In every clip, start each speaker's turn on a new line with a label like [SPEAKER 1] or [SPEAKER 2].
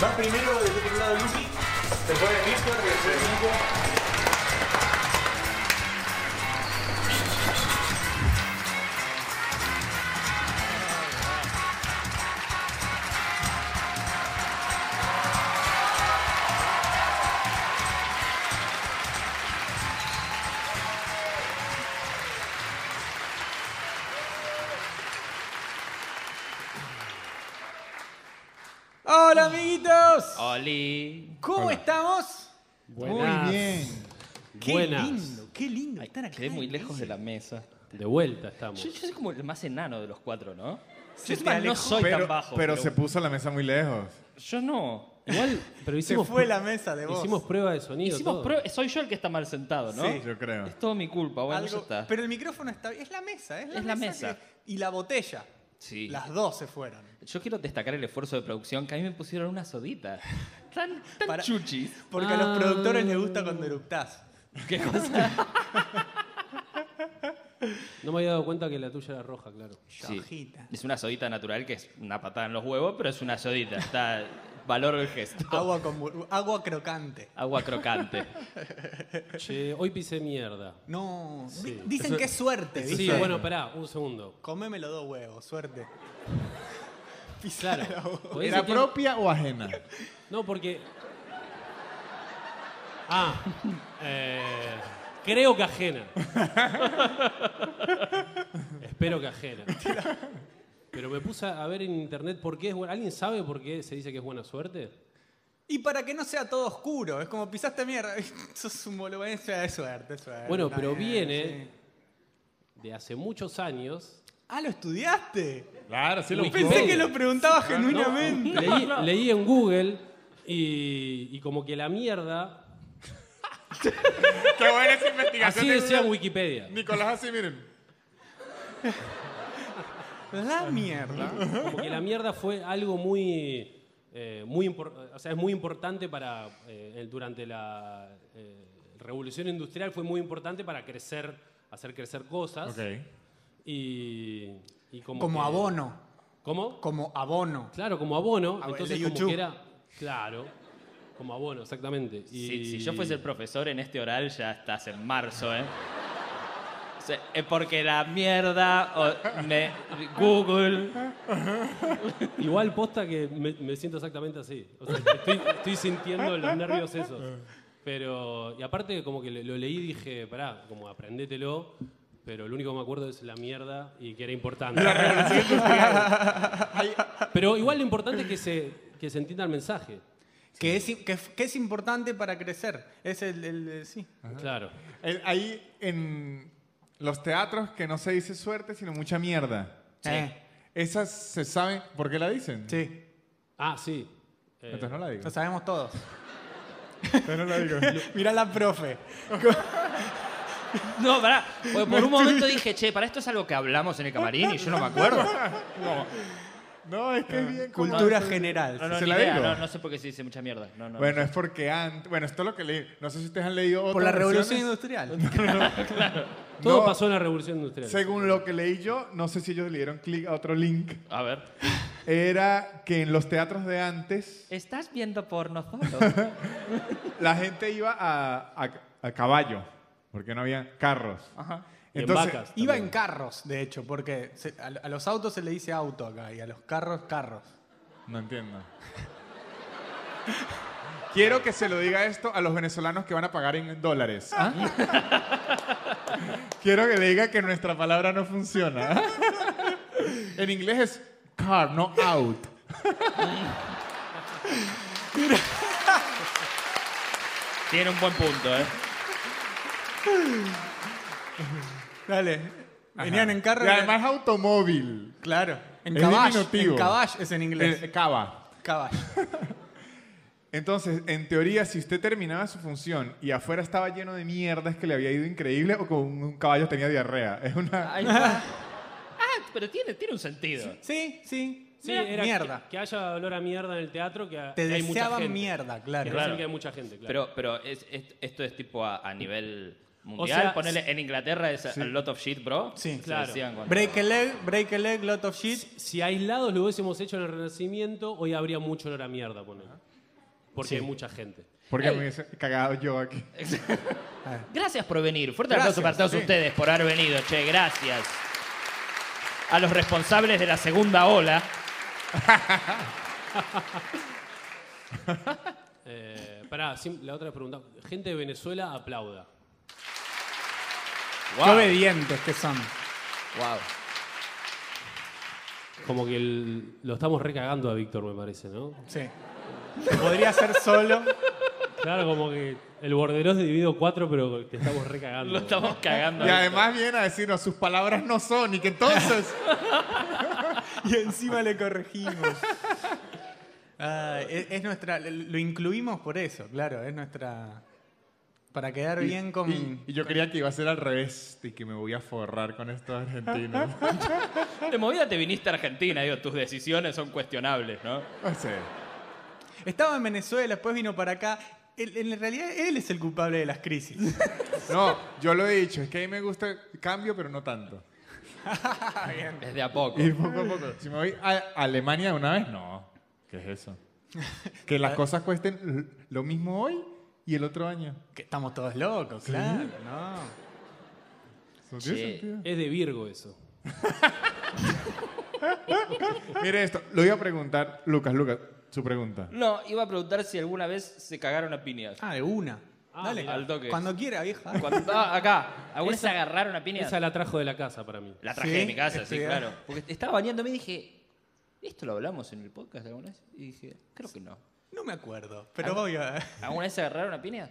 [SPEAKER 1] Vas primero desde el lado Lucky, te pone Víctor, después Nico.
[SPEAKER 2] Hola
[SPEAKER 3] Ah,
[SPEAKER 2] amiguitos,
[SPEAKER 3] Oli.
[SPEAKER 2] ¿cómo estamos?
[SPEAKER 4] Buenas.
[SPEAKER 5] Muy bien.
[SPEAKER 2] Qué
[SPEAKER 4] Buenas.
[SPEAKER 2] lindo, qué lindo estar acá.
[SPEAKER 3] Quedé muy
[SPEAKER 2] en
[SPEAKER 3] lejos
[SPEAKER 2] casa.
[SPEAKER 3] de la mesa.
[SPEAKER 4] De vuelta estamos.
[SPEAKER 3] Yo, yo soy como el más enano de los cuatro, ¿no?
[SPEAKER 2] Se te
[SPEAKER 3] Yo es más, no
[SPEAKER 2] alejó.
[SPEAKER 3] soy
[SPEAKER 5] Pero,
[SPEAKER 3] tan bajo.
[SPEAKER 5] pero se puso la mesa muy lejos.
[SPEAKER 3] Yo no.
[SPEAKER 4] Igual, pero
[SPEAKER 2] Se
[SPEAKER 4] hicimos,
[SPEAKER 2] fue
[SPEAKER 4] pr-
[SPEAKER 2] la mesa de vos.
[SPEAKER 4] hicimos prueba de sonido.
[SPEAKER 3] Hicimos
[SPEAKER 4] todo.
[SPEAKER 3] prue- Soy yo el que está mal sentado, ¿no?
[SPEAKER 2] Sí.
[SPEAKER 5] Yo creo.
[SPEAKER 3] Es todo mi culpa, bueno,
[SPEAKER 2] Algo-
[SPEAKER 3] ya está.
[SPEAKER 2] Pero el micrófono está. Es la mesa, es la
[SPEAKER 3] Es
[SPEAKER 2] mesa.
[SPEAKER 3] la mesa.
[SPEAKER 2] que- y la botella.
[SPEAKER 3] Sí.
[SPEAKER 2] Las dos se fueron.
[SPEAKER 3] Yo quiero destacar el esfuerzo de producción que a mí me pusieron una sodita. Tan, tan
[SPEAKER 2] Para-
[SPEAKER 3] chuchis.
[SPEAKER 2] Porque a los
[SPEAKER 4] Ah.
[SPEAKER 2] productores les gusta cuando eructás.
[SPEAKER 3] ¿Qué cosa?
[SPEAKER 4] No me había dado cuenta que la tuya era roja, claro.
[SPEAKER 3] Sí.
[SPEAKER 2] Chojita.
[SPEAKER 3] Es una sodita natural que es una patada en los huevos, pero es una sodita. Está valoro el gesto.
[SPEAKER 2] Agua, con bur- agua crocante.
[SPEAKER 3] Agua crocante.
[SPEAKER 4] Che, hoy pisé mierda.
[SPEAKER 2] No. di-
[SPEAKER 4] Sí.
[SPEAKER 2] Dicen que es suerte, ¿viste?
[SPEAKER 4] Sí, bueno, pará, un segundo.
[SPEAKER 2] Comémelo dos huevos, suerte.
[SPEAKER 4] Claro.
[SPEAKER 2] Pisar
[SPEAKER 4] Podés
[SPEAKER 5] ¿Era
[SPEAKER 4] decir que-
[SPEAKER 5] propia o ajena?
[SPEAKER 4] No, porque. Ah. eh, creo que ajena. Espero que ajena. Pero me puse a ver en internet por qué es buena. ¿Alguien sabe por qué se dice que es buena suerte?
[SPEAKER 2] Y para que no sea todo oscuro, es como pisaste mierda. Sos un boludo, es suerte, es suerte.
[SPEAKER 4] Bueno,
[SPEAKER 2] está
[SPEAKER 4] pero
[SPEAKER 2] bien,
[SPEAKER 4] viene
[SPEAKER 2] sí.
[SPEAKER 4] de hace muchos años.
[SPEAKER 2] Ah, ¿lo estudiaste?
[SPEAKER 5] Claro, sí
[SPEAKER 4] lo buscó.
[SPEAKER 2] Pensé que lo preguntaba
[SPEAKER 4] No,
[SPEAKER 2] genuinamente.
[SPEAKER 4] leí, leí en Google y, y como que la mierda.
[SPEAKER 5] Qué buena esa investigación.
[SPEAKER 4] Así
[SPEAKER 5] de
[SPEAKER 4] decía en
[SPEAKER 5] Google.
[SPEAKER 4] Wikipedia.
[SPEAKER 5] Nicolás así, miren.
[SPEAKER 2] La Ah, mierda.
[SPEAKER 4] Como que la mierda fue algo muy. eh, muy impor- o sea, es muy importante para. eh, el- durante la eh, revolución industrial fue muy importante para crecer, hacer crecer cosas. Y, y como.
[SPEAKER 2] Como
[SPEAKER 4] que-
[SPEAKER 2] abono.
[SPEAKER 4] ¿Cómo?
[SPEAKER 2] Como abono.
[SPEAKER 4] Claro, como abono.
[SPEAKER 2] Ah, el
[SPEAKER 4] entonces,
[SPEAKER 2] de
[SPEAKER 4] como
[SPEAKER 2] YouTube.
[SPEAKER 4] que era. Claro. Como abono, exactamente. Y,
[SPEAKER 3] Si, si yo fuese el profesor en este oral, ya estás en marzo, ¿eh? O sea, es porque la mierda, o- me- Google.
[SPEAKER 4] Igual posta que me, me siento exactamente así. O sea, estoy, estoy sintiendo los nervios esos. Pero, y aparte, como que lo, lo leí y dije, pará, como aprendételo, pero lo único que me acuerdo es la mierda y que era importante. pero igual lo importante es que se, que se entienda el mensaje.
[SPEAKER 2] Que, es, que, que es importante para crecer. Es el, el- el- sí.
[SPEAKER 4] Claro.
[SPEAKER 5] El- ahí en los teatros que no se dice suerte, sino mucha mierda.
[SPEAKER 2] Eh,
[SPEAKER 5] Esas se saben por qué la dicen.
[SPEAKER 2] sí.
[SPEAKER 4] Ah, sí. Eh,
[SPEAKER 5] Entonces no la digo.
[SPEAKER 2] Lo sabemos todos.
[SPEAKER 5] Entonces no la digo.
[SPEAKER 2] Mirá la profe.
[SPEAKER 3] No, pará. Porque por un momento dije, che, para esto es algo que hablamos en el camarín y yo no me acuerdo.
[SPEAKER 5] No, es que es bien como-
[SPEAKER 2] Cultura general.
[SPEAKER 4] Ah,
[SPEAKER 3] No, no,
[SPEAKER 5] ¿Se
[SPEAKER 3] ni
[SPEAKER 5] la
[SPEAKER 3] idea.
[SPEAKER 5] digo?
[SPEAKER 3] No, no sé por qué se dice mucha mierda. No, no.
[SPEAKER 5] Bueno, es porque antes. Bueno, esto es lo que leí. No sé si ustedes han leído otras
[SPEAKER 2] Por la revolución
[SPEAKER 5] versiones.
[SPEAKER 2] industrial.
[SPEAKER 4] todo
[SPEAKER 5] No.
[SPEAKER 4] pasó en la revolución industrial.
[SPEAKER 5] Según lo que leí yo, no sé si ellos le dieron clic a otro link.
[SPEAKER 3] A ver.
[SPEAKER 5] Era que en los teatros de antes
[SPEAKER 3] ¿Estás viendo porno solo?
[SPEAKER 5] la gente iba a, a- a caballo, porque no había carros.
[SPEAKER 4] Y en
[SPEAKER 5] Entonces,
[SPEAKER 4] vacas.
[SPEAKER 2] Iba en carros, de hecho, porque se- a, a los autos se le dice auto acá y a los carros, carros.
[SPEAKER 5] No entiendo. Quiero que se lo diga esto a los venezolanos que van a pagar en dólares. Quiero que le diga que nuestra palabra no funciona. en inglés es car, no out.
[SPEAKER 3] Tiene un buen punto, ¿eh?
[SPEAKER 2] Dale. Venían en carro.
[SPEAKER 5] Y además automóvil.
[SPEAKER 2] claro. En
[SPEAKER 5] es
[SPEAKER 2] caballo.
[SPEAKER 5] diminutivo.
[SPEAKER 2] En caballo es en inglés.
[SPEAKER 5] Eh, cava.
[SPEAKER 2] Caballo.
[SPEAKER 5] Entonces, en teoría, si usted terminaba su función y afuera estaba lleno de mierda, es que le había ido increíble o como un, un caballo tenía diarrea. Es una...
[SPEAKER 3] Ahí está. Ah, pero tiene, tiene un sentido.
[SPEAKER 2] Sí, sí.
[SPEAKER 4] Sí, era que-
[SPEAKER 2] mierda.
[SPEAKER 4] Que, haya olor a mierda en el teatro, que,
[SPEAKER 2] Te
[SPEAKER 4] que hay mucha
[SPEAKER 2] deseaban
[SPEAKER 4] gente.
[SPEAKER 2] mierda, claro.
[SPEAKER 4] Quiere decir
[SPEAKER 3] Claro.
[SPEAKER 4] que hay mucha gente, claro.
[SPEAKER 3] Pero, pero es- es- esto es tipo a, a nivel mundial.
[SPEAKER 4] O sea,
[SPEAKER 3] Ponele, en Inglaterra es a lot of shit, bro.
[SPEAKER 2] Sí,
[SPEAKER 3] Se
[SPEAKER 4] claro.
[SPEAKER 3] decían cuando-
[SPEAKER 2] Break a leg, break a leg, lot of shit.
[SPEAKER 4] Si aislados lo hubiésemos hecho en el Renacimiento, hoy habría mucho olor a mierda, poner. porque hay mucha gente.
[SPEAKER 5] Porque
[SPEAKER 3] Ey.
[SPEAKER 5] me hubiese cagado yo aquí.
[SPEAKER 3] Gracias por venir. Fuerte
[SPEAKER 2] Gracias,
[SPEAKER 3] aplauso para todos
[SPEAKER 5] sí.
[SPEAKER 3] ustedes por haber venido, che, gracias. A los responsables de la segunda ola.
[SPEAKER 4] Eh, pará, sim- la otra pregunta. Gente de Venezuela aplauda.
[SPEAKER 2] Qué obedientes que son.
[SPEAKER 3] Wow.
[SPEAKER 4] Como que el- lo estamos recagando a Víctor, me parece, ¿no?
[SPEAKER 2] Sí. Podría ser solo.
[SPEAKER 4] Claro, como que el borderó se dividido cuatro, pero te estamos recagando.
[SPEAKER 3] Lo estamos cagando.
[SPEAKER 5] Y además viene a decirnos, sus palabras no son, y que entonces...
[SPEAKER 2] Y encima le corregimos. Ah, es, es nuestra. Lo incluimos por eso, claro. Es nuestra. Para quedar bien con.
[SPEAKER 5] y, y yo creía que iba a ser al revés, y que me voy a forrar con estos argentinos.
[SPEAKER 3] De movida te viniste a Argentina, digo, tus decisiones son cuestionables, ¿no?
[SPEAKER 5] No sé.
[SPEAKER 2] Estaba en Venezuela, después vino para acá. Él- en realidad, él es el culpable de las crisis.
[SPEAKER 5] No, yo lo he dicho, es que a mí me gusta el cambio, pero no tanto.
[SPEAKER 3] Es de a poco.
[SPEAKER 5] Y poco a poco. Si me voy a Alemania de una vez, no. ¿Qué es eso? Que
[SPEAKER 2] Ah.
[SPEAKER 5] las cosas cuesten l- lo mismo hoy y el otro año.
[SPEAKER 2] que estamos todos locos, claro. No.
[SPEAKER 5] Eso no tiene
[SPEAKER 3] Sí.
[SPEAKER 5] sentido.
[SPEAKER 4] Es de Virgo eso.
[SPEAKER 5] Mire esto, lo iba a preguntar, Lucas, Lucas, su pregunta.
[SPEAKER 3] No, iba a preguntar si alguna vez se cagaron a piñas.
[SPEAKER 2] Ah, de una.
[SPEAKER 4] Ah,
[SPEAKER 2] Dale.
[SPEAKER 4] mira.
[SPEAKER 3] Al toque.
[SPEAKER 2] Cuando quiera, vieja.
[SPEAKER 3] Cuando- ah, acá, ¿alguna vez se agarraron a piñas?
[SPEAKER 4] Esa la trajo de la casa para mí.
[SPEAKER 3] La traje
[SPEAKER 2] Sí,
[SPEAKER 3] de mi casa, sí,
[SPEAKER 2] estudiar.
[SPEAKER 3] claro. Porque estaba bañándome y dije, ¿esto lo hablamos en el podcast alguna vez? Y dije, creo que no.
[SPEAKER 2] No me acuerdo, pero voy a.
[SPEAKER 3] ¿Alguna vez se agarraron a piñas?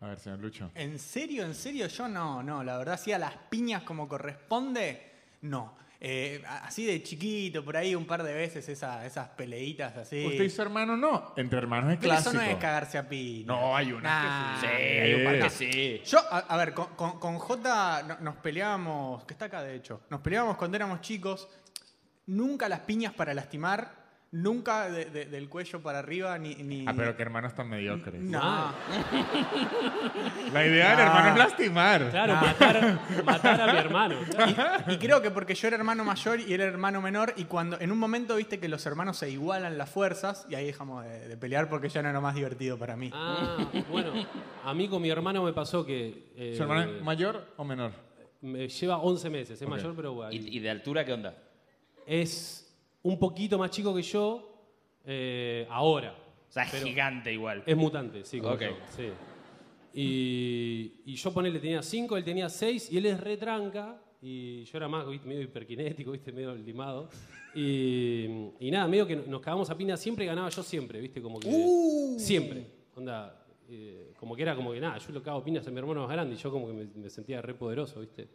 [SPEAKER 5] A ver, señor Lucho.
[SPEAKER 2] ¿En serio, en serio? Yo no, no. La verdad, sí, a las piñas como corresponde, no. Eh, a- así de chiquito, por ahí un par de veces esa- esas peleitas así.
[SPEAKER 5] Usted y su hermano no. Entre hermanos es
[SPEAKER 2] Pero
[SPEAKER 5] clásico.
[SPEAKER 2] Eso no es cagarse a piñas.
[SPEAKER 5] No, hay unas
[SPEAKER 2] Nah.
[SPEAKER 3] Sí, hay un par que sí.
[SPEAKER 2] Yo, a, a ver, con, con, con J no- nos peleábamos, que está acá de hecho, nos peleábamos cuando éramos chicos, nunca las piñas para lastimar, nunca de- de- del cuello para arriba, ni... ni-
[SPEAKER 5] Ah, pero que hermanos tan mediocres.
[SPEAKER 2] No,
[SPEAKER 5] La idea del
[SPEAKER 2] No.
[SPEAKER 5] hermano es lastimar.
[SPEAKER 4] Claro, matar, matar a mi hermano.
[SPEAKER 2] y creo que porque yo era hermano mayor y él era hermano menor, y cuando en un momento viste que los hermanos se igualan las fuerzas, y ahí dejamos de, de pelear porque ya no era más divertido para mí.
[SPEAKER 4] Ah, bueno, a mí con mi hermano me pasó que. eh,
[SPEAKER 5] ¿Su hermano es mayor o menor?
[SPEAKER 4] me lleva 11 meses, es mayor, pero bueno.
[SPEAKER 3] ¿Y, y de altura qué onda?
[SPEAKER 4] Es un poquito más chico que yo eh, ahora.
[SPEAKER 3] O sea, es gigante igual.
[SPEAKER 4] Es mutante, sí, como
[SPEAKER 3] Ok.
[SPEAKER 4] yo, sí. Y, y yo ponele, tenía 5, él tenía 6 y él es retranca. Y yo era más ¿viste? medio hiperkinético, ¿viste? medio limado. Y, y nada, medio que nos cagamos a pina siempre, ganaba yo siempre, ¿viste? Como que. Siempre. Onda, eh, como que era como que nada, yo lo cago a pinas a mi hermano más grande y yo como que me, me sentía re poderoso, ¿viste?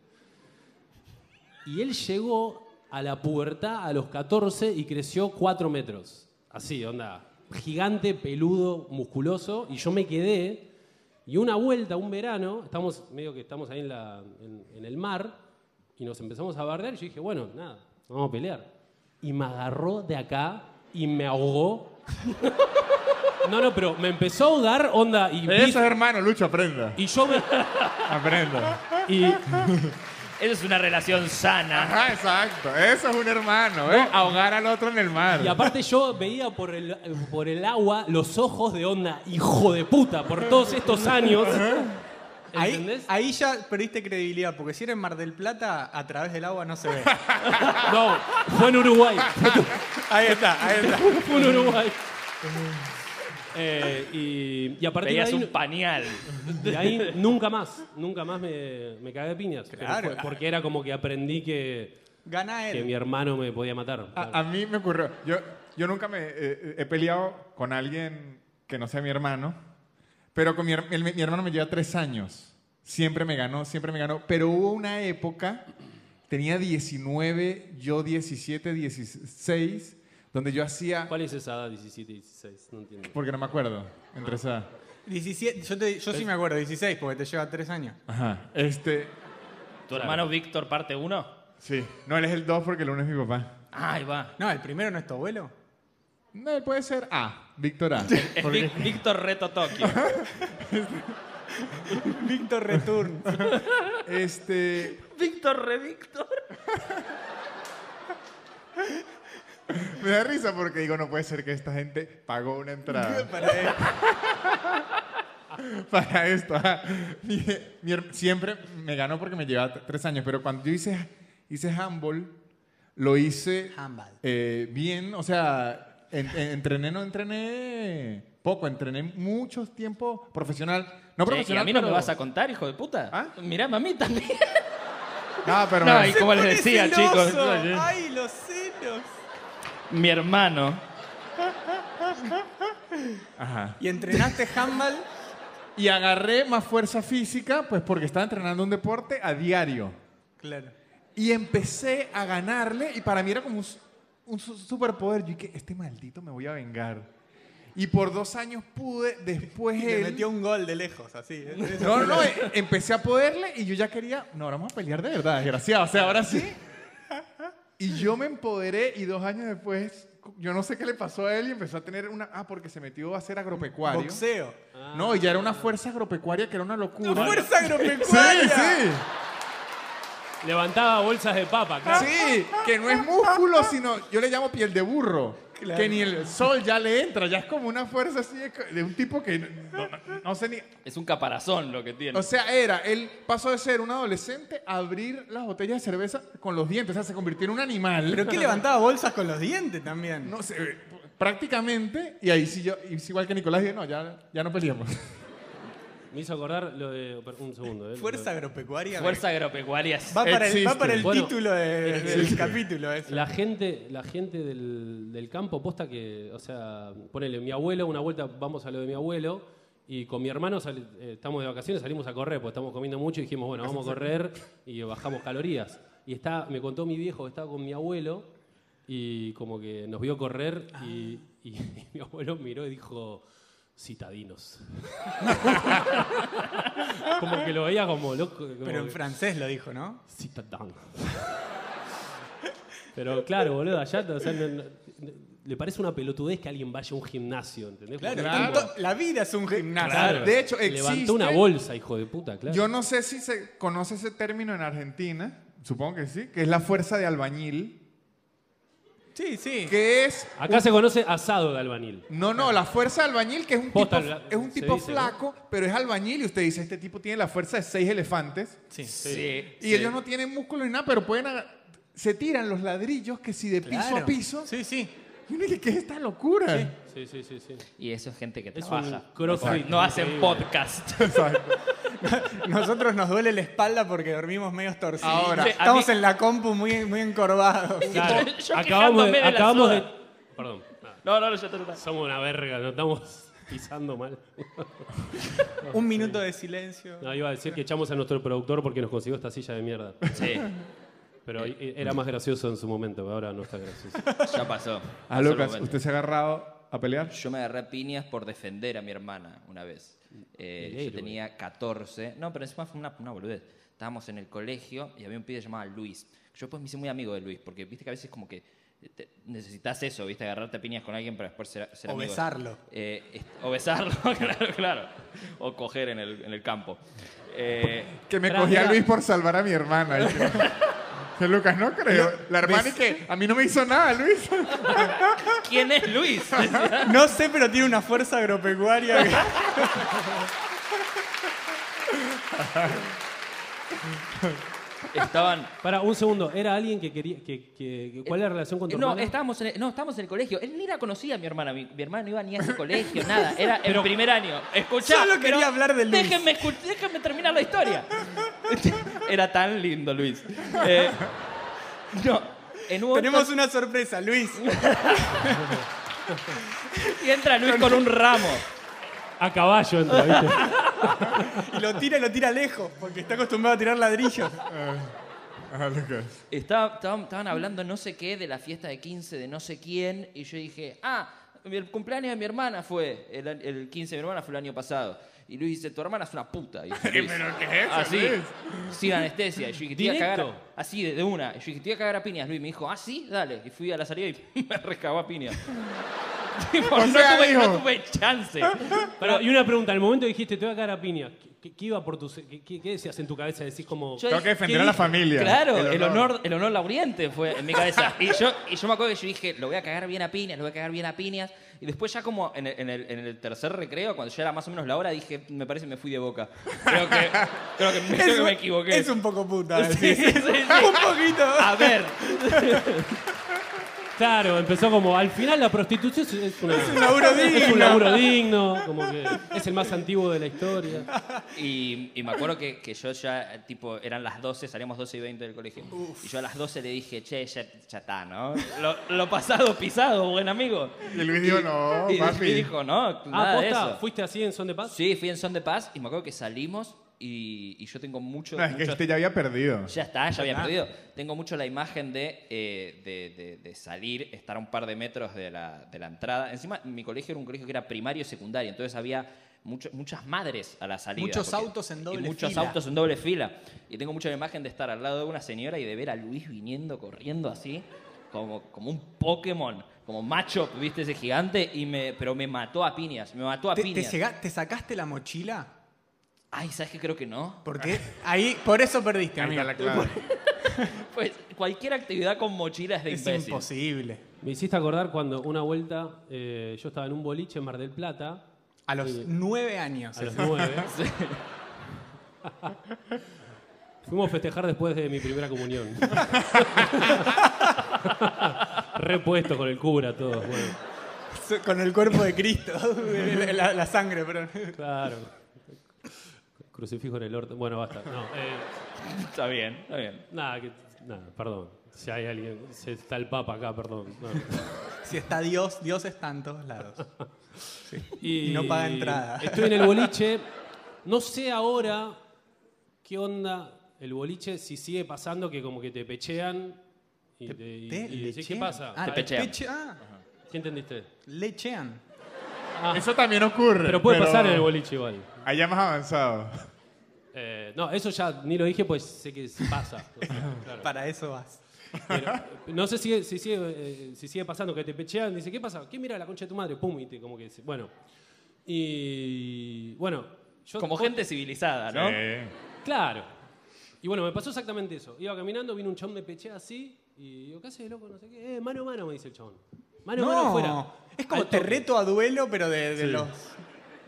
[SPEAKER 4] Y él llegó a la pubertad a los 14 y creció 4 metros. Así, onda. Gigante, peludo, musculoso. Y yo me quedé. Y una vuelta, un verano, estamos medio que estamos ahí en, la- en- en el mar. Y nos empezamos a bardear. Y yo dije, bueno, nada, vamos a pelear. Y me agarró de acá y me ahogó. No, no, pero me empezó a ahogar, onda. Y,
[SPEAKER 5] Eso es hermano, Lucho, aprenda.
[SPEAKER 4] y yo me.
[SPEAKER 5] Aprenda.
[SPEAKER 4] y-
[SPEAKER 3] Esa es una relación sana.
[SPEAKER 5] Ajá, exacto. Eso es un hermano, ¿eh? Ahogar al otro en el mar.
[SPEAKER 4] Y aparte yo veía por el, por el agua los ojos de onda, hijo de puta, por todos estos años.
[SPEAKER 2] Ahí,
[SPEAKER 4] ¿Entendés?
[SPEAKER 2] ahí ya perdiste credibilidad, porque si era en Mar del Plata, a través del agua no se ve.
[SPEAKER 4] No, fue en Uruguay.
[SPEAKER 2] Ahí está, ahí está.
[SPEAKER 4] Fue en Uruguay. Eh, y, y a partir de
[SPEAKER 3] Veías
[SPEAKER 4] ahí,
[SPEAKER 3] un pañal.
[SPEAKER 4] de ahí nunca más, nunca más me, me cagué de piñas. Pero
[SPEAKER 2] Claro.
[SPEAKER 4] fue porque era como que aprendí que,
[SPEAKER 2] Gana él.
[SPEAKER 4] que mi hermano me podía
[SPEAKER 2] Ah,
[SPEAKER 4] matar.
[SPEAKER 5] A, a mí me ocurrió. Yo, yo nunca me eh, eh, he peleado con alguien que no sea mi hermano, pero con mi, her- el- mi hermano me lleva tres años. Siempre me ganó, siempre me ganó. Pero hubo una época, tenía 19, yo 17, 16, donde yo hacía.
[SPEAKER 4] ¿Cuál es esa edad? 17, 16, no entiendo.
[SPEAKER 5] Porque no me acuerdo. Entre esa.
[SPEAKER 2] 17, yo, te- yo sí me acuerdo, 16, porque te lleva 3 años.
[SPEAKER 5] Ajá. Este.
[SPEAKER 3] ¿Tu hermano Víctor parte 1?
[SPEAKER 5] Sí. No, él es el 2 porque el 1 es mi papá.
[SPEAKER 3] Ah, Ahí va.
[SPEAKER 2] No, el primero no es tu abuelo.
[SPEAKER 5] No, él puede ser A. Víctor A.
[SPEAKER 3] Es
[SPEAKER 5] Porque-
[SPEAKER 3] Vic- Víctor Reto Tokio.
[SPEAKER 2] Víctor Return.
[SPEAKER 5] Este.
[SPEAKER 3] Víctor Re Víctor.
[SPEAKER 5] Me da risa porque digo, no puede ser que esta gente pagó una entrada
[SPEAKER 2] Para esto.
[SPEAKER 5] para esto. ajá. Mi- mi her- siempre me ganó porque me llevaba t- tres años, pero cuando yo hice, hice handball, lo hice
[SPEAKER 2] Handball.
[SPEAKER 5] eh, bien, o sea, en- en- entrené, no entrené poco, entrené mucho tiempo profesional. No
[SPEAKER 3] Che, ¿Y
[SPEAKER 5] profesional,
[SPEAKER 3] a mí no me
[SPEAKER 5] pero-
[SPEAKER 3] vas a contar, hijo de puta?
[SPEAKER 5] ¿Ah?
[SPEAKER 3] Mirame a mí también.
[SPEAKER 5] No, Ah, pero
[SPEAKER 3] No,
[SPEAKER 5] me-
[SPEAKER 3] y como les
[SPEAKER 2] ¡Qué
[SPEAKER 3] decía,
[SPEAKER 2] celoso!
[SPEAKER 3] chicos.
[SPEAKER 2] ¡Ay, los celos!
[SPEAKER 3] Mi hermano.
[SPEAKER 5] Ajá.
[SPEAKER 2] ¿Y entrenaste handball?
[SPEAKER 5] Y agarré más fuerza física, pues porque estaba entrenando un deporte a diario.
[SPEAKER 2] Claro.
[SPEAKER 5] Y empecé a ganarle y para mí era como un, s- un su- superpoder. Yo dije, este maldito me voy a vengar. Y por dos años pude, después
[SPEAKER 2] Le
[SPEAKER 5] él...
[SPEAKER 2] metió un gol de lejos, así. ¿eh? Eso
[SPEAKER 5] No,
[SPEAKER 2] fue
[SPEAKER 5] no,
[SPEAKER 2] lo-
[SPEAKER 5] no, eh, empecé a poderle y yo ya quería, no, ahora vamos a pelear de verdad, desgraciado. O sea, ahora sí. Y yo me empoderé y dos años después, yo no sé qué le pasó a él y empezó a tener una... Ah, porque se metió a ser agropecuario.
[SPEAKER 2] Boxeo.
[SPEAKER 5] No, y ya era una fuerza agropecuaria que era una locura.
[SPEAKER 2] ¡La fuerza
[SPEAKER 5] Sí,
[SPEAKER 2] agropecuaria!
[SPEAKER 5] sí.
[SPEAKER 4] Levantaba bolsas de papa, claro.
[SPEAKER 5] Sí, que no es músculo, sino yo le llamo piel de burro.
[SPEAKER 2] Claro.
[SPEAKER 5] Que ni el sol ya le entra, ya es como una fuerza así de, de un tipo que no, no- no sé ni.
[SPEAKER 3] Es un caparazón lo que tiene.
[SPEAKER 5] O sea, era, él pasó de ser un adolescente a abrir las botellas de cerveza con los dientes, o sea, se convirtió en un animal.
[SPEAKER 2] Pero que levantaba bolsas con los dientes también.
[SPEAKER 5] No sé, prácticamente, y ahí sí yo, y sí igual que Nicolás, dije, no, ya, ya no peleamos.
[SPEAKER 4] Me hizo acordar lo de. per- Un segundo, ¿eh?
[SPEAKER 2] Fuerza agropecuaria.
[SPEAKER 3] Fuerza agropecuaria.
[SPEAKER 2] Va para el, va
[SPEAKER 5] Existe.
[SPEAKER 2] para el
[SPEAKER 4] Bueno,
[SPEAKER 2] título de- del capítulo ese.
[SPEAKER 4] La gente, la gente del, del campo, posta que, o sea, ponele, mi abuelo, una vuelta vamos a lo de mi abuelo, y con mi hermano sali- eh, estamos de vacaciones, salimos a correr, porque estamos comiendo mucho, y dijimos, bueno, vamos a correr y bajamos calorías. Y está, me contó mi viejo que estaba con mi abuelo, y como que nos vio correr, y, y mi abuelo miró y dijo, citadinos. como que lo veía como loco. como
[SPEAKER 2] Pero en
[SPEAKER 4] que-
[SPEAKER 2] francés lo dijo, ¿no?
[SPEAKER 4] Citadán. Pero claro, boludo, allá o sea, no- no- le parece una pelotudez que alguien vaya a un gimnasio, ¿entendés?
[SPEAKER 2] Claro,
[SPEAKER 4] Porque
[SPEAKER 2] tanto- la vida es un gimnasio.
[SPEAKER 4] Claro.
[SPEAKER 5] De hecho, existe-
[SPEAKER 4] Levantó una bolsa, hijo de puta, claro.
[SPEAKER 5] Yo no sé si se conoce ese término en Argentina, supongo que sí, que es la fuerza de albañil,
[SPEAKER 2] Sí, sí.
[SPEAKER 5] que es
[SPEAKER 4] Acá se conoce asado de albanil.
[SPEAKER 5] No, no, la fuerza de albañil, que es un
[SPEAKER 4] Posta,
[SPEAKER 5] tipo,
[SPEAKER 4] la-
[SPEAKER 5] es un
[SPEAKER 4] se
[SPEAKER 5] tipo
[SPEAKER 4] dice, ¿no?
[SPEAKER 5] flaco, pero es albañil y usted dice, este tipo tiene la fuerza de seis elefantes
[SPEAKER 2] Sí.
[SPEAKER 3] Sí.
[SPEAKER 5] y ellos no tienen músculo ni nada, pero pueden... aga- Se tiran los ladrillos que si de piso a
[SPEAKER 2] Claro.
[SPEAKER 5] piso...
[SPEAKER 2] Sí, sí.
[SPEAKER 5] Y uno dice, ¿qué es esta locura?
[SPEAKER 4] Sí, sí, sí, sí.
[SPEAKER 3] Y eso es gente que
[SPEAKER 4] Es
[SPEAKER 3] trabaja.
[SPEAKER 4] un crossfit
[SPEAKER 3] no hacen
[SPEAKER 4] increíble.
[SPEAKER 3] podcast.
[SPEAKER 5] Exacto.
[SPEAKER 2] Nosotros nos duele la espalda porque dormimos medio torcidos.
[SPEAKER 5] Ahora.
[SPEAKER 3] Sí, a
[SPEAKER 2] estamos
[SPEAKER 3] mí-
[SPEAKER 2] en la compu muy, muy encorvados.
[SPEAKER 4] Claro,
[SPEAKER 3] Yo- yo quejándome
[SPEAKER 4] acabamos de,
[SPEAKER 3] de la
[SPEAKER 4] acabamos de-
[SPEAKER 3] soda.
[SPEAKER 4] Perdón, nada,
[SPEAKER 3] No, no, no, ya está, ya está.
[SPEAKER 4] somos una verga, nos estamos pisando mal.
[SPEAKER 2] Un minuto de silencio.
[SPEAKER 4] No, iba a decir que echamos a nuestro productor porque nos consiguió esta silla de mierda.
[SPEAKER 3] Sí,
[SPEAKER 4] Pero eh, era más gracioso en su momento, ahora no está gracioso.
[SPEAKER 3] ya pasó.
[SPEAKER 5] Ah, Lucas, ¿usted se ha agarrado a pelear?
[SPEAKER 3] Yo me agarré a piñas por defender a mi hermana una vez. Eh,
[SPEAKER 4] El héroe.
[SPEAKER 3] yo tenía 14. No, pero encima fue una, una boludez. Estábamos en el colegio y había un pibe llamado Luis. Yo pues me hice muy amigo de Luis, porque viste que a veces como que te- necesitas eso, viste, agarrarte a piñas con alguien para después ser, ser
[SPEAKER 2] O
[SPEAKER 3] amigos.
[SPEAKER 2] besarlo.
[SPEAKER 3] Eh, est- o besarlo, claro, claro. O coger en el, en el campo. Eh,
[SPEAKER 5] Que me
[SPEAKER 4] Pará,
[SPEAKER 5] cogí a
[SPEAKER 4] mira.
[SPEAKER 5] Luis por salvar a mi hermana. Y yo, Que Lucas, no creo. La hermana y que a mí no me hizo nada, Luis.
[SPEAKER 3] ¿Quién es Luis?
[SPEAKER 2] No sé, pero tiene una fuerza agropecuaria. que-
[SPEAKER 3] Estaban
[SPEAKER 4] Para, un segundo, era alguien que quería. Que, que- que- ¿Cuál es la relación con tu
[SPEAKER 3] Eh, no,
[SPEAKER 4] hermana?
[SPEAKER 3] estábamos en el, no, estábamos en el colegio. Él ni la conocía, mi hermana. Mi, mi hermana no iba ni a ese colegio, nada. Era el primer año. Escuchá.
[SPEAKER 2] Solo quería
[SPEAKER 3] pero
[SPEAKER 2] hablar de Luis.
[SPEAKER 3] Déjenme, escu- déjenme terminar la historia. Era tan lindo, Luis. Eh, no, en un momento-
[SPEAKER 2] Tenemos una sorpresa, Luis.
[SPEAKER 3] y entra Luis con un ramo.
[SPEAKER 4] A caballo entra, ¿viste?
[SPEAKER 2] Y lo tira y lo tira lejos, porque está acostumbrado a tirar ladrillos.
[SPEAKER 5] Ajá, Ah, Lucas.
[SPEAKER 3] Estaba- estaban, estaban hablando no sé qué de la fiesta de 15 de no sé quién y yo dije, ah, el cumpleaños de mi hermana fue, el, an- el 15 de mi hermana fue el año pasado. Y Luis dice, tu hermana es una puta. Y yo, Luis,
[SPEAKER 5] ¿Pero qué es eso,
[SPEAKER 3] Así,
[SPEAKER 5] Luis?
[SPEAKER 3] sin anestesia. Y yo dije, te iba a
[SPEAKER 4] Directo.
[SPEAKER 3] cagar. a- Así, de, de una. Y yo dije, te iba a cagar a piñas. Luis me dijo, ah, sí, dale. Y fui a la salida y me recagó a piñas. Tipo,
[SPEAKER 5] O sea,
[SPEAKER 3] no, tuve, no
[SPEAKER 5] dijo.
[SPEAKER 3] tuve chance.
[SPEAKER 4] Pará, y una pregunta, al momento dijiste, te voy a cagar a piña. ¿Qué, qué iba por tus, qué, qué- qué decías en tu cabeza? Decís como...
[SPEAKER 3] Yo
[SPEAKER 5] Tengo
[SPEAKER 3] dije-
[SPEAKER 5] que defender
[SPEAKER 3] ¿qué
[SPEAKER 5] a la
[SPEAKER 3] dije?
[SPEAKER 5] familia.
[SPEAKER 3] Claro,
[SPEAKER 5] El
[SPEAKER 3] el
[SPEAKER 5] honor.
[SPEAKER 3] honor, el honor lauriente fue en mi cabeza. Y yo, y yo me acuerdo que yo dije, lo voy a cagar bien a piñas, lo voy a cagar bien a piñas. Y después ya como en el, en el- en el tercer recreo, cuando ya era más o menos la hora, dije, me parece que me fui de boca. Creo que, creo que, me, creo que me equivoqué.
[SPEAKER 2] Es un poco puta.
[SPEAKER 3] Sí, sí, Ah, sí.
[SPEAKER 2] Un poquito.
[SPEAKER 3] A ver,
[SPEAKER 4] Claro, empezó como, al final la prostitución es, es una-
[SPEAKER 2] un laburo
[SPEAKER 4] es
[SPEAKER 2] digno.
[SPEAKER 4] un laburo digno, como que es el más antiguo de la historia.
[SPEAKER 3] Y, y me acuerdo que, que yo ya, eh, tipo, eran las 12, salíamos 12 y 20 del colegio. Y yo a las 12 le dije, che, ya, ya está, ¿no? Lo, lo pasado pisado, buen amigo.
[SPEAKER 5] Y Luis dijo, no,
[SPEAKER 3] y,
[SPEAKER 5] papi.
[SPEAKER 3] y dijo, no,
[SPEAKER 4] Ah,
[SPEAKER 3] nada de
[SPEAKER 4] posta,
[SPEAKER 3] eso.
[SPEAKER 4] ¿fuiste así en Son de Paz?
[SPEAKER 3] Sí, fui en Son de Paz y me acuerdo que salimos y, y yo tengo mucho...
[SPEAKER 5] No, es que
[SPEAKER 3] mucho-
[SPEAKER 5] este ya había perdido.
[SPEAKER 3] Ya está, ya había perdido. Tengo mucho la imagen de, eh, de- de- de salir, estar a un par de metros de la, de la entrada. Encima, mi colegio era un colegio que era primario y secundario, entonces había mucho- muchas madres a la salida.
[SPEAKER 2] Muchos autos en doble
[SPEAKER 3] y muchos
[SPEAKER 2] fila.
[SPEAKER 3] autos en doble fila. Y tengo mucho la imagen de estar al lado de una señora y de ver a Luis viniendo, corriendo así, como, como un Pokémon, como macho, viste ese gigante, y me, pero me mató a piñas, me mató a
[SPEAKER 2] ¿Te, te
[SPEAKER 3] piñas.
[SPEAKER 2] sega- te sacaste la mochila?
[SPEAKER 3] Ay, ¿sabes qué? Creo que no.
[SPEAKER 2] Porque ahí, por eso perdiste,
[SPEAKER 5] Ahí
[SPEAKER 2] amigo.
[SPEAKER 5] está la clave.
[SPEAKER 3] Pues cualquier actividad con mochilas de
[SPEAKER 2] Es
[SPEAKER 3] imbécil.
[SPEAKER 2] imposible.
[SPEAKER 4] Me hiciste acordar cuando una vuelta eh, yo estaba en un boliche en Mar del Plata,
[SPEAKER 2] A los nueve años.
[SPEAKER 4] a los nueve. Fuimos a festejar después de mi primera comunión. Repuesto con el cura todo. Bueno,
[SPEAKER 2] Con el cuerpo de Cristo. la, la sangre, pero.
[SPEAKER 4] claro. Crucifijo en el orto. Bueno, basta. No, eh,
[SPEAKER 3] Está bien, está bien.
[SPEAKER 4] nada, que- nada, perdón. Si hay alguien, si está el Papa acá, perdón. No.
[SPEAKER 2] Si está Dios, Dios está en todos lados. Y no paga entrada.
[SPEAKER 4] Estoy en el boliche. No sé ahora qué onda el boliche, si sigue pasando que como que te pechean y te, y-
[SPEAKER 2] ¿Te
[SPEAKER 4] y decís, ¿qué
[SPEAKER 2] lechean?
[SPEAKER 4] pasa?
[SPEAKER 2] Ah,
[SPEAKER 3] Te
[SPEAKER 2] te
[SPEAKER 3] pechean.
[SPEAKER 2] peche- ah,
[SPEAKER 4] ¿Qué entendiste?
[SPEAKER 2] lechean.
[SPEAKER 5] Eso también ocurre.
[SPEAKER 4] Pero puede pasar en el boliche igual.
[SPEAKER 5] Allá más avanzado.
[SPEAKER 4] Eh, no, eso ya ni lo dije, pues sé que pasa. O sea, claro.
[SPEAKER 2] Para eso vas.
[SPEAKER 4] Pero, no sé si, si sigue, eh, si sigue pasando, que te pechean, dice, ¿qué pasa? ¿Qué mira la concha de tu madre? Pum, y te como que... se- Bueno. Y bueno, yo...
[SPEAKER 3] Como gente civilizada, ¿no?
[SPEAKER 5] Sí.
[SPEAKER 4] Claro. Y bueno, me pasó exactamente eso. Iba caminando, vino un chabón, me peché así y digo, ¿qué haces, loco? No sé qué. Eh, mano a mano, me dice el chabón. Mano a mano afuera.
[SPEAKER 2] Es como
[SPEAKER 4] Al
[SPEAKER 2] te
[SPEAKER 4] toque.
[SPEAKER 2] reto a duelo, pero de, de los. del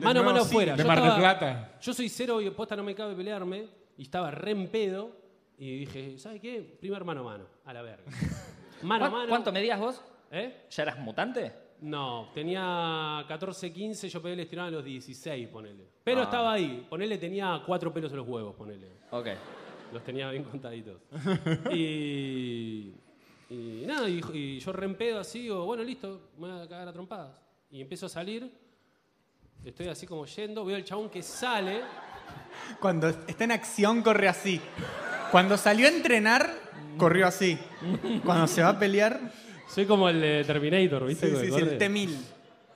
[SPEAKER 4] Mano a
[SPEAKER 2] nuevo
[SPEAKER 4] mano
[SPEAKER 2] siglo.
[SPEAKER 4] afuera.
[SPEAKER 5] de
[SPEAKER 4] Yo
[SPEAKER 5] Mar del
[SPEAKER 4] estaba-
[SPEAKER 5] Plata.
[SPEAKER 4] Yo soy cero y posta no me cabe pelearme y estaba re en pedo y dije, ¿sabes qué? Primer mano a mano, a la verga. Mano a
[SPEAKER 3] ¿Cuán-
[SPEAKER 4] mano.
[SPEAKER 3] ¿Cuánto medías vos?
[SPEAKER 4] ¿Eh?
[SPEAKER 3] ¿Ya eras mutante?
[SPEAKER 4] No, tenía 14, 15, yo pegué el estirón a los 16, ponele. Pero
[SPEAKER 3] Ah.
[SPEAKER 4] estaba ahí, ponele, tenía cuatro pelos en los huevos, ponele.
[SPEAKER 3] Ok.
[SPEAKER 2] Uh.
[SPEAKER 4] Los tenía bien contaditos. y, y nada, y, y yo rempedo así, digo, bueno, listo, me voy a cagar a trompadas. Y empiezo a salir, estoy así como yendo, veo al chabón que sale.
[SPEAKER 2] Cuando está en acción, corre así. Cuando salió a entrenar, corrió así. Cuando se va a pelear,
[SPEAKER 4] Soy como el de Terminator, ¿viste?
[SPEAKER 2] sí,
[SPEAKER 4] Con
[SPEAKER 2] sí,
[SPEAKER 4] el
[SPEAKER 2] sí, el
[SPEAKER 4] corte.
[SPEAKER 2] T-1000.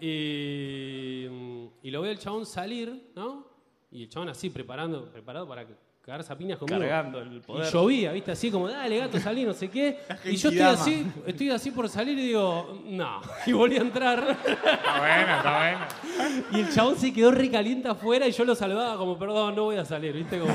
[SPEAKER 4] Y, y lo veo al chabón salir, ¿no? Y el chabón así, preparando, preparado para cagarse a piñas conmigo.
[SPEAKER 3] Cargando el poder.
[SPEAKER 4] Y llovía, ¿viste? Así como, dale, gato, salí, no sé qué. Y yo estoy
[SPEAKER 2] genkidama.
[SPEAKER 4] así, estoy así por salir y digo, no. Y volví a entrar.
[SPEAKER 5] Está bueno, está bueno.
[SPEAKER 4] Y el chabón se quedó recaliente afuera y yo lo salvaba como, perdón, no voy a salir, ¿viste? Como...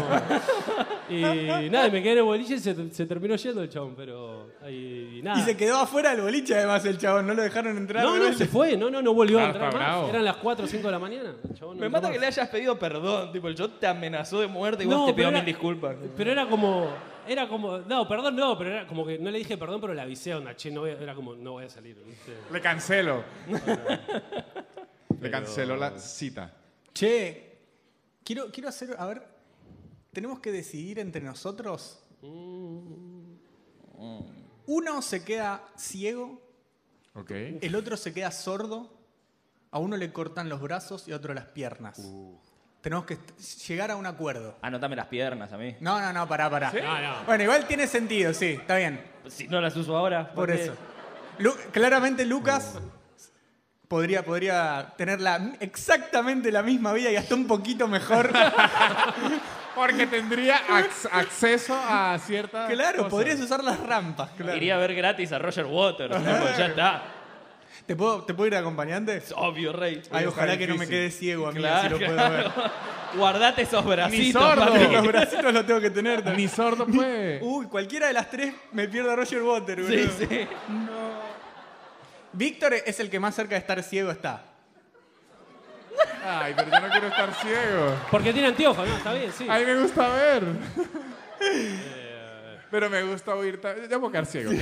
[SPEAKER 4] Y nada, y me quedé en el boliche y se, se terminó yendo el chabón, pero... Y, y nada.
[SPEAKER 2] Y se quedó afuera del boliche, además, el chabón. No lo dejaron entrar.
[SPEAKER 4] Ah. No, no,
[SPEAKER 2] rebelde.
[SPEAKER 4] se fue, no, no, no volvió
[SPEAKER 5] Ah,
[SPEAKER 4] a entrar
[SPEAKER 5] está
[SPEAKER 4] más.
[SPEAKER 5] bravo.
[SPEAKER 4] Eran las 4 o 5 de la mañana. el chabón no
[SPEAKER 3] Me
[SPEAKER 4] entró
[SPEAKER 3] mata que
[SPEAKER 4] más.
[SPEAKER 3] le hayas pedido perdón. Tipo, yo te amenazó de muerte y
[SPEAKER 4] No,
[SPEAKER 3] vos te
[SPEAKER 4] pero
[SPEAKER 3] pido
[SPEAKER 4] era-
[SPEAKER 3] mil disculpas.
[SPEAKER 4] Pero era como... Era como... No, perdón, no, pero era como que no le dije perdón, pero le avisé onda, che, no voy a- era como, no voy a salir, ¿viste?
[SPEAKER 5] Le cancelo. Le canceló la cita.
[SPEAKER 2] Che, quiero, quiero hacer. A ver, tenemos que decidir entre nosotros. Uno se queda ciego,
[SPEAKER 5] Ok.
[SPEAKER 2] el otro se queda sordo, a uno le cortan los brazos y a otro las piernas. Tenemos que est- llegar a un acuerdo.
[SPEAKER 3] Anotame las piernas a mí.
[SPEAKER 2] No, no, no, pará, pará.
[SPEAKER 4] No, no.
[SPEAKER 2] Bueno, igual tiene sentido, sí, está bien.
[SPEAKER 3] Si no las uso ahora.
[SPEAKER 2] Por
[SPEAKER 3] ¿qué?
[SPEAKER 2] eso. Lu- claramente Lucas podría, podría tener la- exactamente la misma vida y hasta un poquito mejor.
[SPEAKER 5] Porque tendría ac- acceso a ciertas.
[SPEAKER 2] Claro,
[SPEAKER 5] cosas.
[SPEAKER 2] podrías usar las rampas, claro.
[SPEAKER 3] Iría a ver gratis a Roger Waters. ¿no? Pues ya está.
[SPEAKER 2] ¿Te puedo, ¿Te puedo ir de acompañante?
[SPEAKER 3] Es obvio, rey.
[SPEAKER 2] Ay,
[SPEAKER 5] está
[SPEAKER 2] ojalá que no me
[SPEAKER 5] difícil.
[SPEAKER 2] quede ciego a mí,
[SPEAKER 3] Claro,
[SPEAKER 2] así lo puedo ver.
[SPEAKER 3] Guardate esos
[SPEAKER 5] Ni
[SPEAKER 3] bracitos.
[SPEAKER 5] sordo.
[SPEAKER 3] papi.
[SPEAKER 2] Los bracitos los tengo que tener. también.
[SPEAKER 5] Ni sordo fue.
[SPEAKER 2] Uy, cualquiera de las tres me pierde a Roger Water, boludo.
[SPEAKER 3] Sí, sí.
[SPEAKER 2] Víctor es el que más cerca de estar ciego está.
[SPEAKER 5] Ay, pero yo no quiero estar ciego.
[SPEAKER 4] Porque tiene anteojos, ¿no? Está bien, sí.
[SPEAKER 5] A mí me gusta ver. Pero me gusta oír. ta- Yo voy a quedar ciego, ok.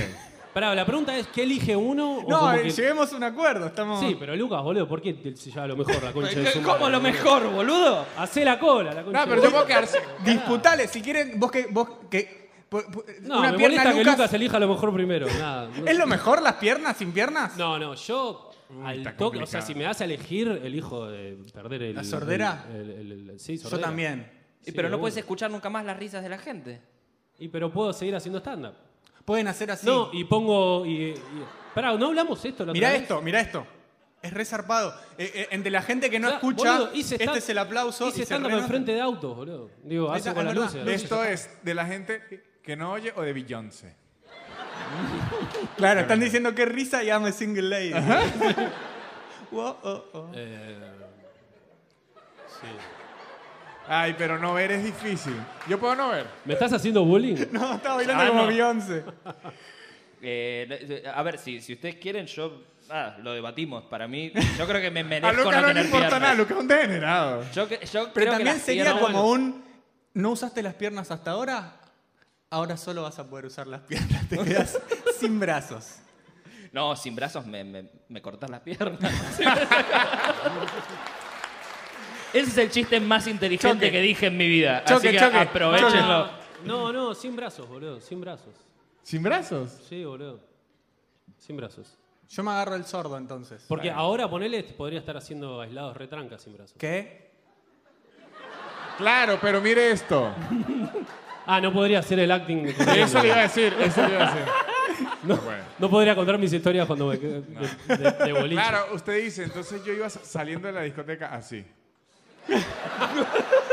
[SPEAKER 4] Pará, la pregunta es, ¿qué elige uno? o
[SPEAKER 2] No,
[SPEAKER 4] como
[SPEAKER 2] eh,
[SPEAKER 4] que-
[SPEAKER 2] lleguemos a un acuerdo. Estamos...
[SPEAKER 4] Sí, pero Lucas, boludo, ¿por qué te- se lleva lo mejor la concha de su
[SPEAKER 3] ¿Cómo lo
[SPEAKER 4] madre, boludo?
[SPEAKER 3] mejor, boludo?
[SPEAKER 4] Hacé la cola, la concha
[SPEAKER 5] No,
[SPEAKER 4] de
[SPEAKER 5] pero
[SPEAKER 4] su
[SPEAKER 5] yo puedo
[SPEAKER 4] madre.
[SPEAKER 5] quedar ciego.
[SPEAKER 2] Disputale, si quieren, vos que. Vos que po- po-
[SPEAKER 4] No,
[SPEAKER 2] una
[SPEAKER 4] me
[SPEAKER 2] pierna
[SPEAKER 4] molesta que
[SPEAKER 2] Lucas.
[SPEAKER 4] Lucas elija lo mejor primero. Nada, no-
[SPEAKER 2] ¿Es lo mejor las piernas sin piernas?
[SPEAKER 4] No, no, yo al
[SPEAKER 5] está
[SPEAKER 4] toque, o sea,
[SPEAKER 5] complicado.
[SPEAKER 4] si me das a elegir, elijo de perder el...
[SPEAKER 2] ¿La sordera?
[SPEAKER 4] el- el- el- el- sí,
[SPEAKER 2] Yo
[SPEAKER 4] sordera.
[SPEAKER 2] también.
[SPEAKER 4] Sí,
[SPEAKER 3] pero no
[SPEAKER 4] obvio.
[SPEAKER 3] puedes escuchar nunca más las risas de la gente.
[SPEAKER 4] Y pero puedo seguir haciendo stand-up.
[SPEAKER 2] Pueden hacer así.
[SPEAKER 4] No, y pongo... Y, y- Pará, ¿no hablamos esto la otra
[SPEAKER 2] mirá
[SPEAKER 4] vez?
[SPEAKER 2] esto, mirá esto. Es resarpado. Eh, entre la gente que no
[SPEAKER 4] Claro,
[SPEAKER 2] escucha,
[SPEAKER 4] boludo, hice
[SPEAKER 2] este
[SPEAKER 4] stand-
[SPEAKER 2] es el aplauso.
[SPEAKER 4] Hice
[SPEAKER 2] y se
[SPEAKER 4] stand-up
[SPEAKER 2] renota.
[SPEAKER 4] enfrente de autos, boludo. Digo,
[SPEAKER 2] Ahí
[SPEAKER 4] hace
[SPEAKER 2] está,
[SPEAKER 4] con
[SPEAKER 2] es
[SPEAKER 4] las
[SPEAKER 2] verdad.
[SPEAKER 4] luces. las
[SPEAKER 5] Esto es de la gente que no oye o de Beyoncé.
[SPEAKER 2] Claro, están diciendo qué risa y I'm a single lady. Wow, oh, oh.
[SPEAKER 4] luces. Eh, sí.
[SPEAKER 5] Ay, pero no ver es difícil. Yo puedo no ver.
[SPEAKER 4] ¿Me estás haciendo bullying?
[SPEAKER 2] No, estaba bailando
[SPEAKER 5] Ah,
[SPEAKER 2] como
[SPEAKER 5] no.
[SPEAKER 2] Beyoncé.
[SPEAKER 3] Eh, a ver, si, si ustedes quieren, yo. Ah, lo debatimos. Para mí, yo creo que me
[SPEAKER 5] A
[SPEAKER 3] merezco no
[SPEAKER 5] Lucas no le
[SPEAKER 3] tener
[SPEAKER 5] importa
[SPEAKER 3] piernas.
[SPEAKER 5] nada, Lucas es un degenerado.
[SPEAKER 3] Yo, que- yo creo
[SPEAKER 2] Pero
[SPEAKER 3] que
[SPEAKER 2] también
[SPEAKER 3] las
[SPEAKER 2] sería
[SPEAKER 3] piernas-
[SPEAKER 2] como un. ¿No usaste las piernas hasta ahora? Ahora solo vas a poder usar las piernas. Te quedas sin brazos.
[SPEAKER 3] No, sin brazos me, me, me cortas las piernas. Ese es el chiste más inteligente
[SPEAKER 2] Choque.
[SPEAKER 3] que dije en mi vida.
[SPEAKER 2] Choque,
[SPEAKER 3] así que
[SPEAKER 2] choque.
[SPEAKER 3] aprovechenlo.
[SPEAKER 4] No, no, sin brazos, boludo, sin brazos.
[SPEAKER 5] ¿Sin brazos?
[SPEAKER 4] Sí, boludo. Sin brazos.
[SPEAKER 2] Yo me agarro el sordo entonces.
[SPEAKER 4] Porque ahora, ponele, podría estar haciendo aislados retrancas sin brazos.
[SPEAKER 2] ¿Qué?
[SPEAKER 5] Claro, pero mire esto.
[SPEAKER 4] Ah, no podría hacer el acting.
[SPEAKER 5] Eso le iba a decir, eso le iba a decir.
[SPEAKER 4] no,
[SPEAKER 5] Bueno.
[SPEAKER 4] no podría contar mis historias cuando me de, de- de boliche.
[SPEAKER 5] Claro, usted dice, entonces yo iba sa- saliendo de la discoteca así.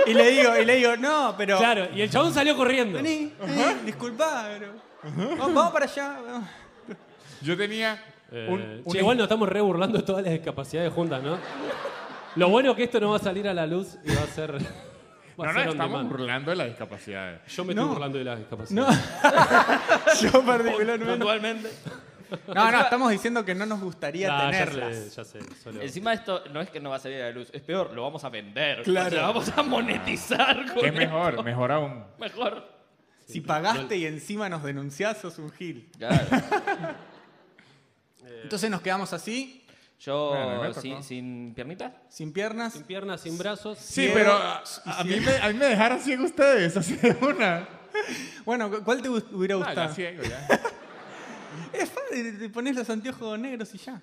[SPEAKER 2] Y le digo, y le digo, no, pero.
[SPEAKER 4] Claro, y el chabón salió corriendo.
[SPEAKER 2] Vení, eh, disculpá, pero. Vamos, vamos para allá.
[SPEAKER 5] Yo tenía
[SPEAKER 4] Eh,
[SPEAKER 5] un, un-
[SPEAKER 4] che, igual nos estamos re burlando de todas las discapacidades juntas, ¿no? Lo bueno es que esto no va a salir a la luz y va a ser. Va
[SPEAKER 5] No,
[SPEAKER 4] a
[SPEAKER 5] no,
[SPEAKER 4] ser on
[SPEAKER 5] estamos
[SPEAKER 4] demand.
[SPEAKER 5] burlando de las discapacidades.
[SPEAKER 4] Yo me
[SPEAKER 2] No.
[SPEAKER 4] estoy burlando de las
[SPEAKER 2] No.
[SPEAKER 4] discapacidades. Ah,
[SPEAKER 2] Yo particularmente.
[SPEAKER 3] Puntualmente.
[SPEAKER 2] No, no, estamos diciendo que no nos gustaría
[SPEAKER 4] Ah, ya
[SPEAKER 2] tenerlas.
[SPEAKER 4] sé, ya sé. solo-
[SPEAKER 3] Encima esto no es que no va a salir a la luz, es peor, lo vamos a vender.
[SPEAKER 2] Claro.
[SPEAKER 3] O sea, vamos a monetizar
[SPEAKER 4] Pues
[SPEAKER 3] con
[SPEAKER 5] ¿Qué es mejor? Mejor aún.
[SPEAKER 3] esto. Mejor.
[SPEAKER 2] Si pagaste y encima nos denunciás, sos un gil.
[SPEAKER 3] Claro.
[SPEAKER 2] Entonces nos quedamos así,
[SPEAKER 3] Yo
[SPEAKER 5] Bueno, me tocó.
[SPEAKER 3] sin, sin piernitas.
[SPEAKER 2] sin piernas.
[SPEAKER 4] Sin piernas, sin brazos.
[SPEAKER 5] Sí,
[SPEAKER 2] Ciego,
[SPEAKER 5] pero
[SPEAKER 4] ah,
[SPEAKER 5] a, a
[SPEAKER 2] y
[SPEAKER 5] mí
[SPEAKER 2] ciego.
[SPEAKER 5] me, a mí me dejaron ciego ustedes, así de una.
[SPEAKER 2] Bueno, ¿cu- ¿cuál te gu- hubiera
[SPEAKER 5] Ah, ya
[SPEAKER 2] gustado?
[SPEAKER 5] ciego, ya.
[SPEAKER 2] es fácil, te pones los anteojos negros y ya.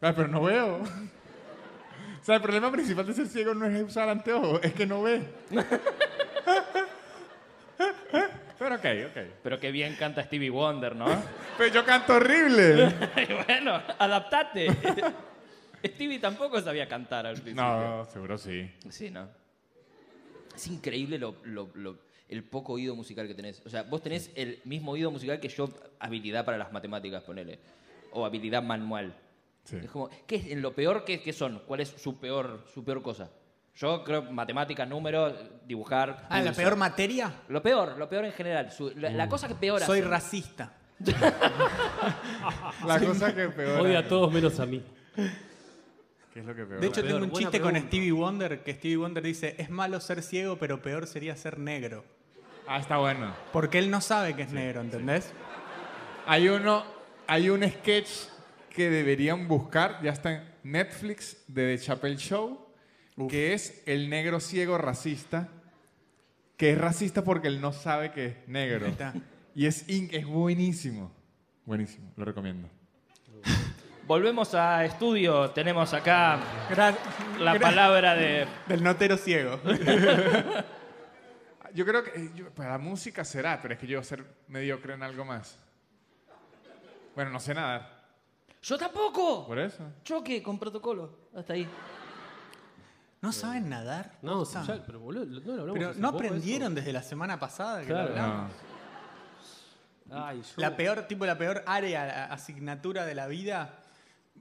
[SPEAKER 5] Ah, pero no veo. O sea, el problema principal de ser ciego no es usar anteojos, es que no ve. Pero ok, ok.
[SPEAKER 3] Pero qué bien canta Stevie Wonder, ¿no?
[SPEAKER 5] Pero yo canto horrible.
[SPEAKER 3] Y bueno, adaptate. Este, Stevie tampoco sabía cantar al principio.
[SPEAKER 5] No, seguro sí.
[SPEAKER 3] Sí, ¿no? Es increíble lo, lo- lo- el poco oído musical que tenés. O sea, vos tenés el mismo oído musical que yo, habilidad para las matemáticas, ponele. O habilidad manual.
[SPEAKER 5] Sí.
[SPEAKER 3] Es como, ¿qué es en lo peor que, que son? ¿Cuál es su peor, su peor cosa? Yo creo matemáticas, números, dibujar.
[SPEAKER 2] Ah, la
[SPEAKER 3] pulso.
[SPEAKER 2] peor materia.
[SPEAKER 3] Lo peor, lo peor en general. Su- la, la cosa que peor
[SPEAKER 2] Soy
[SPEAKER 3] hace.
[SPEAKER 2] racista.
[SPEAKER 5] La cosa que peor.
[SPEAKER 4] Odia a todos menos a mí.
[SPEAKER 5] ¿Qué es lo que peor?
[SPEAKER 2] De hecho,
[SPEAKER 4] peor,
[SPEAKER 2] tengo un
[SPEAKER 4] buena
[SPEAKER 2] chiste con
[SPEAKER 4] pregunta.
[SPEAKER 2] Stevie Wonder que Stevie Wonder dice: Es malo ser ciego, pero peor sería ser negro.
[SPEAKER 5] ah, está bueno.
[SPEAKER 2] Porque él no sabe que es negro, ¿entendés?
[SPEAKER 5] Hay uno, hay un sketch que deberían buscar, ya está en Netflix de The Chappelle Show, que es el negro ciego racista, que es racista porque él no sabe que es negro.
[SPEAKER 2] Ahí está.
[SPEAKER 5] Y es, in- es buenísimo. Buenísimo, lo recomiendo.
[SPEAKER 3] Volvemos a estudio. Tenemos acá
[SPEAKER 2] Gra-
[SPEAKER 3] la
[SPEAKER 2] gra-
[SPEAKER 3] palabra de.
[SPEAKER 2] Del notero ciego.
[SPEAKER 5] Yo creo que eh, yo- para la música será, pero es que yo ser mediocre en algo más. Bueno, no sé nadar,
[SPEAKER 3] ¡Yo tampoco!
[SPEAKER 5] por eso.
[SPEAKER 3] Choque con protocolo. Hasta ahí.
[SPEAKER 2] ¿No saben nadar?
[SPEAKER 4] No,
[SPEAKER 2] saben.
[SPEAKER 4] ya, pero boludo, no
[SPEAKER 2] Ah.
[SPEAKER 4] lo hablamos.
[SPEAKER 2] Pero
[SPEAKER 4] hace
[SPEAKER 2] no
[SPEAKER 4] poco
[SPEAKER 2] aprendieron desde la semana pasada que lo
[SPEAKER 4] Claro.
[SPEAKER 2] hablamos.
[SPEAKER 5] No.
[SPEAKER 4] eso. Ay, yo-
[SPEAKER 2] La peor, tipo la peor área, la asignatura de la vida.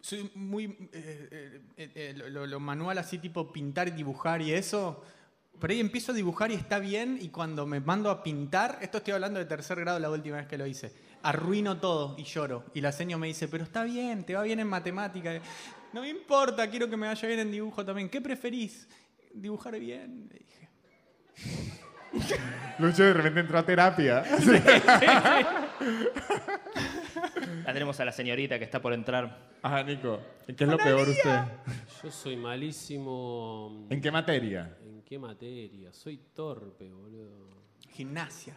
[SPEAKER 2] soy muy eh, eh, eh, lo, lo manual así tipo pintar y dibujar y eso. Por ahí empiezo a dibujar y está bien y cuando me mando a pintar, esto estoy hablando de tercer grado la última vez que lo hice, arruino todo y lloro. Y la seño me dice, pero está bien, te va bien en matemática. No me importa, quiero que me vaya bien en dibujo también. ¿Qué preferís? Dibujar bien, le dije.
[SPEAKER 5] Lucho de repente entró a terapia.
[SPEAKER 3] La tenemos a la señorita que está por entrar.
[SPEAKER 5] Ajá, Nico. ¿En qué es lo peor usted?
[SPEAKER 4] Yo soy malísimo.
[SPEAKER 5] ¿En qué materia?
[SPEAKER 4] ¿En qué materia? Soy torpe, boludo.
[SPEAKER 2] Gimnasia.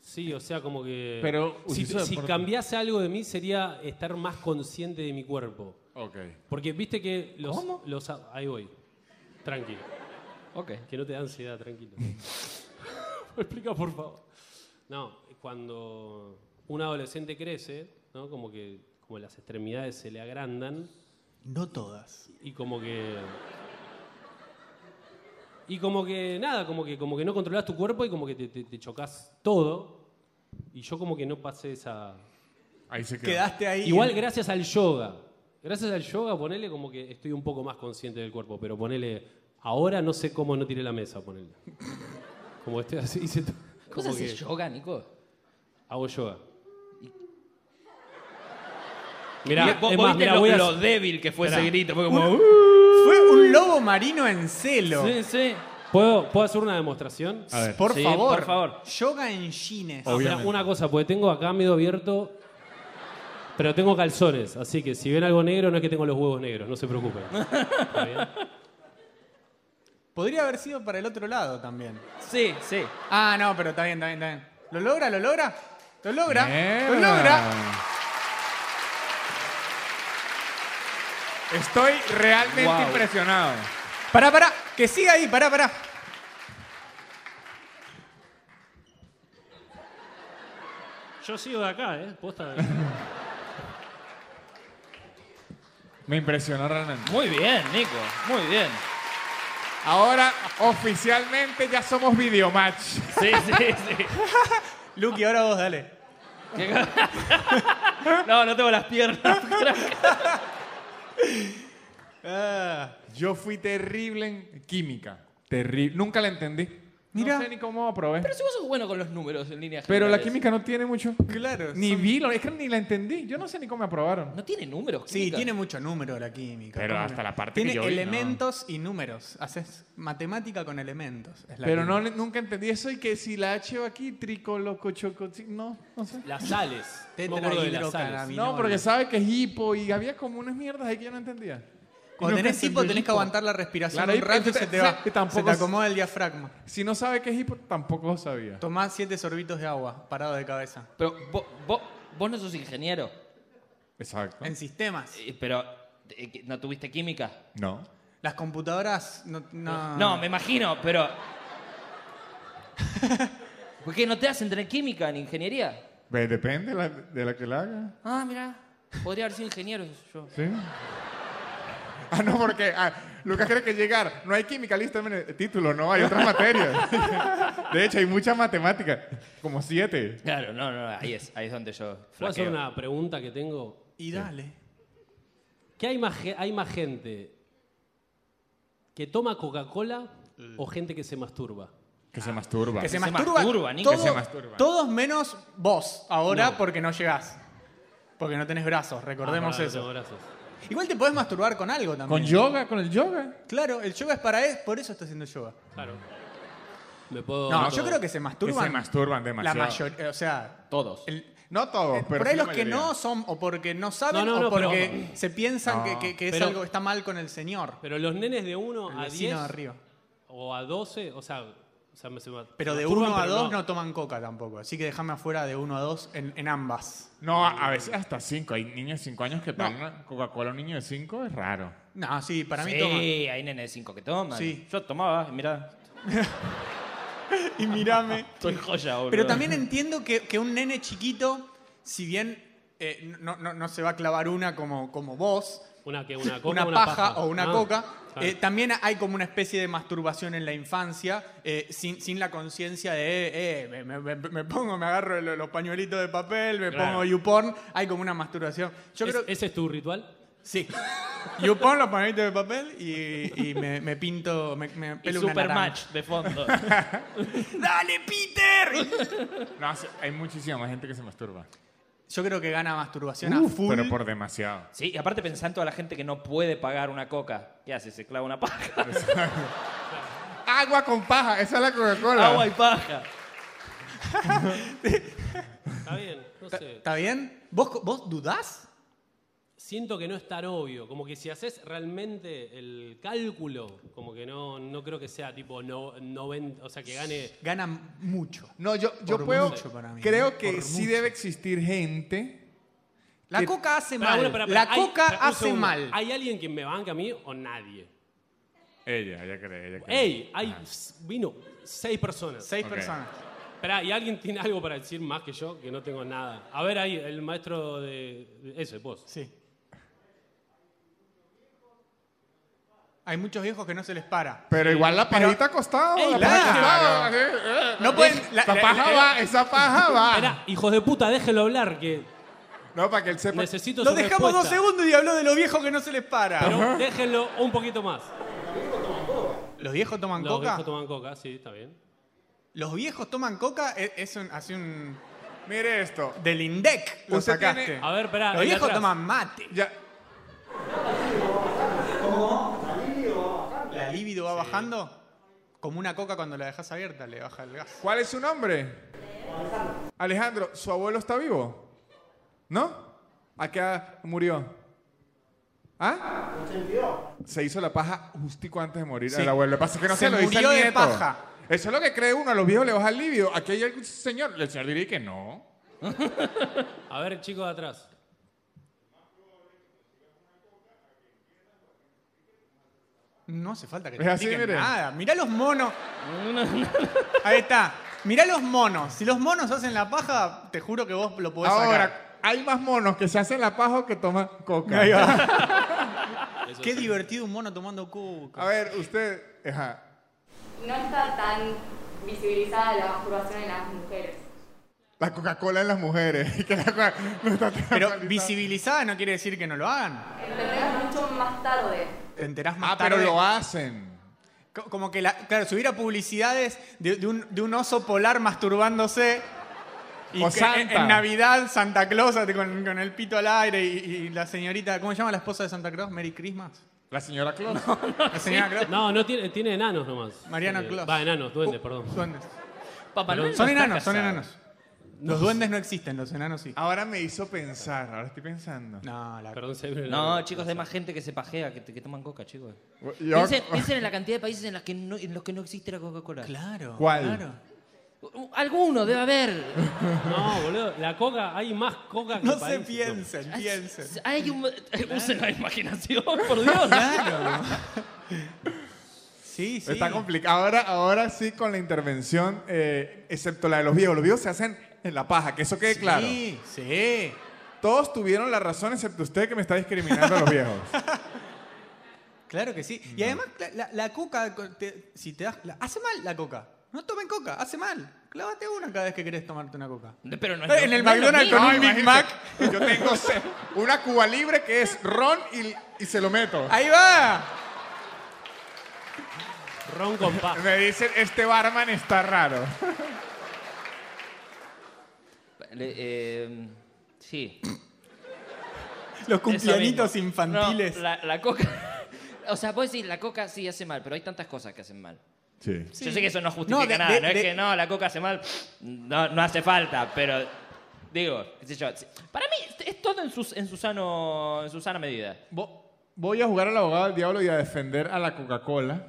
[SPEAKER 4] Sí, o sea, como que.
[SPEAKER 5] Pero,
[SPEAKER 4] si,
[SPEAKER 5] ¿usted hizo
[SPEAKER 4] si
[SPEAKER 5] deporte?
[SPEAKER 4] cambiase algo de mí sería estar más consciente de mi cuerpo.
[SPEAKER 5] Ok.
[SPEAKER 4] Porque viste que los. los a- ahí voy. Tranquilo.
[SPEAKER 3] Ok.
[SPEAKER 4] Que no te da ansiedad, tranquilo. ¿Me explica, por favor? No, cuando un adolescente crece, ¿no? Como que como las extremidades se le agrandan
[SPEAKER 2] No todas.
[SPEAKER 4] y como que. Y como que nada, como que, como que no controlas tu cuerpo y como que te, te, te chocas todo. Y yo como que no pasé esa.
[SPEAKER 5] Ahí se quedó.
[SPEAKER 2] Quedaste ahí.
[SPEAKER 4] Igual gracias al yoga. Gracias al yoga, ponele como que estoy un poco más consciente del cuerpo, pero ponele. Ahora no sé cómo no tiré la mesa, ponele. Como estoy así, hice todo.
[SPEAKER 3] ¿Cómo
[SPEAKER 4] como
[SPEAKER 3] haces
[SPEAKER 4] que
[SPEAKER 3] yoga, Nico?
[SPEAKER 4] Hago yoga. Mirá,
[SPEAKER 3] vos
[SPEAKER 4] es
[SPEAKER 3] vos
[SPEAKER 4] más,
[SPEAKER 3] viste
[SPEAKER 4] mirá,
[SPEAKER 3] lo,
[SPEAKER 4] voy a-
[SPEAKER 3] lo débil que fue ese
[SPEAKER 4] Esperá.
[SPEAKER 3] grito. Fue como. "Uh".
[SPEAKER 2] Fue un lobo marino en celo.
[SPEAKER 3] Sí, sí.
[SPEAKER 4] ¿Puedo, ¿Puedo hacer una demostración?
[SPEAKER 5] A ver. Oh.
[SPEAKER 2] Por
[SPEAKER 3] Sí,
[SPEAKER 2] favor.
[SPEAKER 3] por favor.
[SPEAKER 2] Yoga en jeans.
[SPEAKER 4] Ah, mirá,
[SPEAKER 5] Obviamente.
[SPEAKER 4] una cosa, porque tengo acá medio abierto, pero tengo calzones, así que si ven algo negro no es que tengo los huevos negros, no se preocupen. ¿Está bien?
[SPEAKER 2] Podría haber sido para el otro lado también.
[SPEAKER 3] Sí, sí.
[SPEAKER 2] Ah, no, pero está bien, está bien, está bien. ¿Lo logra? ¿Lo logra? ¿Lo logra? ¿Lo
[SPEAKER 5] Mierda.
[SPEAKER 2] logra?
[SPEAKER 5] Estoy realmente
[SPEAKER 3] Wow.
[SPEAKER 5] impresionado.
[SPEAKER 2] Pará, pará. Que siga ahí, pará, pará.
[SPEAKER 4] Yo sigo de acá, ¿eh? Posta.
[SPEAKER 5] Me impresionó realmente.
[SPEAKER 3] Muy bien, Nico. Muy bien.
[SPEAKER 5] Ahora, oficialmente ya somos videomatch.
[SPEAKER 3] Sí, sí, sí.
[SPEAKER 2] Luqui, ahora vos, dale.
[SPEAKER 3] No, no tengo las piernas.
[SPEAKER 2] Ah,
[SPEAKER 5] Yo fui terrible en química. Terrible. Nunca la entendí.
[SPEAKER 2] Mira.
[SPEAKER 5] No sé ni cómo aprobé. Pero,
[SPEAKER 3] Pero si vos sos bueno con los números en línea.
[SPEAKER 5] la química no tiene mucho.
[SPEAKER 2] claro.
[SPEAKER 5] Ni
[SPEAKER 2] son-
[SPEAKER 5] vi, lo- es que ni la entendí. Yo no sé ni cómo me aprobaron.
[SPEAKER 3] No tiene números.
[SPEAKER 2] Sí,
[SPEAKER 3] química.
[SPEAKER 2] tiene mucho número la química.
[SPEAKER 5] Pero
[SPEAKER 2] ¿Cómo
[SPEAKER 5] hasta
[SPEAKER 2] que-
[SPEAKER 5] la parte que
[SPEAKER 2] tiene
[SPEAKER 5] yo vi, no.
[SPEAKER 2] elementos y números. Haces matemática con elementos. es la
[SPEAKER 5] Pero no,
[SPEAKER 2] química.
[SPEAKER 5] le- nunca entendí eso y que si la H va aquí, tricoloco, choco, chi- no, no sé.
[SPEAKER 4] Las sales. No me acuerdo de las sales.
[SPEAKER 2] Tetrahidrocannabinol.
[SPEAKER 5] No, porque sabe que es hipo y había como unas mierdas ahí que yo no entendía.
[SPEAKER 2] Cuando
[SPEAKER 5] Nunca
[SPEAKER 2] tenés hipo
[SPEAKER 5] entendí
[SPEAKER 2] tenés que
[SPEAKER 5] hipo.
[SPEAKER 2] aguantar la respiración
[SPEAKER 5] Claro,
[SPEAKER 2] un rato y
[SPEAKER 5] hipo-
[SPEAKER 2] se te va.
[SPEAKER 5] sí,
[SPEAKER 2] Se
[SPEAKER 5] tampoco
[SPEAKER 2] te
[SPEAKER 5] es-
[SPEAKER 2] acomoda el diafragma.
[SPEAKER 5] Si no sabe que es hipo, tampoco sabía.
[SPEAKER 2] Tomás siete sorbitos de agua, parado de cabeza.
[SPEAKER 3] Pero vos, vos, vos no sos ingeniero.
[SPEAKER 5] Exacto.
[SPEAKER 2] En sistemas.
[SPEAKER 3] eh, Pero. eh, que- ¿No tuviste química?
[SPEAKER 5] No.
[SPEAKER 2] Las computadoras no. No,
[SPEAKER 3] No, me imagino, pero. ¿Por qué no te hacen tener química en ingeniería?
[SPEAKER 5] Ve, Depende de la, de la que la haga.
[SPEAKER 3] Ah, mira, podría haber sido ingeniero yo.
[SPEAKER 5] Sí. Ah, no, porque ah, Lucas cree que llegar. No hay química, listo, mire, título, no, hay otras materias. De hecho, hay muchas matemáticas, como siete.
[SPEAKER 3] Claro, no, no, ahí es, ahí es donde yo
[SPEAKER 4] ¿Puedo hacer
[SPEAKER 3] flaqueo.
[SPEAKER 4] una pregunta que tengo?
[SPEAKER 2] Y dale.
[SPEAKER 4] ¿Qué hay más, ge- hay más gente que toma Coca-Cola o gente que se masturba?
[SPEAKER 5] Que se masturba.
[SPEAKER 2] Que se
[SPEAKER 3] se
[SPEAKER 2] masturba.
[SPEAKER 3] masturba, Nico,
[SPEAKER 2] todo-
[SPEAKER 5] que se masturba.
[SPEAKER 2] Todos menos vos, ahora
[SPEAKER 4] No.
[SPEAKER 2] porque no llegás. Porque no tenés brazos, recordemos
[SPEAKER 4] Ah, pará,
[SPEAKER 2] eso.
[SPEAKER 4] no, gracias.
[SPEAKER 2] Igual te podés masturbar con algo también.
[SPEAKER 5] ¿Con yoga? ¿Con el yoga?
[SPEAKER 2] Claro, el yoga es para eso, por eso está haciendo yoga.
[SPEAKER 4] Claro. Me puedo.
[SPEAKER 2] No, yo
[SPEAKER 4] me puedo-
[SPEAKER 2] creo que se masturban.
[SPEAKER 5] Que se masturban
[SPEAKER 2] La
[SPEAKER 5] demasiado.
[SPEAKER 2] mayoría, o sea.
[SPEAKER 3] Todos.
[SPEAKER 2] el-
[SPEAKER 5] No todos,
[SPEAKER 2] eh,
[SPEAKER 5] pero
[SPEAKER 2] por ahí
[SPEAKER 5] sí la
[SPEAKER 2] los que
[SPEAKER 5] mayoría.
[SPEAKER 2] no son o porque no saben
[SPEAKER 4] No, no, no,
[SPEAKER 2] o porque
[SPEAKER 4] pero-
[SPEAKER 2] se piensan que, que- que es
[SPEAKER 4] Pero-
[SPEAKER 2] algo está mal con el señor.
[SPEAKER 4] Pero los nenes de 1
[SPEAKER 2] El
[SPEAKER 4] a
[SPEAKER 2] vecino
[SPEAKER 4] 10
[SPEAKER 2] de arriba.
[SPEAKER 4] o a 12, o sea, o sea, me se ma-
[SPEAKER 2] Pero
[SPEAKER 4] se
[SPEAKER 2] de
[SPEAKER 4] masturban,
[SPEAKER 2] 1 a
[SPEAKER 4] pero
[SPEAKER 2] 2 no. toman coca tampoco. Así que déjame afuera de 1 a 2 en, en ambas.
[SPEAKER 5] No, a a veces hasta cinco. Hay niños de cinco años que toman Coca-Cola a un niño de cinco, es raro.
[SPEAKER 2] No, sí, para mí
[SPEAKER 3] sí,
[SPEAKER 2] toman.
[SPEAKER 3] hay nene de 5 que toman.
[SPEAKER 2] Sí.
[SPEAKER 3] Yo tomaba, mirá,
[SPEAKER 2] Y mírame.
[SPEAKER 3] estoy joya, boludo.
[SPEAKER 2] Pero también entiendo que, que un nene chiquito, si bien eh, no, no- no se va a clavar una como, como vos,
[SPEAKER 4] Una, que, una coca,
[SPEAKER 2] una,
[SPEAKER 4] una,
[SPEAKER 2] paja, o una
[SPEAKER 4] Ah,
[SPEAKER 2] coca,
[SPEAKER 4] claro.
[SPEAKER 2] eh, también hay como una especie de masturbación en la infancia, eh, sin, sin la conciencia de, eh, eh, me, me- me- me pongo, me agarro lo- los pañuelitos de papel, me
[SPEAKER 4] Claro.
[SPEAKER 2] pongo YouPorn, hay como una masturbación. Yo
[SPEAKER 4] ¿Es-
[SPEAKER 2] creo
[SPEAKER 4] ¿Ese es tu ritual?
[SPEAKER 2] Sí. Yo pongo los pajaritos de papel y, y me, me pinto, me, me
[SPEAKER 3] Y
[SPEAKER 2] pelo una
[SPEAKER 3] super
[SPEAKER 2] naranja.
[SPEAKER 3] match de fondo.
[SPEAKER 2] ¡Dale, Peter!
[SPEAKER 5] No, sí, hay muchísima más gente que se masturba.
[SPEAKER 2] Yo creo que gana masturbación a
[SPEAKER 5] Uf,
[SPEAKER 2] full.
[SPEAKER 5] pero por demasiado.
[SPEAKER 3] Sí, y aparte pensando en toda la gente que no puede pagar una coca. ¿Qué hace? Se clava una paja.
[SPEAKER 5] Agua con paja, esa es la Coca-Cola.
[SPEAKER 3] Agua y paja.
[SPEAKER 4] Está bien, no sé.
[SPEAKER 2] ¿Está bien? ¿Vos, ¿Vos dudás?
[SPEAKER 4] Siento que no es tan obvio. Como que si haces realmente el cálculo, como que no, no creo que sea tipo no, 90, o sea, que gane.
[SPEAKER 2] Gana mucho.
[SPEAKER 5] No, yo, yo
[SPEAKER 2] Por
[SPEAKER 5] puedo.
[SPEAKER 2] mucho para mí,
[SPEAKER 5] creo
[SPEAKER 2] ¿no?
[SPEAKER 5] que
[SPEAKER 2] Por
[SPEAKER 5] sí
[SPEAKER 2] mucho.
[SPEAKER 5] debe existir gente.
[SPEAKER 2] La
[SPEAKER 5] Que-
[SPEAKER 2] coca hace
[SPEAKER 4] Pará,
[SPEAKER 2] mal.
[SPEAKER 4] bueno, pará,
[SPEAKER 2] la
[SPEAKER 4] pará, hay-
[SPEAKER 2] coca
[SPEAKER 4] pará, un
[SPEAKER 2] hace
[SPEAKER 4] segundo.
[SPEAKER 2] mal.
[SPEAKER 4] ¿Hay alguien que me banca a mí o nadie?
[SPEAKER 5] Ella, ella cree, ella cree.
[SPEAKER 4] ¡Ey! Hay, vino seis personas.
[SPEAKER 2] Seis
[SPEAKER 5] Ok.
[SPEAKER 2] personas.
[SPEAKER 4] Esperá, ¿y alguien tiene algo para decir más que yo? Que no tengo nada. A ver ahí, el maestro de... de- ese, vos.
[SPEAKER 2] Sí. Hay muchos viejos que no se les para.
[SPEAKER 5] Pero igual la pajita acostada.
[SPEAKER 4] Ey,
[SPEAKER 5] la
[SPEAKER 2] claro.
[SPEAKER 5] paja acostada, ¿eh? Eh,
[SPEAKER 2] No pueden- la-
[SPEAKER 5] Esa
[SPEAKER 2] la-
[SPEAKER 5] paja
[SPEAKER 2] la-
[SPEAKER 5] va, esa paja
[SPEAKER 2] Ah.
[SPEAKER 5] va.
[SPEAKER 4] Esperá, hijos de puta, déjenlo hablar, que
[SPEAKER 5] No, para que él sepa.
[SPEAKER 4] necesito
[SPEAKER 2] Lo
[SPEAKER 4] su
[SPEAKER 2] dejamos dos
[SPEAKER 4] respuesta.
[SPEAKER 2] segundos y habló de los viejos que no se les para.
[SPEAKER 4] Pero déjenlo un poquito más.
[SPEAKER 2] ¿Los viejos toman
[SPEAKER 4] Los
[SPEAKER 2] coca?
[SPEAKER 4] viejos toman coca, sí, está bien.
[SPEAKER 2] Los viejos toman coca es, es un, hace un...
[SPEAKER 5] Mire esto.
[SPEAKER 2] Del INDEC lo
[SPEAKER 5] Usted
[SPEAKER 2] sacaste.
[SPEAKER 5] tiene-
[SPEAKER 4] A ver, esperá.
[SPEAKER 2] los
[SPEAKER 4] el de
[SPEAKER 2] viejos
[SPEAKER 4] atrás.
[SPEAKER 2] toman mate.
[SPEAKER 5] Ya.
[SPEAKER 2] La libido va bajando como una coca cuando la dejas abierta, le baja el gas.
[SPEAKER 5] ¿Cuál es su nombre? Alejandro. ¿Su abuelo está vivo? ¿No? Acá murió. ¿Ah? Se hizo la paja justico antes de morir
[SPEAKER 2] Sí.
[SPEAKER 5] al abuelo. Lo que pasa es que no
[SPEAKER 2] Se
[SPEAKER 5] se, lo dice
[SPEAKER 2] murió
[SPEAKER 5] al
[SPEAKER 2] de
[SPEAKER 5] nieto.
[SPEAKER 2] paja.
[SPEAKER 5] Eso es lo que cree uno. A los viejos le baja el libido. Aquí hay algún señor. El señor diría que no.
[SPEAKER 4] A ver, chicos de atrás.
[SPEAKER 2] No hace falta que te
[SPEAKER 5] Es así,
[SPEAKER 2] expliquen
[SPEAKER 5] mire.
[SPEAKER 2] nada. Mirá los monos. Ahí está. Mirá los monos. Si los monos hacen la paja, te juro que vos lo podés sacar.
[SPEAKER 5] Ahora, hay más monos que se hacen la paja o que toman coca.
[SPEAKER 4] Eso
[SPEAKER 2] Qué
[SPEAKER 4] sí.
[SPEAKER 2] divertido un mono tomando
[SPEAKER 5] A
[SPEAKER 2] coca.
[SPEAKER 5] ver, usted. Ajá.
[SPEAKER 6] No está tan visibilizada la masturbación en las mujeres.
[SPEAKER 5] La Coca-Cola en las mujeres. Que la Coca- no está tan
[SPEAKER 2] Pero
[SPEAKER 5] mal-
[SPEAKER 2] visibilizada no quiere decir que no lo hagan.
[SPEAKER 6] Entenderás mucho más tarde.
[SPEAKER 2] Te enterás más
[SPEAKER 5] Ah, pero
[SPEAKER 2] tarde.
[SPEAKER 5] lo hacen.
[SPEAKER 2] Co- Como que, la, claro, si hubiera publicidades de, de un, de un oso polar masturbándose. Y
[SPEAKER 5] O
[SPEAKER 2] que-
[SPEAKER 5] Santa.
[SPEAKER 2] En, en Navidad, Santa Claus con, con el pito al aire y, y la señorita, ¿cómo se llama la esposa de Santa Claus? Merry Christmas.
[SPEAKER 5] La señora Claus.
[SPEAKER 2] La señora Claus.
[SPEAKER 4] No, no tiene, tiene enanos nomás.
[SPEAKER 2] Mariano
[SPEAKER 4] Eh,
[SPEAKER 2] Claus.
[SPEAKER 4] Va, enanos, duendes,
[SPEAKER 2] Uh,
[SPEAKER 4] perdón.
[SPEAKER 2] duendes.
[SPEAKER 3] Papá Noel no
[SPEAKER 2] Son
[SPEAKER 3] está
[SPEAKER 2] enanos, son
[SPEAKER 3] casado.
[SPEAKER 2] enanos. Los duendes no existen, los enanos sí.
[SPEAKER 5] Ahora me hizo pensar, ahora estoy pensando.
[SPEAKER 2] No, la
[SPEAKER 4] Perdón, se me-
[SPEAKER 3] No, chicos, hay más gente que se pajea, que, que toman coca, chicos.
[SPEAKER 5] Yo-
[SPEAKER 3] Piensen, piensen en la cantidad de países en, las que no, en los que no existe la Coca-Cola.
[SPEAKER 2] Claro.
[SPEAKER 5] ¿Cuál?
[SPEAKER 2] claro.
[SPEAKER 3] Alguno debe haber.
[SPEAKER 4] No, boludo, la coca, hay más coca que
[SPEAKER 2] No se
[SPEAKER 4] países.
[SPEAKER 2] piensen, piensen.
[SPEAKER 3] Hay un... Usen la imaginación, por Dios.
[SPEAKER 2] Claro. Sí, sí.
[SPEAKER 5] Está complicado. Ahora, ahora sí con la intervención, eh, excepto la de los viejos. Los viejos se hacen en la paja, que eso quede claro.
[SPEAKER 2] Sí, sí.
[SPEAKER 5] Todos tuvieron la razón, excepto usted que me está discriminando a los viejos.
[SPEAKER 2] Claro que sí. Y además, la, la- la coca, co- te- si te das. la- hace mal la coca. No tomen coca, hace mal. Clávate una cada vez que querés tomarte una coca.
[SPEAKER 3] Pero no es
[SPEAKER 2] En
[SPEAKER 3] lo-
[SPEAKER 2] el
[SPEAKER 3] no es lo
[SPEAKER 2] McDonald's
[SPEAKER 3] mismo.
[SPEAKER 2] con un
[SPEAKER 5] imagínate,
[SPEAKER 2] Big Mac.
[SPEAKER 5] Yo tengo se- una Cuba libre que es ron y, y se lo meto.
[SPEAKER 2] ¡Ahí va!
[SPEAKER 4] Ron con paja.
[SPEAKER 5] Me dicen, este barman está raro.
[SPEAKER 3] Le- eh, sí.
[SPEAKER 2] Los cumpleañitos
[SPEAKER 3] Eso mismo.
[SPEAKER 2] infantiles.
[SPEAKER 3] No, la, la coca. O sea, vos decís, la coca sí hace mal, pero hay tantas cosas que hacen mal.
[SPEAKER 5] Sí.
[SPEAKER 3] Yo sé que eso no justifica
[SPEAKER 2] No, de-
[SPEAKER 3] nada,
[SPEAKER 2] de-
[SPEAKER 3] no es
[SPEAKER 2] de-
[SPEAKER 3] que no, la coca hace mal, no, no hace falta, pero digo, qué sé yo. si- Para mí es todo en su, en su, sano, en su sana medida.
[SPEAKER 5] Vo- Voy a jugar al abogado del diablo y a defender a la Coca-Cola.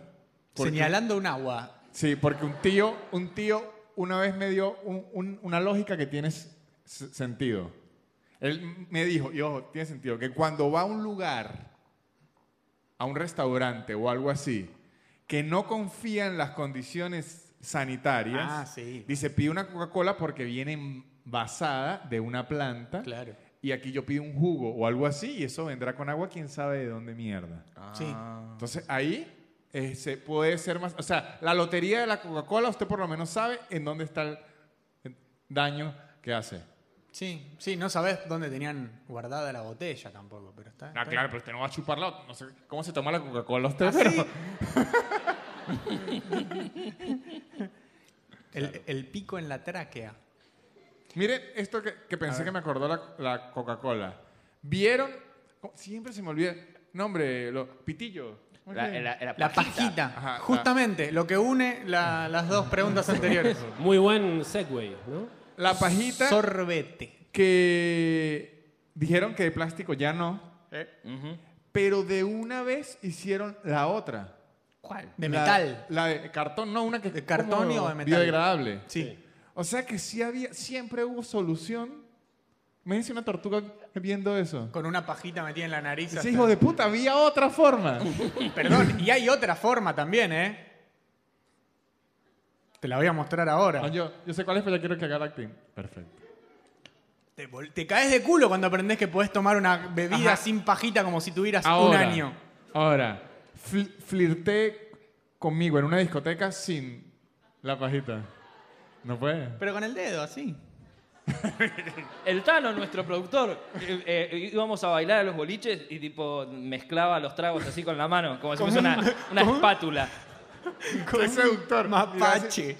[SPEAKER 5] porque-
[SPEAKER 2] Señalando un agua.
[SPEAKER 5] Sí, porque un tío, un tío una vez me dio un- un- una lógica que tiene s- s- sentido. Él me dijo, y ojo, tiene sentido, que cuando va a un lugar, a un restaurante o algo así, que no confía en las condiciones sanitarias,
[SPEAKER 2] Ah, sí.
[SPEAKER 5] dice, pide una Coca-Cola porque viene envasada de una planta.
[SPEAKER 2] Claro.
[SPEAKER 5] Y aquí yo pido un jugo o algo así y eso vendrá con agua, quién sabe de dónde mierda.
[SPEAKER 2] Sí.
[SPEAKER 5] Entonces ahí eh, se puede ser más, o sea, la lotería de la Coca-Cola usted por lo menos sabe en dónde está el el daño que hace.
[SPEAKER 2] Sí, sí, no sabés dónde tenían guardada la botella tampoco, pero está.
[SPEAKER 5] Ah,
[SPEAKER 2] está-
[SPEAKER 5] claro, pero usted no va a chuparla. No sé cómo se toma la Coca-Cola usted,
[SPEAKER 2] ¿Ah,
[SPEAKER 5] pero-
[SPEAKER 2] sí? el, el pico en la tráquea.
[SPEAKER 5] Miren esto que, que pensé que me acordó la, la Coca-Cola. ¿Vieron? Co- Siempre se me olvida. No, hombre, lo, pitillo. ¿Cómo
[SPEAKER 3] La,
[SPEAKER 5] se llama?
[SPEAKER 3] la- la
[SPEAKER 2] La
[SPEAKER 3] pajita.
[SPEAKER 2] pajita.
[SPEAKER 5] Ajá, la-
[SPEAKER 2] Justamente, lo que une la- las dos preguntas anteriores.
[SPEAKER 4] Muy buen segue, ¿no?
[SPEAKER 5] La pajita
[SPEAKER 2] Sorbete.
[SPEAKER 5] que dijeron que de plástico ya no,
[SPEAKER 2] Eh,
[SPEAKER 5] pero de una vez hicieron la otra.
[SPEAKER 2] ¿Cuál? De
[SPEAKER 5] La-
[SPEAKER 2] metal.
[SPEAKER 5] La de cartón, no, una que es
[SPEAKER 2] ¿De cartón
[SPEAKER 5] como
[SPEAKER 2] o de metal?
[SPEAKER 5] Biodegradable.
[SPEAKER 2] Sí.
[SPEAKER 5] O sea que sí había, siempre hubo solución. Me dice una tortuga viendo eso.
[SPEAKER 2] Con una pajita metida en la nariz.
[SPEAKER 5] Ese
[SPEAKER 2] hasta-
[SPEAKER 5] hijo de puta, había otra forma.
[SPEAKER 2] Perdón, y hay otra forma también, ¿eh? Te la voy a mostrar ahora.
[SPEAKER 5] No, yo, yo sé cuál es, pero yo quiero que haga acting. Perfecto.
[SPEAKER 2] Te, vol- te caes de culo cuando aprendés que podés tomar una bebida
[SPEAKER 5] Ajá.
[SPEAKER 2] sin pajita como si tuvieras
[SPEAKER 5] Ahora,
[SPEAKER 2] un año.
[SPEAKER 5] Ahora, fl- flirté conmigo en una discoteca sin la pajita. No puede.
[SPEAKER 2] Pero con el dedo, así.
[SPEAKER 3] El Tano, nuestro productor, eh, eh, íbamos a bailar a los boliches y tipo mezclaba los tragos así con la mano, como si fuese una, una espátula.
[SPEAKER 5] Qué seductor.
[SPEAKER 2] Mapache.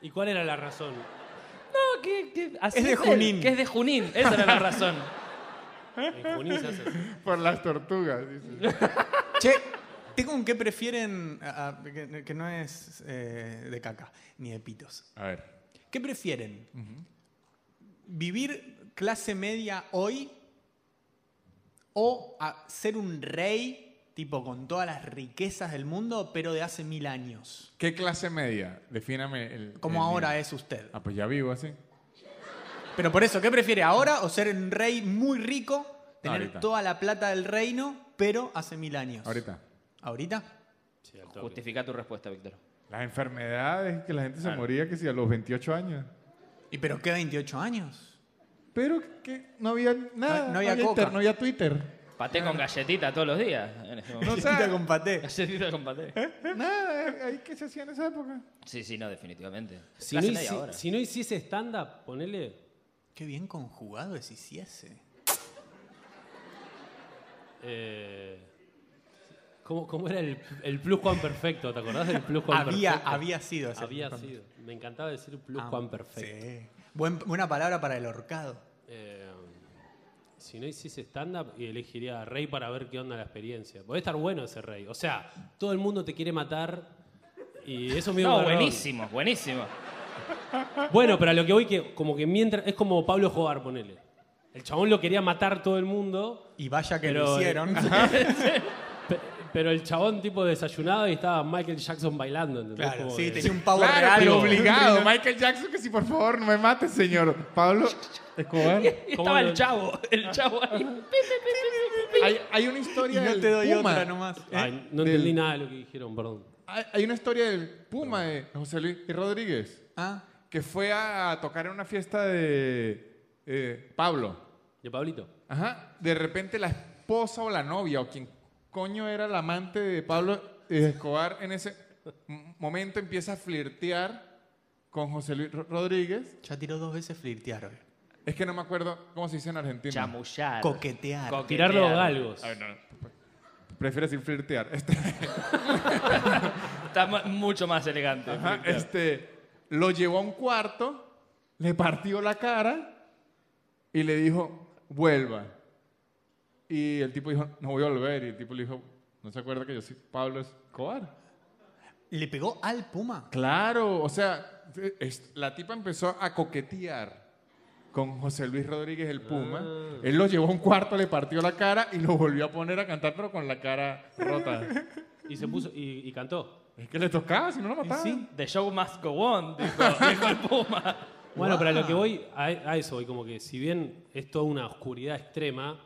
[SPEAKER 4] ¿Y cuál era la razón?
[SPEAKER 3] No, que, que así
[SPEAKER 2] Es de
[SPEAKER 3] él,
[SPEAKER 2] Junín.
[SPEAKER 3] Que es de Junín, esa era la razón.
[SPEAKER 4] En Eh, Junín se hace así.
[SPEAKER 5] Por las tortugas. dice.
[SPEAKER 2] Che, tengo un que prefieren, a- a- que, que no es eh, de caca, ni de pitos.
[SPEAKER 5] A ver.
[SPEAKER 2] ¿Qué prefieren? ¿Vivir clase media hoy o a ser un rey, tipo con todas las riquezas del mundo, pero de hace mil años?
[SPEAKER 5] ¿Qué clase media? Defíname el.
[SPEAKER 2] Como
[SPEAKER 5] el
[SPEAKER 2] ahora
[SPEAKER 5] nivel.
[SPEAKER 2] es usted.
[SPEAKER 5] Eh, Ah, pues ya vivo así.
[SPEAKER 2] Pero por eso, ¿qué prefiere ahora o ser un rey muy rico, tener
[SPEAKER 5] Ahorita.
[SPEAKER 2] toda la plata del reino, pero hace mil años?
[SPEAKER 5] Ahorita.
[SPEAKER 2] ¿Ahorita?
[SPEAKER 4] Sí, al toque.
[SPEAKER 3] Justifica tu respuesta, Víctor.
[SPEAKER 5] Las enfermedades, que la gente se moría que si a los 28 años.
[SPEAKER 2] ¿Y pero qué 28 años?
[SPEAKER 5] Pero que no había nada.
[SPEAKER 2] No- no había coca.
[SPEAKER 5] inter- no había Twitter.
[SPEAKER 3] Paté con galletita todos los días. en ese momento.
[SPEAKER 5] No
[SPEAKER 2] Galletita
[SPEAKER 5] sé.
[SPEAKER 2] con paté.
[SPEAKER 3] Galletita con paté.
[SPEAKER 5] Nada, ahí que se hacía en esa época.
[SPEAKER 3] Sí, sí, no, definitivamente.
[SPEAKER 4] Si no,
[SPEAKER 3] Clase
[SPEAKER 4] hici-
[SPEAKER 3] media ahora.
[SPEAKER 4] si no hiciese stand-up, ponele.
[SPEAKER 2] Qué bien conjugado es hiciese.
[SPEAKER 4] eh, ¿cómo, cómo era el, el plus Juan perfecto? ¿Te acordás del plus Juan
[SPEAKER 2] Había,
[SPEAKER 4] perfecto?
[SPEAKER 2] había sido ese.
[SPEAKER 4] Había sido. Me encantaba decir plus
[SPEAKER 2] Ah,
[SPEAKER 4] Juan perfecto.
[SPEAKER 2] sí. Buen- buena palabra para el horcado.
[SPEAKER 4] Eh, si no hiciese stand-up, elegiría a Rey para ver qué onda la experiencia. Puede estar bueno ese Rey. O sea, todo el mundo te quiere matar. Y eso me dio un
[SPEAKER 3] No,
[SPEAKER 4] garrón.
[SPEAKER 3] buenísimo, buenísimo.
[SPEAKER 4] Bueno, pero a lo que voy que como que mientras es como Pablo Jobar, ponele. El chabón lo quería matar todo el mundo,
[SPEAKER 2] Y vaya que
[SPEAKER 4] Pero,
[SPEAKER 2] lo
[SPEAKER 4] eh,
[SPEAKER 2] hicieron.
[SPEAKER 4] pe- pero el chabón tipo desayunado y estaba Michael Jackson bailando, ¿entendés?
[SPEAKER 2] claro,
[SPEAKER 4] Como
[SPEAKER 2] sí,
[SPEAKER 4] que-
[SPEAKER 2] tenía un pavo
[SPEAKER 5] claro,
[SPEAKER 2] real.
[SPEAKER 5] pero obligado. Michael Jackson, que si por favor no me mates, señor. Pablo Escobar.
[SPEAKER 3] Y
[SPEAKER 4] ¿Cómo
[SPEAKER 3] estaba
[SPEAKER 4] lo-
[SPEAKER 3] el chavo, el chavo ahí.
[SPEAKER 5] Hay, hay una
[SPEAKER 2] Y
[SPEAKER 5] historia
[SPEAKER 2] no
[SPEAKER 5] del
[SPEAKER 2] te doy
[SPEAKER 5] Puma.
[SPEAKER 2] otra nomás. ¿Eh?
[SPEAKER 4] Ay, no
[SPEAKER 5] Del-
[SPEAKER 4] entendí nada de lo que dijeron, perdón.
[SPEAKER 5] Hay, hay una historia del Puma de José Luis Rodríguez,
[SPEAKER 2] Ah,
[SPEAKER 5] que fue a tocar en una fiesta de eh, Pablo.
[SPEAKER 4] De Pablito.
[SPEAKER 5] Ajá. De repente la esposa o la novia o quien coño era la amante de Pablo eh, Escobar en ese m- momento empieza a flirtear con José Luis Ro- Rodríguez.
[SPEAKER 2] ya tiró dos veces flirtear hoy.
[SPEAKER 5] Es que no me acuerdo cómo se dice en Argentina.
[SPEAKER 3] Chamullar.
[SPEAKER 2] Coquetear.
[SPEAKER 3] Coquetear.
[SPEAKER 4] Tirar los galgos.
[SPEAKER 5] Prefiero decir flirtear. Este,
[SPEAKER 3] Está mu- mucho más elegante.
[SPEAKER 5] ajá, este, lo llevó a un cuarto, le partió la cara y le dijo, vuelva. Y el tipo dijo, no voy a volver. Y el tipo le dijo, no se acuerda que yo soy Pablo Escobar.
[SPEAKER 2] Le pegó al puma.
[SPEAKER 5] Claro, o sea, es- la tipa empezó a coquetear con José Luis Rodríguez el Puma. Él lo llevó a un cuarto, le partió la cara y lo volvió a poner a cantar, pero con la cara rota.
[SPEAKER 4] Y se puso y, y cantó.
[SPEAKER 5] es que le tocaba, si no lo mataban.
[SPEAKER 2] sí.
[SPEAKER 3] The show must go on, dijo, dijo el Puma.
[SPEAKER 4] Bueno,
[SPEAKER 2] Guau.
[SPEAKER 4] pero a lo que voy, a, a eso voy, como que si bien es toda una oscuridad extrema,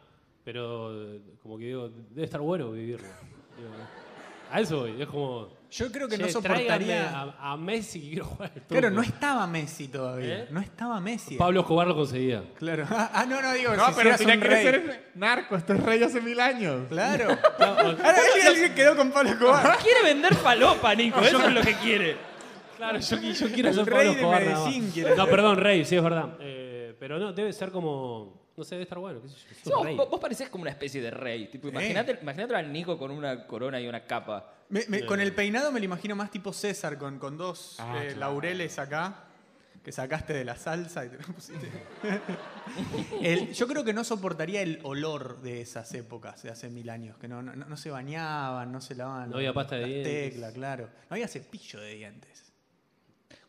[SPEAKER 4] pero eh, como que digo, debe estar bueno vivirlo. Digo, A eso voy, es como...
[SPEAKER 2] Yo creo que no
[SPEAKER 4] "Che, tráiganme
[SPEAKER 2] soportaría.
[SPEAKER 4] A, a Messi que quiero jugar al
[SPEAKER 2] Claro,
[SPEAKER 4] truco".
[SPEAKER 2] no estaba Messi todavía.
[SPEAKER 4] ¿Eh?
[SPEAKER 2] No estaba Messi.
[SPEAKER 4] Pablo Escobar lo conseguía.
[SPEAKER 2] Claro. Ah, no, no, digo.
[SPEAKER 5] No,
[SPEAKER 2] si
[SPEAKER 5] pero
[SPEAKER 2] hicieras
[SPEAKER 5] tenía
[SPEAKER 2] un
[SPEAKER 5] que
[SPEAKER 2] rey.
[SPEAKER 5] ser narco, esto es rey hace mil años.
[SPEAKER 2] Claro. Ahora él, él quedó con Pablo Escobar.
[SPEAKER 3] Quiere vender falopa, Nico, eso es lo que quiere.
[SPEAKER 4] Claro, yo, qui- yo quiero
[SPEAKER 2] El
[SPEAKER 4] ser
[SPEAKER 2] rey
[SPEAKER 4] Pablo
[SPEAKER 2] de
[SPEAKER 4] Escobar, nada más.
[SPEAKER 2] Medellín quiere
[SPEAKER 4] No, perdón, rey, sí, es verdad. Eh, pero no, debe ser como... No sé, debe estar bueno. qué sé yo,
[SPEAKER 3] Sí, vos,
[SPEAKER 4] rey.
[SPEAKER 3] vos- vos parecés como una especie de rey. Tipo, imaginate, imaginate al Nico con una corona y una capa.
[SPEAKER 2] Me- me- con el peinado me lo imagino más tipo César, con, con dos
[SPEAKER 4] Ah,
[SPEAKER 2] eh, laureles acá, que sacaste de la salsa y te lo pusiste. El- yo creo que no soportaría el olor de esas épocas, de hace mil años, que no, no, no se bañaban, no se lavaban.
[SPEAKER 4] No había pasta de
[SPEAKER 2] las
[SPEAKER 4] dientes.
[SPEAKER 2] teclas, claro. No había cepillo de dientes.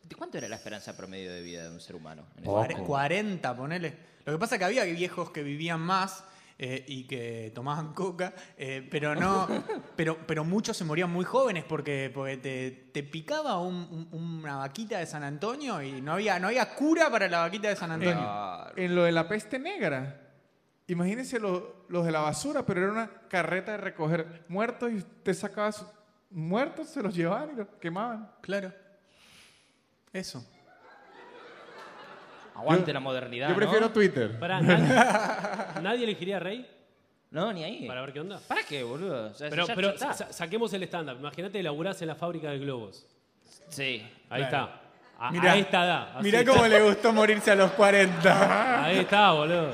[SPEAKER 3] ¿De cuánto era la esperanza promedio de vida de un ser humano? en ese
[SPEAKER 2] Cuare-
[SPEAKER 3] momento?
[SPEAKER 2] 40, ponele. Lo que pasa es que había viejos que vivían más eh, y que tomaban coca, eh, pero no. Pero, pero muchos se morían muy jóvenes porque, porque te, te picaba un- un- una vaquita de San Antonio y no había, no había cura para la vaquita de San
[SPEAKER 5] En,
[SPEAKER 2] Antonio.
[SPEAKER 3] Claro.
[SPEAKER 5] en lo de la peste negra, imagínense lo- los de la basura, pero era una carreta de recoger muertos y usted sacaba sus muertos, se los llevaban y los quemaban.
[SPEAKER 2] Claro. Eso.
[SPEAKER 3] Aguante
[SPEAKER 5] Yo-
[SPEAKER 3] la modernidad.
[SPEAKER 5] Yo prefiero
[SPEAKER 3] ¿no?
[SPEAKER 5] Twitter.
[SPEAKER 4] Pará, ¿nadie, nadie elegiría rey
[SPEAKER 3] No, ni ahí.
[SPEAKER 4] para ver qué onda?
[SPEAKER 3] ¿Para qué, boludo? O sea,
[SPEAKER 4] Pero,
[SPEAKER 3] ya-
[SPEAKER 4] pero
[SPEAKER 3] ya está.
[SPEAKER 4] sa- saquemos el stand-up. Imagínate, laburás en la fábrica de globos.
[SPEAKER 3] Sí.
[SPEAKER 4] Ahí está. A,
[SPEAKER 2] Mirá.
[SPEAKER 4] a esta edad. así.
[SPEAKER 2] Mirá cómo le gustó morirse a los 40.
[SPEAKER 4] Ahí está, boludo.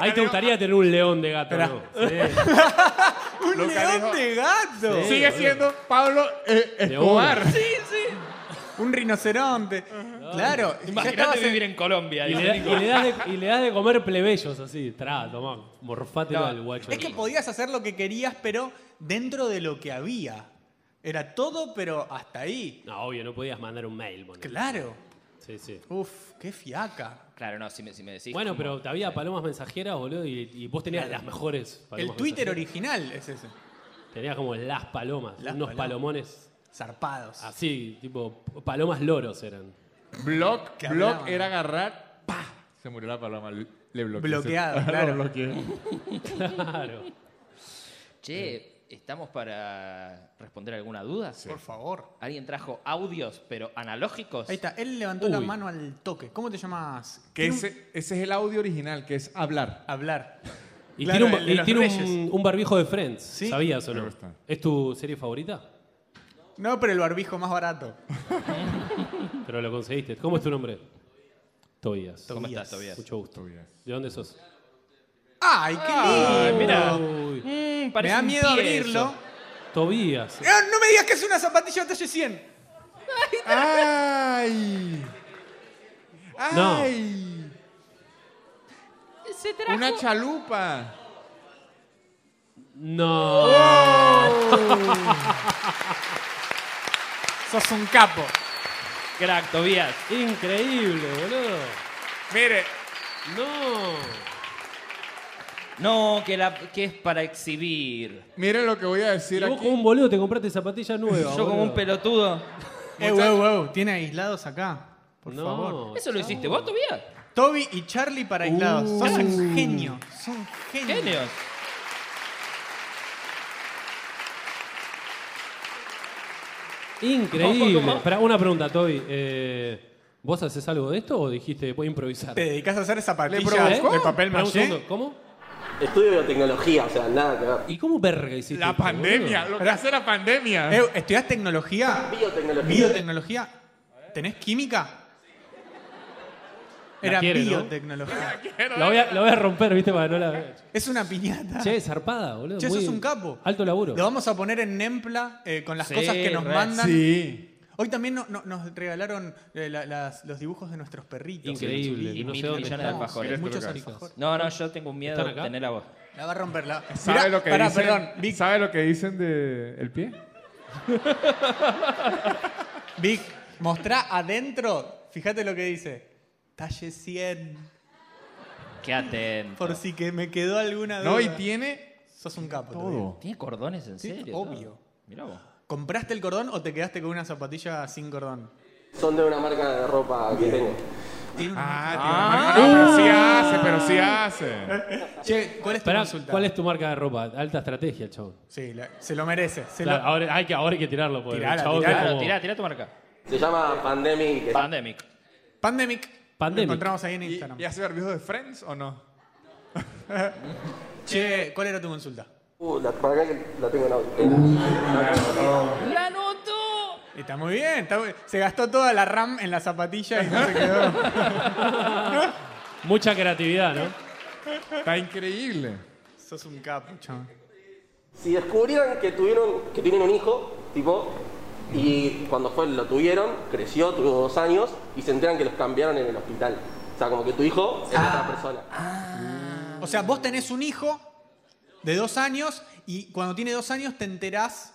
[SPEAKER 4] Ahí te gustaría tener un león de gato,
[SPEAKER 2] Esperá.
[SPEAKER 4] ¿no? Sí,
[SPEAKER 2] ¡Un
[SPEAKER 5] Lo que
[SPEAKER 2] león
[SPEAKER 5] dijo-
[SPEAKER 2] de gato!
[SPEAKER 4] Sí.
[SPEAKER 5] Sigue
[SPEAKER 4] boludo.
[SPEAKER 5] siendo Pablo eh,
[SPEAKER 4] de
[SPEAKER 5] Escobar.
[SPEAKER 4] una.
[SPEAKER 2] Un rinoceronte. Claro. ya estabas
[SPEAKER 3] Imagínate
[SPEAKER 2] en-
[SPEAKER 3] vivir en Colombia.
[SPEAKER 4] Y
[SPEAKER 3] dice
[SPEAKER 4] le, da-
[SPEAKER 3] Nico.
[SPEAKER 4] y le das de, y le das de comer plebeyos así. Tra, tomá, morfátelo
[SPEAKER 3] No,
[SPEAKER 4] al guacho.
[SPEAKER 2] Es que podías hacer lo que querías, pero dentro de lo que había. Era todo, pero hasta ahí.
[SPEAKER 4] No, obvio, no podías mandar un mail, boludo.
[SPEAKER 2] Claro.
[SPEAKER 4] Sí, sí.
[SPEAKER 2] Uf, qué fiaca.
[SPEAKER 3] Claro, no, si me, si me decís.
[SPEAKER 4] Bueno,
[SPEAKER 3] como-
[SPEAKER 4] pero te había palomas mensajeras, boludo, y, y vos tenías las mejores
[SPEAKER 2] El
[SPEAKER 4] palomas
[SPEAKER 2] Twitter
[SPEAKER 4] mensajeras.
[SPEAKER 2] original es ese.
[SPEAKER 4] Tenías como las palomas,
[SPEAKER 2] Las
[SPEAKER 4] unos
[SPEAKER 2] palomas.
[SPEAKER 4] palomones
[SPEAKER 2] Zarpados.
[SPEAKER 4] así, tipo palomas loros eran.
[SPEAKER 5] Block,
[SPEAKER 2] Que
[SPEAKER 5] block
[SPEAKER 2] hablaban.
[SPEAKER 5] era agarrar, pa, se murió la paloma, le bloqueé.
[SPEAKER 2] Bloqueado,
[SPEAKER 5] Lo
[SPEAKER 2] claro.
[SPEAKER 5] bloqueé.
[SPEAKER 4] Claro.
[SPEAKER 3] Che, ¿estamos para responder alguna duda?
[SPEAKER 2] Por favor.
[SPEAKER 3] Alguien trajo audios, pero analógicos.
[SPEAKER 2] Ahí está, él levantó la
[SPEAKER 4] Uy.
[SPEAKER 2] mano al toque. ¿Cómo te llamas?
[SPEAKER 5] Que
[SPEAKER 2] Tiene un-
[SPEAKER 5] ese, ese es el audio original, que es hablar.
[SPEAKER 2] Hablar.
[SPEAKER 4] Y
[SPEAKER 2] Claro,
[SPEAKER 4] tiene,
[SPEAKER 2] el
[SPEAKER 4] un,
[SPEAKER 2] de
[SPEAKER 4] y
[SPEAKER 2] los
[SPEAKER 4] tiene
[SPEAKER 2] Reyes.
[SPEAKER 4] un- un barbijo de Friends,
[SPEAKER 2] Sí.
[SPEAKER 4] ¿sabías o no?
[SPEAKER 5] Me gusta.
[SPEAKER 4] ¿Es tu serie favorita?
[SPEAKER 2] No, pero el barbijo más barato.
[SPEAKER 4] Pero lo conseguiste. ¿Cómo es tu nombre? Tobias.
[SPEAKER 3] ¿Cómo
[SPEAKER 2] Tobias.
[SPEAKER 3] estás, Tobias?
[SPEAKER 4] Mucho gusto. ¿De dónde sos?
[SPEAKER 2] ¡Ay, qué lindo!
[SPEAKER 3] mira.
[SPEAKER 4] Uy,
[SPEAKER 3] Mm,
[SPEAKER 2] Me
[SPEAKER 3] parece
[SPEAKER 2] da
[SPEAKER 3] un
[SPEAKER 2] miedo
[SPEAKER 3] pie
[SPEAKER 2] abrirlo.
[SPEAKER 3] eso.
[SPEAKER 4] Tobías.
[SPEAKER 2] ¡Ah, No me digas que es una zapatilla talle 100.
[SPEAKER 5] ¡Ay!
[SPEAKER 4] No.
[SPEAKER 5] ¡Ay!
[SPEAKER 6] Se trajo.
[SPEAKER 5] ¡Una chalupa!
[SPEAKER 4] No.
[SPEAKER 2] Oh. Sos un capo.
[SPEAKER 3] Crack, Tobias.
[SPEAKER 4] Increíble, boludo.
[SPEAKER 5] Mire,
[SPEAKER 4] No.
[SPEAKER 3] No, que, la, que es para exhibir.
[SPEAKER 5] mire lo que voy a
[SPEAKER 4] Y
[SPEAKER 5] decir
[SPEAKER 4] vos
[SPEAKER 5] aquí.
[SPEAKER 4] como un boludo te compraste zapatillas nuevas.
[SPEAKER 2] Ah,
[SPEAKER 3] Yo como un
[SPEAKER 4] boludo.
[SPEAKER 3] pelotudo.
[SPEAKER 2] Eh, wow, wow. Tiene aislados acá. Por
[SPEAKER 4] No.
[SPEAKER 2] favor.
[SPEAKER 3] ¿Eso lo hiciste vos, Tobias?
[SPEAKER 2] Toby y Charlie para aislados.
[SPEAKER 5] Uh.
[SPEAKER 2] Son un genio. Son genios.
[SPEAKER 3] Genios.
[SPEAKER 4] Increíble. Pará, una pregunta, Toby. Eh, ¿Vos haces algo de esto o dijiste, voy a improvisar? ¿Eh?
[SPEAKER 2] Te dedicas a hacer
[SPEAKER 5] Le
[SPEAKER 2] zapatillas
[SPEAKER 5] provocó.
[SPEAKER 2] de papel
[SPEAKER 4] Pará un
[SPEAKER 2] maché.
[SPEAKER 4] segundo, ¿Cómo?
[SPEAKER 7] Estudio biotecnología, o sea, nada que ver.
[SPEAKER 4] ¿Y cómo verga hiciste?
[SPEAKER 5] La
[SPEAKER 4] esto,
[SPEAKER 5] pandemia,
[SPEAKER 4] boludo?
[SPEAKER 5] lo que hace la pandemia.
[SPEAKER 2] Eh, ¿Estudias tecnología?
[SPEAKER 7] Biotecnología.
[SPEAKER 2] ¿Biotecnología? ¿Tenés química?
[SPEAKER 4] La
[SPEAKER 2] Era
[SPEAKER 4] quiere, ¿no?
[SPEAKER 2] biotecnología.
[SPEAKER 4] La voy, a, la voy a romper, ¿viste? Para que no la vea.
[SPEAKER 2] Es una piñata.
[SPEAKER 4] Che, zarpada, boludo.
[SPEAKER 2] Che,
[SPEAKER 4] muy-
[SPEAKER 2] sos un capo.
[SPEAKER 4] Alto laburo.
[SPEAKER 2] Lo vamos a poner en Nempla eh, con las
[SPEAKER 3] Sí,
[SPEAKER 2] cosas que nos
[SPEAKER 3] re.
[SPEAKER 2] mandan.
[SPEAKER 5] Sí.
[SPEAKER 2] Hoy también no- no- nos regalaron eh, la- las- los dibujos de nuestros perritos.
[SPEAKER 4] Increíble.
[SPEAKER 3] Y
[SPEAKER 4] no
[SPEAKER 3] mil
[SPEAKER 4] sé dónde
[SPEAKER 3] millones de
[SPEAKER 4] están.
[SPEAKER 3] alfajores.
[SPEAKER 2] Muchos
[SPEAKER 5] Mira esto
[SPEAKER 2] alfajores.
[SPEAKER 3] No, no, yo tengo un miedo
[SPEAKER 4] ¿Están
[SPEAKER 3] de
[SPEAKER 4] acá?
[SPEAKER 3] tener la voz.
[SPEAKER 2] La va a romper. La...
[SPEAKER 5] ¿Sabe
[SPEAKER 2] Mirá,
[SPEAKER 5] lo que
[SPEAKER 2] pará,
[SPEAKER 5] dicen?
[SPEAKER 2] perdón. Vic,
[SPEAKER 5] ¿Sabe lo que dicen de el pie?
[SPEAKER 2] Vic, mostrá adentro. Fíjate lo que dice. Talle 100.
[SPEAKER 3] Qué atento.
[SPEAKER 2] Por si que me quedó alguna duda.
[SPEAKER 5] No, y tiene
[SPEAKER 2] Sos un capo. Tobias.
[SPEAKER 5] todo.
[SPEAKER 3] ¿Tiene cordones en
[SPEAKER 2] Sí,
[SPEAKER 3] serio?
[SPEAKER 2] obvio.
[SPEAKER 3] todo? Mirá vos.
[SPEAKER 2] ¿Compraste el cordón o te quedaste con una zapatilla sin cordón?
[SPEAKER 7] Son de una marca de ropa que tengo.
[SPEAKER 2] Tiene un-
[SPEAKER 5] Ah, tiene una marca. No, pero sí hace, pero sí hace.
[SPEAKER 2] Che, ¿cuál es tu
[SPEAKER 4] Pará,
[SPEAKER 2] consulta?
[SPEAKER 4] ¿cuál es tu marca de ropa? Alta estrategia, el chabón.
[SPEAKER 2] Sí, la- se lo merece. Se
[SPEAKER 4] Claro,
[SPEAKER 2] lo-
[SPEAKER 4] ahora, hay que, ahora hay que tirarlo, porque
[SPEAKER 2] Tirala,
[SPEAKER 4] el chabón
[SPEAKER 2] tirala.
[SPEAKER 4] es
[SPEAKER 3] Claro,
[SPEAKER 4] como-
[SPEAKER 3] tirá, tirá tu marca.
[SPEAKER 7] Se llama Pandemic. que-
[SPEAKER 3] Pandemic.
[SPEAKER 2] Pandemic.
[SPEAKER 4] Pandemic.
[SPEAKER 2] Lo encontramos ahí en Instagram.
[SPEAKER 5] ¿Y, y hace barbijo de Friends o no?
[SPEAKER 2] Che, ¿cuál era tu consulta?
[SPEAKER 7] Uh, la, para acá que la tengo en audio.
[SPEAKER 3] ¡La noto!
[SPEAKER 2] Está muy bien. está muy- Se gastó toda la RAM en la zapatilla y no se quedó.
[SPEAKER 4] Mucha creatividad, ¿no?
[SPEAKER 5] Está increíble.
[SPEAKER 2] Sos un capo, chaval.
[SPEAKER 7] Si descubrieran que tuvieron, que tienen un hijo, tipo, y cuando fue lo tuvieron, creció, tuvo dos años, y se enteran que los cambiaron en el hospital. O sea, como que tu hijo es
[SPEAKER 8] Ah.
[SPEAKER 7] otra persona.
[SPEAKER 2] O sea, vos tenés un hijo de dos años y cuando tiene dos años te enterás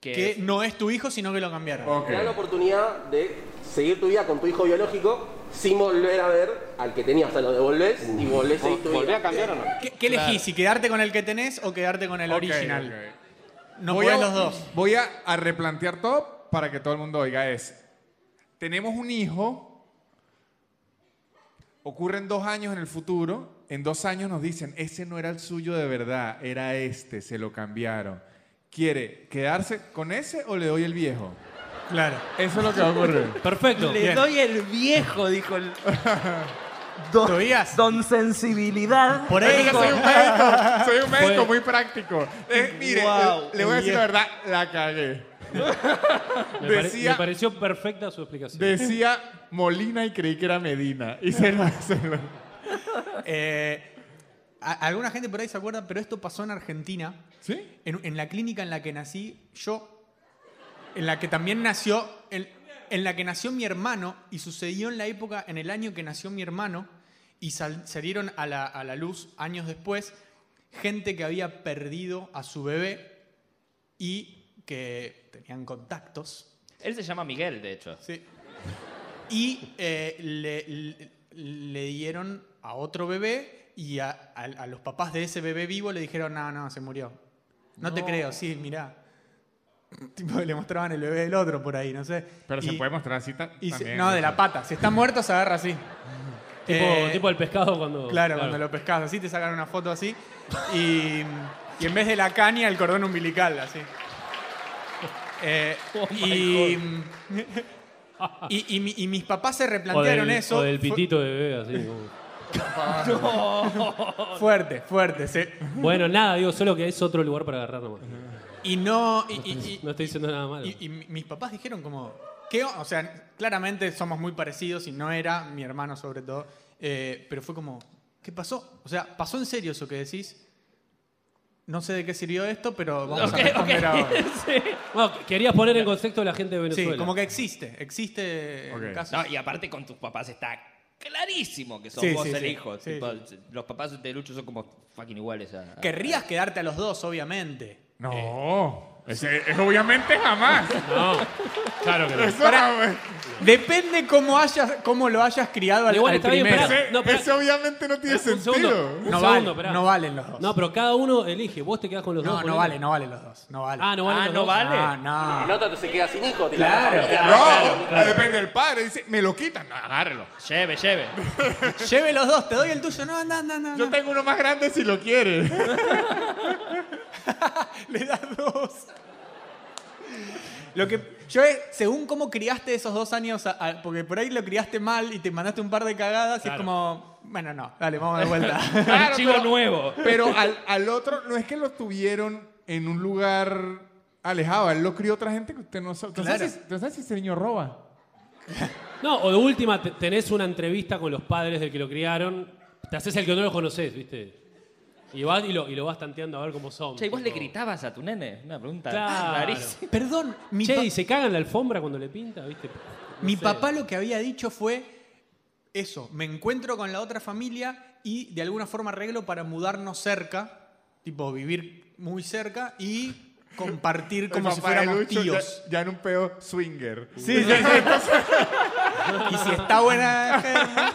[SPEAKER 3] Que
[SPEAKER 2] que
[SPEAKER 3] es-
[SPEAKER 2] no es tu hijo, sino que lo cambiaron.
[SPEAKER 5] Ok.
[SPEAKER 7] Te da la oportunidad de seguir tu vida con tu hijo biológico sin volver a ver al que tenías, o sea, lo devolvés y volvés a seguir tu
[SPEAKER 8] ¿Volví
[SPEAKER 7] vida.
[SPEAKER 8] a cambiar o no?
[SPEAKER 2] ¿Qué, qué elegís? ¿Si quedarte con el que tenés o quedarte con el
[SPEAKER 5] Ok,
[SPEAKER 2] original?
[SPEAKER 5] ok.
[SPEAKER 2] No
[SPEAKER 5] voy
[SPEAKER 2] podés
[SPEAKER 5] a,
[SPEAKER 2] los dos.
[SPEAKER 5] Voy a, a replantear todo para que todo el mundo oiga es. Tenemos un hijo, ocurren dos años en el futuro, en dos años nos dicen, ese no era el suyo de verdad, era este, se lo cambiaron. ¿Quiere quedarse con ese o le doy el viejo?
[SPEAKER 2] Claro.
[SPEAKER 5] Eso es lo que va a ocurrir.
[SPEAKER 4] Perfecto.
[SPEAKER 9] Le
[SPEAKER 2] Bien.
[SPEAKER 9] doy el viejo, dijo el. Don,
[SPEAKER 2] Tobías.
[SPEAKER 9] don sensibilidad.
[SPEAKER 2] Por ahí.
[SPEAKER 5] Yo soy un médico, soy un médico
[SPEAKER 4] Fue-
[SPEAKER 5] muy práctico. Eh, mire,
[SPEAKER 9] Guau,
[SPEAKER 5] le voy a decir
[SPEAKER 2] viejo.
[SPEAKER 5] la verdad, la cagué.
[SPEAKER 4] Me, pare-
[SPEAKER 5] decía-
[SPEAKER 4] me pareció perfecta su explicación.
[SPEAKER 5] Decía Molina y creí que era Medina. Y se lo- se lo-
[SPEAKER 2] Eh, a- alguna gente por ahí se acuerda, pero esto pasó en Argentina.
[SPEAKER 5] ¿Sí?
[SPEAKER 2] En, en la clínica en la que nací yo, en la que también nació, en, en la que nació mi hermano, y sucedió en la época, en el año que nació mi hermano, y sal- salieron a la, a la luz años después, gente que había perdido a su bebé y que tenían contactos.
[SPEAKER 3] Él se llama Miguel, de hecho.
[SPEAKER 2] Sí. Y eh, le, le- le dieron a otro bebé y a, a- a los papás de ese bebé vivo le dijeron, no, no, se murió. No, te creo, sí, mirá. Tipo, le mostraban el bebé del otro por ahí, no sé.
[SPEAKER 5] Pero se
[SPEAKER 2] Y-
[SPEAKER 5] puede mostrar así ta-
[SPEAKER 2] y se-
[SPEAKER 5] también.
[SPEAKER 2] no, de la pata. Si está muerto, se agarra así.
[SPEAKER 4] tipo,
[SPEAKER 2] Eh,
[SPEAKER 4] tipo el pescado cuando.
[SPEAKER 2] Claro, cuando lo pescas así, te sacan una foto así. Y, y en vez de la caña, el cordón umbilical, así. Eh,
[SPEAKER 4] Oh my
[SPEAKER 2] y, y- y mi- y mis papás se
[SPEAKER 4] O del-
[SPEAKER 2] replantearon eso.
[SPEAKER 4] O del pitito de bebé, así. como-
[SPEAKER 2] Fu- Fuerte, fuerte. se-
[SPEAKER 4] Bueno, nada, digo, solo que es otro lugar para agarrar nomás.
[SPEAKER 2] y no. Y, y-
[SPEAKER 4] No estoy diciendo nada malo.
[SPEAKER 2] y- y- y mi- mis papás dijeron como. ¿qué o-? o sea, claramente somos muy parecidos y no era, mi hermano sobre todo. eh, pero fue como, ¿qué pasó? O sea, pasó en serio eso que decís. No sé de qué sirvió esto, pero vamos a responder ahora.
[SPEAKER 4] Bueno, querías poner en contexto a la gente de Venezuela.
[SPEAKER 2] Sí, como que existe, existe
[SPEAKER 5] Ok.
[SPEAKER 2] en casos.
[SPEAKER 3] No, y aparte con tus papás está clarísimo que sos
[SPEAKER 2] Sí,
[SPEAKER 3] vos
[SPEAKER 2] sí,
[SPEAKER 3] el
[SPEAKER 2] sí.
[SPEAKER 3] hijo.
[SPEAKER 2] Sí,
[SPEAKER 3] Tipo, Los papás de Lucho son como fucking iguales a.
[SPEAKER 2] Querrías quedarte a los dos, obviamente.
[SPEAKER 5] No.
[SPEAKER 2] Eh.
[SPEAKER 5] Ese- es obviamente jamás.
[SPEAKER 4] No, claro que no.
[SPEAKER 5] Eso,
[SPEAKER 2] Depende cómo hayas, cómo lo hayas criado al,
[SPEAKER 4] Igual
[SPEAKER 2] al
[SPEAKER 4] está bien,
[SPEAKER 2] primero.
[SPEAKER 4] pará.
[SPEAKER 5] ese-
[SPEAKER 4] No,
[SPEAKER 5] ese obviamente no tiene
[SPEAKER 4] Un segundo,
[SPEAKER 5] sentido.
[SPEAKER 4] un
[SPEAKER 2] No,
[SPEAKER 4] segundo,
[SPEAKER 2] vale,
[SPEAKER 4] pará.
[SPEAKER 2] no valen los dos.
[SPEAKER 4] No, pero cada uno elige. Vos te quedás con los
[SPEAKER 2] No,
[SPEAKER 4] dos.
[SPEAKER 2] no
[SPEAKER 4] ponele.
[SPEAKER 2] vale, no vale los dos. No vale.
[SPEAKER 4] Ah, no vale.
[SPEAKER 3] Ah,
[SPEAKER 4] los
[SPEAKER 3] no
[SPEAKER 4] dos.
[SPEAKER 3] vale.
[SPEAKER 2] Ah,
[SPEAKER 7] El
[SPEAKER 2] no.
[SPEAKER 7] otro se queda sin hijo, te la
[SPEAKER 2] Claro.
[SPEAKER 7] pasa.
[SPEAKER 5] no, depende del padre. Dice, me lo quitan. No, agárrelo.
[SPEAKER 3] Lleve, lleve.
[SPEAKER 2] Lleve los dos, te doy el tuyo. No, anda, anda, anda.
[SPEAKER 5] Yo tengo uno más grande si lo quiere.
[SPEAKER 2] Le das dos. Lo que yo eh, según cómo criaste esos dos años, a- a- porque por ahí lo criaste mal y te mandaste un par de cagadas y es
[SPEAKER 4] Claro.
[SPEAKER 2] como, bueno, no, dale, vamos de vuelta.
[SPEAKER 5] Claro,
[SPEAKER 3] Archivo
[SPEAKER 5] pero-
[SPEAKER 3] nuevo.
[SPEAKER 5] Pero al, al otro, no es que lo tuvieron en un lugar alejado. Él lo crió otra gente que usted no sabe. ¿Tú
[SPEAKER 2] Claro.
[SPEAKER 5] sabes, si- tú sabes si ese niño roba?
[SPEAKER 4] No, o de última, te- tenés una entrevista con los padres del que lo criaron. Te haces el que no lo conoces, ¿viste? Y vas y lo, y lo vas tanteando a ver cómo son.
[SPEAKER 3] Che, ¿y vos le
[SPEAKER 4] tipo.
[SPEAKER 3] gritabas a tu nene? Una pregunta
[SPEAKER 4] Claro.
[SPEAKER 3] rarísima.
[SPEAKER 2] Perdón, mi
[SPEAKER 4] Che,
[SPEAKER 2] pa-
[SPEAKER 4] y se caga en la alfombra cuando le pinta, ¿viste? No
[SPEAKER 2] Mi
[SPEAKER 4] sé.
[SPEAKER 2] papá lo que había dicho fue eso, me encuentro con la otra familia y de alguna forma arreglo para mudarnos cerca, tipo vivir muy cerca y compartir como
[SPEAKER 5] El
[SPEAKER 2] si
[SPEAKER 5] papá de
[SPEAKER 2] fuéramos
[SPEAKER 5] Lucho ya-
[SPEAKER 2] tíos.
[SPEAKER 5] Ya, en un peo swinger.
[SPEAKER 2] Sí, sí, sí. y si está buena... Germán.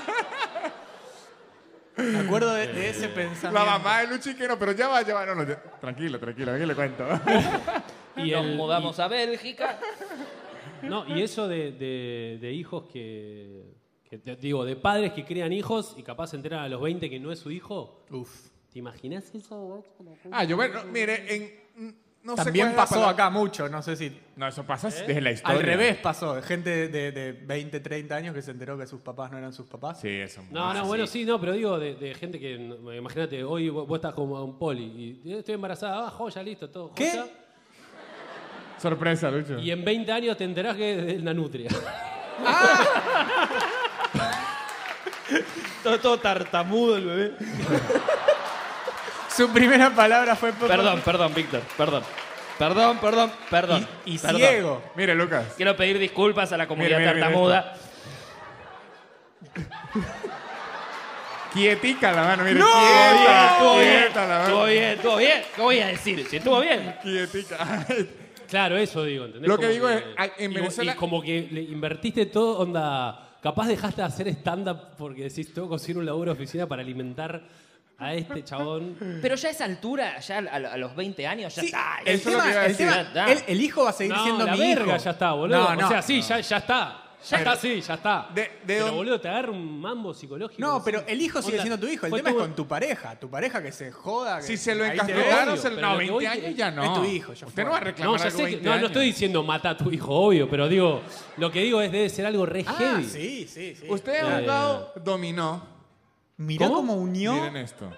[SPEAKER 2] Me acuerdo de, de ese pensamiento.
[SPEAKER 5] Eh, La mamá de Lucho y que no, pero ya va, ya va. No, no, ya- Tranquilo, tranquilo, aquí le cuento.
[SPEAKER 4] Y
[SPEAKER 3] Nos
[SPEAKER 4] el-
[SPEAKER 3] mudamos a Bélgica.
[SPEAKER 4] No, y eso de, de- de hijos que, que te- Digo, de padres que crían hijos y capaz se enteran a los 20 que no es su hijo.
[SPEAKER 2] Uf.
[SPEAKER 4] ¿Te imaginas eso? vos?
[SPEAKER 5] Ah, yo, bueno, mire, en. No sé cuál
[SPEAKER 2] También
[SPEAKER 5] es la
[SPEAKER 2] pasó
[SPEAKER 5] palabra.
[SPEAKER 2] acá mucho, no sé si...
[SPEAKER 5] No, eso pasa desde la historia.
[SPEAKER 2] Al revés pasó, de gente de, de 20, 30 años que se enteró que sus papás no eran sus papás.
[SPEAKER 5] Sí, eso.
[SPEAKER 4] No,
[SPEAKER 2] Ah,
[SPEAKER 4] no, bueno, sí, no, pero digo de, de gente que. no, Imagínate, hoy vos, vos estás como un poli y eh, estoy embarazada, ah, joya, listo, todo.
[SPEAKER 2] ¿Qué?
[SPEAKER 4] joya.
[SPEAKER 5] Sorpresa, Lucho.
[SPEAKER 4] Y en 20 años te enterás que es la nutria.
[SPEAKER 3] Todo, todo tartamudo el bebé.
[SPEAKER 2] Su primera palabra fue popo.
[SPEAKER 3] Perdón, perdón, Víctor, perdón. Perdón, perdón, perdón.
[SPEAKER 2] Y, y
[SPEAKER 3] perdón.
[SPEAKER 2] ciego.
[SPEAKER 5] Ah, Mire, Lucas.
[SPEAKER 3] Quiero pedir disculpas a la comunidad
[SPEAKER 5] Mira, mira, mira
[SPEAKER 3] tartamuda.
[SPEAKER 5] Quietica la mano, mire.
[SPEAKER 2] ¡No!
[SPEAKER 5] Quieta,
[SPEAKER 3] Estuvo bien,
[SPEAKER 5] quieta la
[SPEAKER 3] estuvo
[SPEAKER 5] mano.
[SPEAKER 3] bien, estuvo bien. ¿Qué voy a decir? Si estuvo bien.
[SPEAKER 5] Quietica.
[SPEAKER 4] Claro, eso digo, ¿entendés?
[SPEAKER 5] Lo que digo es,
[SPEAKER 2] ah,
[SPEAKER 5] a- en
[SPEAKER 4] y-
[SPEAKER 5] Venezuela-
[SPEAKER 4] Y como que le invertiste todo, onda. Capaz dejaste de hacer stand-up porque decís, tengo que conseguir un laburo de oficina para alimentar a este chabón.
[SPEAKER 3] Pero ya a esa altura, ya a, a los 20 años, ya
[SPEAKER 2] Sí,
[SPEAKER 3] está.
[SPEAKER 2] el
[SPEAKER 5] eso es lo
[SPEAKER 2] tema,
[SPEAKER 5] que iba a
[SPEAKER 2] el
[SPEAKER 5] decir.
[SPEAKER 2] tema-
[SPEAKER 3] Ya está.
[SPEAKER 2] el, el hijo va a seguir
[SPEAKER 4] No,
[SPEAKER 2] siendo
[SPEAKER 4] la
[SPEAKER 2] mi
[SPEAKER 4] verga,
[SPEAKER 2] hijo.
[SPEAKER 4] ya está, boludo.
[SPEAKER 2] No, no,
[SPEAKER 4] o sea, sí, ya, ya está. Ya está, sí, ya está.
[SPEAKER 5] De- de
[SPEAKER 4] pero,
[SPEAKER 5] dónde-
[SPEAKER 4] boludo, te agarra un mambo psicológico.
[SPEAKER 2] No,
[SPEAKER 4] decís,
[SPEAKER 2] pero el hijo sigue
[SPEAKER 4] onda,
[SPEAKER 2] siendo tu hijo. El
[SPEAKER 4] fue
[SPEAKER 2] tema es
[SPEAKER 4] todo-
[SPEAKER 2] con tu pareja. Tu pareja que se joda. que
[SPEAKER 5] Si se lo
[SPEAKER 2] ahí te
[SPEAKER 5] encastraron,
[SPEAKER 2] odio.
[SPEAKER 5] se lo...
[SPEAKER 4] pero
[SPEAKER 5] No,
[SPEAKER 4] lo que
[SPEAKER 5] 20
[SPEAKER 4] voy-
[SPEAKER 5] años ya no.
[SPEAKER 2] es tu hijo, ya
[SPEAKER 5] Usted
[SPEAKER 2] fue.
[SPEAKER 5] no va a reclamar
[SPEAKER 4] No, ya
[SPEAKER 5] algo
[SPEAKER 4] sé que-
[SPEAKER 5] 20
[SPEAKER 4] no, no estoy
[SPEAKER 5] años.
[SPEAKER 4] diciendo mata a tu hijo, obvio, pero digo, lo que digo es debe ser algo re
[SPEAKER 2] Ah,
[SPEAKER 4] heavy.
[SPEAKER 2] sí, sí, sí.
[SPEAKER 5] Usted
[SPEAKER 4] Ya,
[SPEAKER 5] ha
[SPEAKER 4] ya,
[SPEAKER 5] jugado dominó.
[SPEAKER 2] Mirá
[SPEAKER 4] ¿Cómo?
[SPEAKER 2] cómo, unió.
[SPEAKER 5] Miren esto.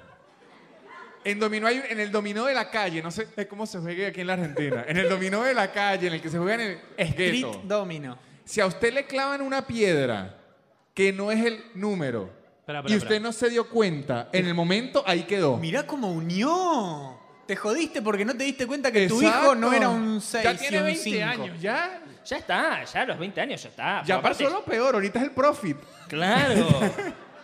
[SPEAKER 5] En, dominó hay- en el dominó de la calle, no sé eh, cómo se juega aquí en la Argentina. En el dominó de la calle, en el que se juega en el
[SPEAKER 2] Street
[SPEAKER 5] gueto.
[SPEAKER 2] Domino.
[SPEAKER 5] Si a usted le clavan una piedra que no es el número
[SPEAKER 4] Espera, espera,
[SPEAKER 5] y usted
[SPEAKER 4] espera.
[SPEAKER 5] no se dio cuenta, en el momento ahí quedó.
[SPEAKER 2] Mirá cómo unió. Te jodiste porque no te diste cuenta que tu
[SPEAKER 5] Exacto.
[SPEAKER 2] hijo no era un 6
[SPEAKER 5] Ya tiene 20
[SPEAKER 2] y un 5.
[SPEAKER 5] años, ya.
[SPEAKER 3] Ya está, ya a los 20 años ya está.
[SPEAKER 5] Ya
[SPEAKER 3] Aparte-
[SPEAKER 5] pasó lo peor, ahorita Ah, es el profit.
[SPEAKER 3] Claro.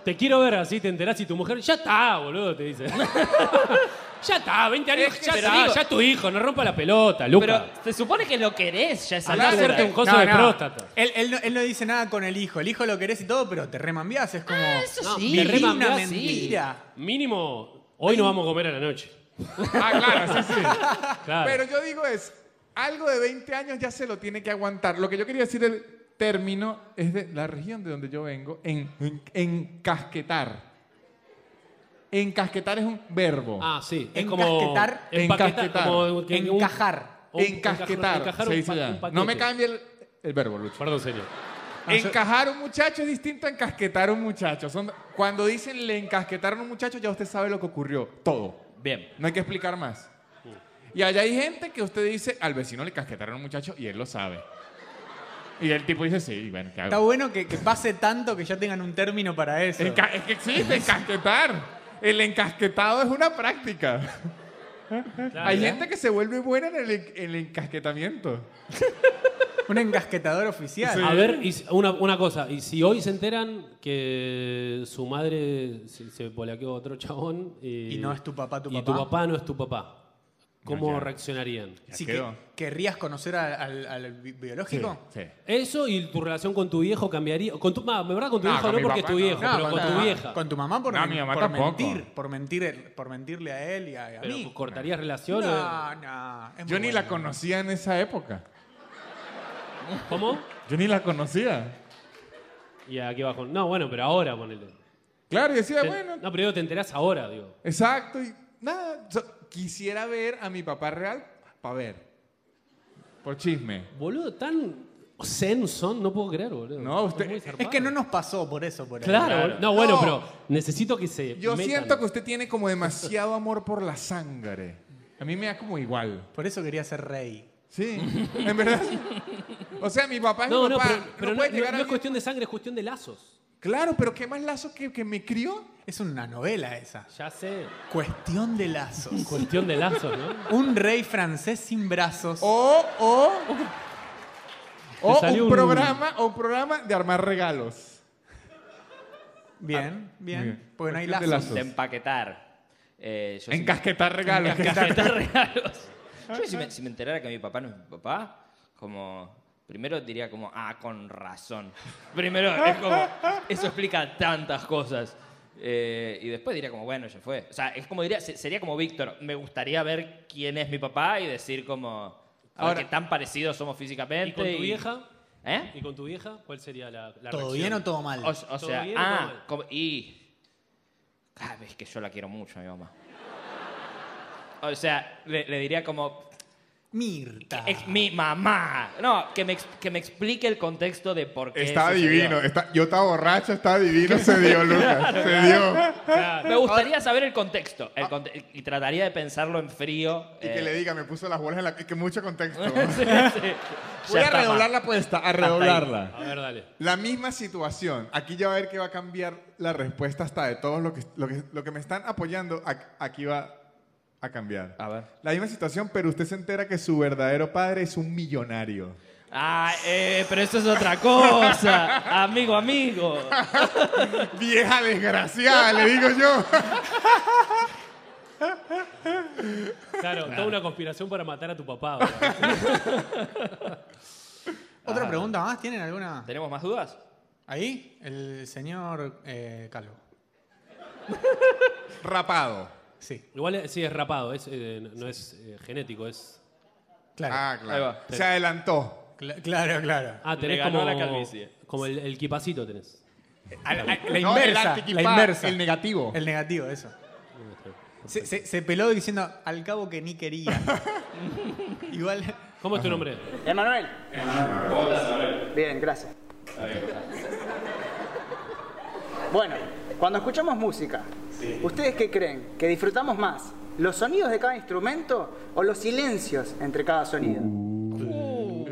[SPEAKER 4] Te quiero ver así, te enterás y tu mujer, ya está, boludo, te dice. ya está, 20 años,
[SPEAKER 3] Es que-
[SPEAKER 4] ya
[SPEAKER 3] pero
[SPEAKER 4] está,
[SPEAKER 3] digo-
[SPEAKER 4] ya es tu hijo, no rompa la pelota, Lucas.
[SPEAKER 3] Pero se supone que lo querés ya a esa
[SPEAKER 4] Andá a
[SPEAKER 3] altura.
[SPEAKER 4] hacerte un coso
[SPEAKER 5] No,
[SPEAKER 4] de
[SPEAKER 5] no.
[SPEAKER 4] próstata.
[SPEAKER 2] Él, él no, él no dice nada con el hijo. El hijo lo querés y todo, pero te remambiás. Es como.
[SPEAKER 3] Eso
[SPEAKER 4] No,
[SPEAKER 3] sí.
[SPEAKER 4] te
[SPEAKER 2] divina
[SPEAKER 4] remambiás, Ah, sí.
[SPEAKER 2] mentira.
[SPEAKER 4] Mínimo, hoy no vamos a comer a la noche.
[SPEAKER 5] Ah, claro, sí, sí.
[SPEAKER 4] Claro.
[SPEAKER 5] Ah, Pero yo digo es, algo de 20 años ya se lo tiene que aguantar. Lo que yo quería decir el término es de la región de donde yo vengo, en, en- encasquetar. Encasquetar es un verbo.
[SPEAKER 4] ah, sí. Es
[SPEAKER 2] Encasquetar.
[SPEAKER 4] como.
[SPEAKER 5] Encasquetar.
[SPEAKER 4] como que un-
[SPEAKER 2] Encajar.
[SPEAKER 4] un-
[SPEAKER 5] encasquetar.
[SPEAKER 4] encajar
[SPEAKER 5] se
[SPEAKER 4] un
[SPEAKER 5] dice
[SPEAKER 4] pa-
[SPEAKER 5] ya.
[SPEAKER 4] un paquete.
[SPEAKER 5] no me cambie el, el verbo, Lucho.
[SPEAKER 4] Perdón, señor.
[SPEAKER 5] Encajar un muchacho es distinto a encasquetar un muchacho. Son, cuando dicen le encasquetaron a un muchacho, ya usted sabe lo que ocurrió. Todo.
[SPEAKER 3] Bien.
[SPEAKER 5] No hay que explicar más. Y allá hay gente que usted dice, al vecino le casquetaron a un muchacho y él lo sabe. Y el tipo dice, sí, bueno, ¿qué
[SPEAKER 2] Está
[SPEAKER 5] hago?
[SPEAKER 2] bueno que, que pase tanto que ya tengan un término para eso.
[SPEAKER 5] Enca- es que existe encasquetar. El encasquetado es una práctica. hay gente que se vuelve buena en el, en el encasquetamiento.
[SPEAKER 2] Un encasquetador oficial.
[SPEAKER 4] A ver, y si- una, una cosa. Y si hoy se enteran que su madre se, se polaqueó a otro chabón. Y,
[SPEAKER 2] Y no es tu papá, tu
[SPEAKER 4] y
[SPEAKER 2] papá.
[SPEAKER 4] tu papá no es tu papá. ¿Cómo
[SPEAKER 5] ya.
[SPEAKER 4] reaccionarían?
[SPEAKER 2] Así
[SPEAKER 5] Ya
[SPEAKER 2] que,
[SPEAKER 5] quedó.
[SPEAKER 2] ¿Querrías conocer al, al- al bi- biológico?
[SPEAKER 5] Sí.
[SPEAKER 4] Eso y tu relación con tu viejo cambiaría. Con tu, ma, me verdad con tu
[SPEAKER 5] No,
[SPEAKER 4] viejo
[SPEAKER 5] con
[SPEAKER 4] no
[SPEAKER 5] mi
[SPEAKER 4] porque es
[SPEAKER 5] papá
[SPEAKER 4] tu
[SPEAKER 5] no.
[SPEAKER 4] viejo,
[SPEAKER 5] No,
[SPEAKER 4] pero con,
[SPEAKER 2] tu
[SPEAKER 4] tu
[SPEAKER 2] mamá.
[SPEAKER 4] vieja.
[SPEAKER 2] Con tu mamá por,
[SPEAKER 5] No,
[SPEAKER 2] men-
[SPEAKER 5] mi mamá
[SPEAKER 2] por
[SPEAKER 5] tampoco.
[SPEAKER 2] mentir. Por mentir, por mentirle a él y a, y a
[SPEAKER 4] Pero
[SPEAKER 2] mí.
[SPEAKER 4] cortarías relaciones.
[SPEAKER 2] No, no. es muy
[SPEAKER 5] Yo ni
[SPEAKER 2] bueno.
[SPEAKER 5] la conocía en esa época.
[SPEAKER 4] ¿Cómo?
[SPEAKER 5] Yo ni la conocía.
[SPEAKER 4] Y aquí abajo. No, bueno, pero ahora ponele.
[SPEAKER 5] Claro, y decía,
[SPEAKER 4] Te-
[SPEAKER 5] bueno,
[SPEAKER 4] No, pero digo, te enterás ahora, digo.
[SPEAKER 5] Exacto, y nada. o sea, quisiera ver a mi papá real para ver. Por chisme.
[SPEAKER 4] Boludo, tan zen son, no puedo creer, boludo.
[SPEAKER 5] No, usted-
[SPEAKER 4] muy
[SPEAKER 5] es
[SPEAKER 2] Es
[SPEAKER 4] zarpado.
[SPEAKER 2] que no nos pasó por eso, por ahí.
[SPEAKER 4] Claro, boludo. no, bueno,
[SPEAKER 5] No.
[SPEAKER 4] pero necesito que se.
[SPEAKER 5] Yo
[SPEAKER 4] metan.
[SPEAKER 5] siento que usted tiene como demasiado amor por la sangre. A mí me da como igual.
[SPEAKER 2] Por eso quería ser rey.
[SPEAKER 5] Sí, en verdad. O sea, mi papá es
[SPEAKER 4] No,
[SPEAKER 5] mi
[SPEAKER 4] no,
[SPEAKER 5] papá.
[SPEAKER 4] pero, pero no,
[SPEAKER 5] puede
[SPEAKER 4] no-
[SPEAKER 5] llegar
[SPEAKER 4] no
[SPEAKER 5] a
[SPEAKER 4] es cuestión de sangre, es cuestión de lazos.
[SPEAKER 5] Claro, pero qué más lazo que, que me crió.
[SPEAKER 2] Es una novela esa.
[SPEAKER 4] Ya sé.
[SPEAKER 2] Cuestión de lazos.
[SPEAKER 4] Cuestión de lazos, ¿no?
[SPEAKER 2] Un rey francés sin brazos.
[SPEAKER 5] O, o, o
[SPEAKER 4] salió
[SPEAKER 5] un,
[SPEAKER 4] un-
[SPEAKER 5] programa, o un programa de armar regalos.
[SPEAKER 2] Bien, bien,
[SPEAKER 5] Ah, muy bien.
[SPEAKER 2] Porque no hay
[SPEAKER 5] Cuestión de
[SPEAKER 2] lazos.
[SPEAKER 5] lazos.
[SPEAKER 3] De empaquetar. Eh, yo sí-
[SPEAKER 5] Encasquetar regalos.
[SPEAKER 3] Encasquetar regalos. Yo si me, si me enterara que mi papá no es mi papá, como... Primero diría como, ah, con razón. Primero es como, eso explica tantas cosas. Eh, y después diría como, bueno, ya fue. O sea, es como diría, se- sería como Víctor, me gustaría ver quién es mi papá y decir como, a ver
[SPEAKER 5] Ahora-
[SPEAKER 3] qué tan parecidos somos físicamente.
[SPEAKER 4] ¿Y con tu vieja?
[SPEAKER 3] ¿Eh?
[SPEAKER 4] ¿Y con tu vieja? ¿Cuál sería la, la
[SPEAKER 2] ¿Todo
[SPEAKER 4] reacción?
[SPEAKER 2] bien o todo mal?
[SPEAKER 3] O, o sea,
[SPEAKER 4] bien o todo
[SPEAKER 3] ah,
[SPEAKER 4] mal?
[SPEAKER 3] como- y. Ah, es que yo la quiero mucho, a mi mamá. O sea, le, le diría como.
[SPEAKER 2] Mirta.
[SPEAKER 3] Ex- mi mamá. No, que me, ex- que me explique el contexto de por qué.
[SPEAKER 5] Estaba
[SPEAKER 3] sucedió.
[SPEAKER 5] divino. está- yo estaba borracho, estaba divino. Se dio, Lucas. Se dio.
[SPEAKER 3] Me gustaría saber el contexto. el conte- y trataría de pensarlo en frío.
[SPEAKER 5] Y
[SPEAKER 3] eh,
[SPEAKER 5] que le diga, me puso las bolas en la... Que mucho contexto.
[SPEAKER 3] sí, sí.
[SPEAKER 9] Voy
[SPEAKER 3] Ya
[SPEAKER 9] a
[SPEAKER 3] está,
[SPEAKER 9] redoblar
[SPEAKER 3] ma.
[SPEAKER 9] la apuesta, a redoblarla.
[SPEAKER 4] A ver, dale.
[SPEAKER 5] La misma situación. Aquí ya va a ver que va a cambiar la respuesta hasta de todos lo que, lo que, lo que me están apoyando. ac- Aquí va a cambiar.
[SPEAKER 3] A ver.
[SPEAKER 5] La misma situación, pero usted se entera que su verdadero padre es un millonario.
[SPEAKER 3] Ah, eh, pero eso es otra cosa. amigo, amigo.
[SPEAKER 5] Vieja desgraciada, le digo yo.
[SPEAKER 4] Claro, toda una conspiración para matar a tu papá. boludo.
[SPEAKER 2] ¿Otra
[SPEAKER 5] Ah.
[SPEAKER 2] pregunta más? ¿Tienen alguna?
[SPEAKER 3] ¿Tenemos más dudas?
[SPEAKER 2] Ahí, el señor eh, Calvo.
[SPEAKER 5] Rapado.
[SPEAKER 2] Sí,
[SPEAKER 4] Igual eh, sí es rapado, es, eh, no no es eh, genético, es.
[SPEAKER 2] claro.
[SPEAKER 5] Ah,
[SPEAKER 3] Ahí
[SPEAKER 5] claro.
[SPEAKER 3] va.
[SPEAKER 5] Se adelantó.
[SPEAKER 2] Cla- claro, claro.
[SPEAKER 4] Ah, tenés
[SPEAKER 3] Le ganó
[SPEAKER 4] como.
[SPEAKER 3] la calvicie.
[SPEAKER 4] Como el, el kipacito tenés.
[SPEAKER 2] A la, a- la
[SPEAKER 5] No, el
[SPEAKER 2] inversa.
[SPEAKER 5] antiquipá,
[SPEAKER 2] la inversa.
[SPEAKER 5] El negativo.
[SPEAKER 2] El negativo, eso. Se, se- se peló diciendo, al cabo que ni quería. Igual,
[SPEAKER 4] ¿Cómo es tu nombre?
[SPEAKER 8] Emanuel. Bien, gracias. Bueno, cuando escuchamos música, ¿ustedes qué creen? ¿Que disfrutamos más los sonidos de cada instrumento o los silencios entre cada sonido?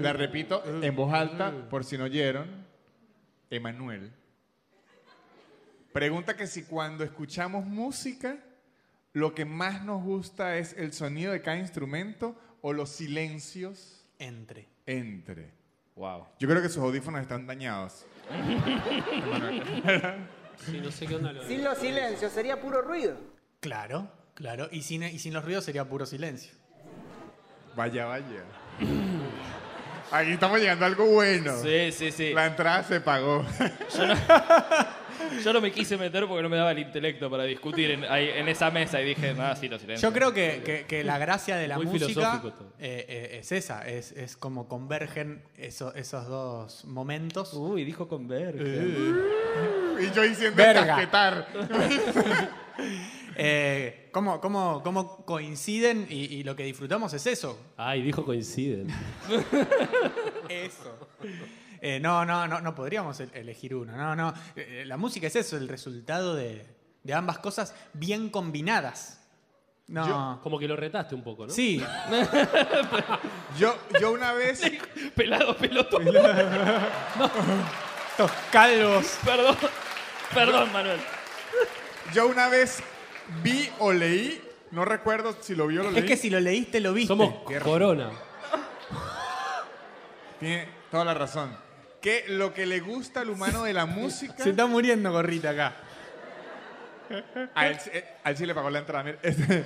[SPEAKER 5] La repito en voz alta, por si no oyeron. Emanuel. Pregunta que si cuando escuchamos música, lo que más nos gusta es el sonido de cada instrumento o los silencios
[SPEAKER 2] entre.
[SPEAKER 5] entre.
[SPEAKER 3] Wow.
[SPEAKER 5] Yo creo que sus audífonos están dañados.
[SPEAKER 4] Sí, no sé qué onda. lo-
[SPEAKER 8] Sin los silencios sería puro ruido.
[SPEAKER 2] Claro, claro. Y sin, y sin los ruidos sería puro silencio.
[SPEAKER 5] Vaya, vaya. Aquí estamos llegando a algo bueno.
[SPEAKER 3] Sí, sí, sí.
[SPEAKER 5] La entrada se pagó.
[SPEAKER 3] Yo no me quise meter porque no me daba el intelecto para discutir en, ahí- en esa mesa y dije, nada, sí, lo silencio.
[SPEAKER 2] Yo creo que, que- que la gracia de la
[SPEAKER 4] Muy
[SPEAKER 2] música
[SPEAKER 4] filosófico todo.
[SPEAKER 2] eh, eh, es esa, es, es como convergen eso- esos dos momentos.
[SPEAKER 4] Uh.
[SPEAKER 3] Uy, dijo converge.
[SPEAKER 5] y yo diciendo
[SPEAKER 2] Verga.
[SPEAKER 5] casquetar.
[SPEAKER 2] Eh, ¿cómo, cómo, cómo coinciden y, y lo que disfrutamos es eso?
[SPEAKER 4] Ay, dijo coinciden.
[SPEAKER 2] Eso. Eh, no, no, no, no podríamos el- elegir uno. No, no. Eh, eh, la música es eso, el resultado de, de ambas cosas bien combinadas. No.
[SPEAKER 4] Como que lo retaste un poco, ¿no?
[SPEAKER 2] Sí,
[SPEAKER 5] Yo, yo una vez.
[SPEAKER 3] Pelado, peloto.
[SPEAKER 2] estos calvos.
[SPEAKER 3] Perdón. Perdón, Manuel.
[SPEAKER 5] Yo una vez vi o leí, no recuerdo si lo vi o lo leí.
[SPEAKER 2] Es que si lo leíste, lo viste.
[SPEAKER 4] Somos Corona.
[SPEAKER 5] Tiene toda la razón. Que lo que le gusta al humano de la música.
[SPEAKER 2] Se está muriendo gorrita acá.
[SPEAKER 5] A él, sí- eh, a él sí le pagó la entrada. mira. Este-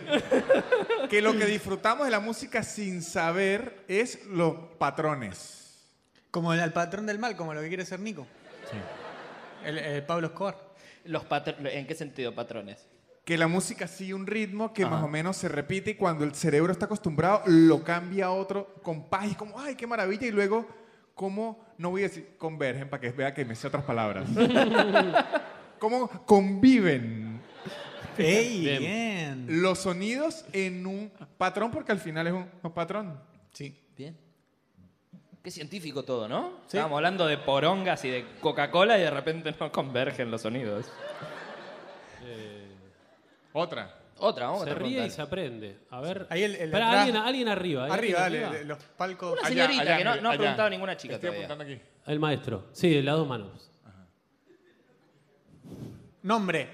[SPEAKER 5] que lo que disfrutamos de la música sin saber es los patrones.
[SPEAKER 2] Como el, al patrón del mal, como lo que quiere ser Nico. El, el Pablo Escobar.
[SPEAKER 3] Los patr- ¿En qué sentido, patrones?
[SPEAKER 5] Que la música sigue un ritmo que más o menos se repite y cuando el cerebro está acostumbrado lo cambia a otro compás y es como, ay, qué maravilla. Y luego, ¿cómo? No voy a decir convergen para que vea que me sé otras palabras. ¿Cómo conviven
[SPEAKER 2] ¡Ey!
[SPEAKER 4] Bien.
[SPEAKER 2] Bien.
[SPEAKER 5] los sonidos en un patrón? Porque al final es un, un patrón.
[SPEAKER 2] Sí.
[SPEAKER 3] Bien. Qué científico todo, ¿no? Estábamos hablando de porongas y de Coca-Cola y de repente no convergen los sonidos.
[SPEAKER 5] Otra.
[SPEAKER 3] Otra, vamos a
[SPEAKER 4] Se
[SPEAKER 3] otra
[SPEAKER 4] ríe y
[SPEAKER 3] pregunta.
[SPEAKER 4] se aprende. A ver.
[SPEAKER 2] Ahí el- el
[SPEAKER 4] Pará,
[SPEAKER 2] atrás.
[SPEAKER 4] alguien, alguien arriba. ¿eh?
[SPEAKER 2] Arriba,
[SPEAKER 4] ¿Alguien
[SPEAKER 2] dale, de- los palcos.
[SPEAKER 3] Una señorita
[SPEAKER 5] allá,
[SPEAKER 3] que no, no ha
[SPEAKER 5] allá.
[SPEAKER 3] preguntado a ninguna chica
[SPEAKER 5] Estoy
[SPEAKER 3] todavía.
[SPEAKER 5] apuntando aquí.
[SPEAKER 4] El maestro. Sí, de las dos manos.
[SPEAKER 2] Nombre.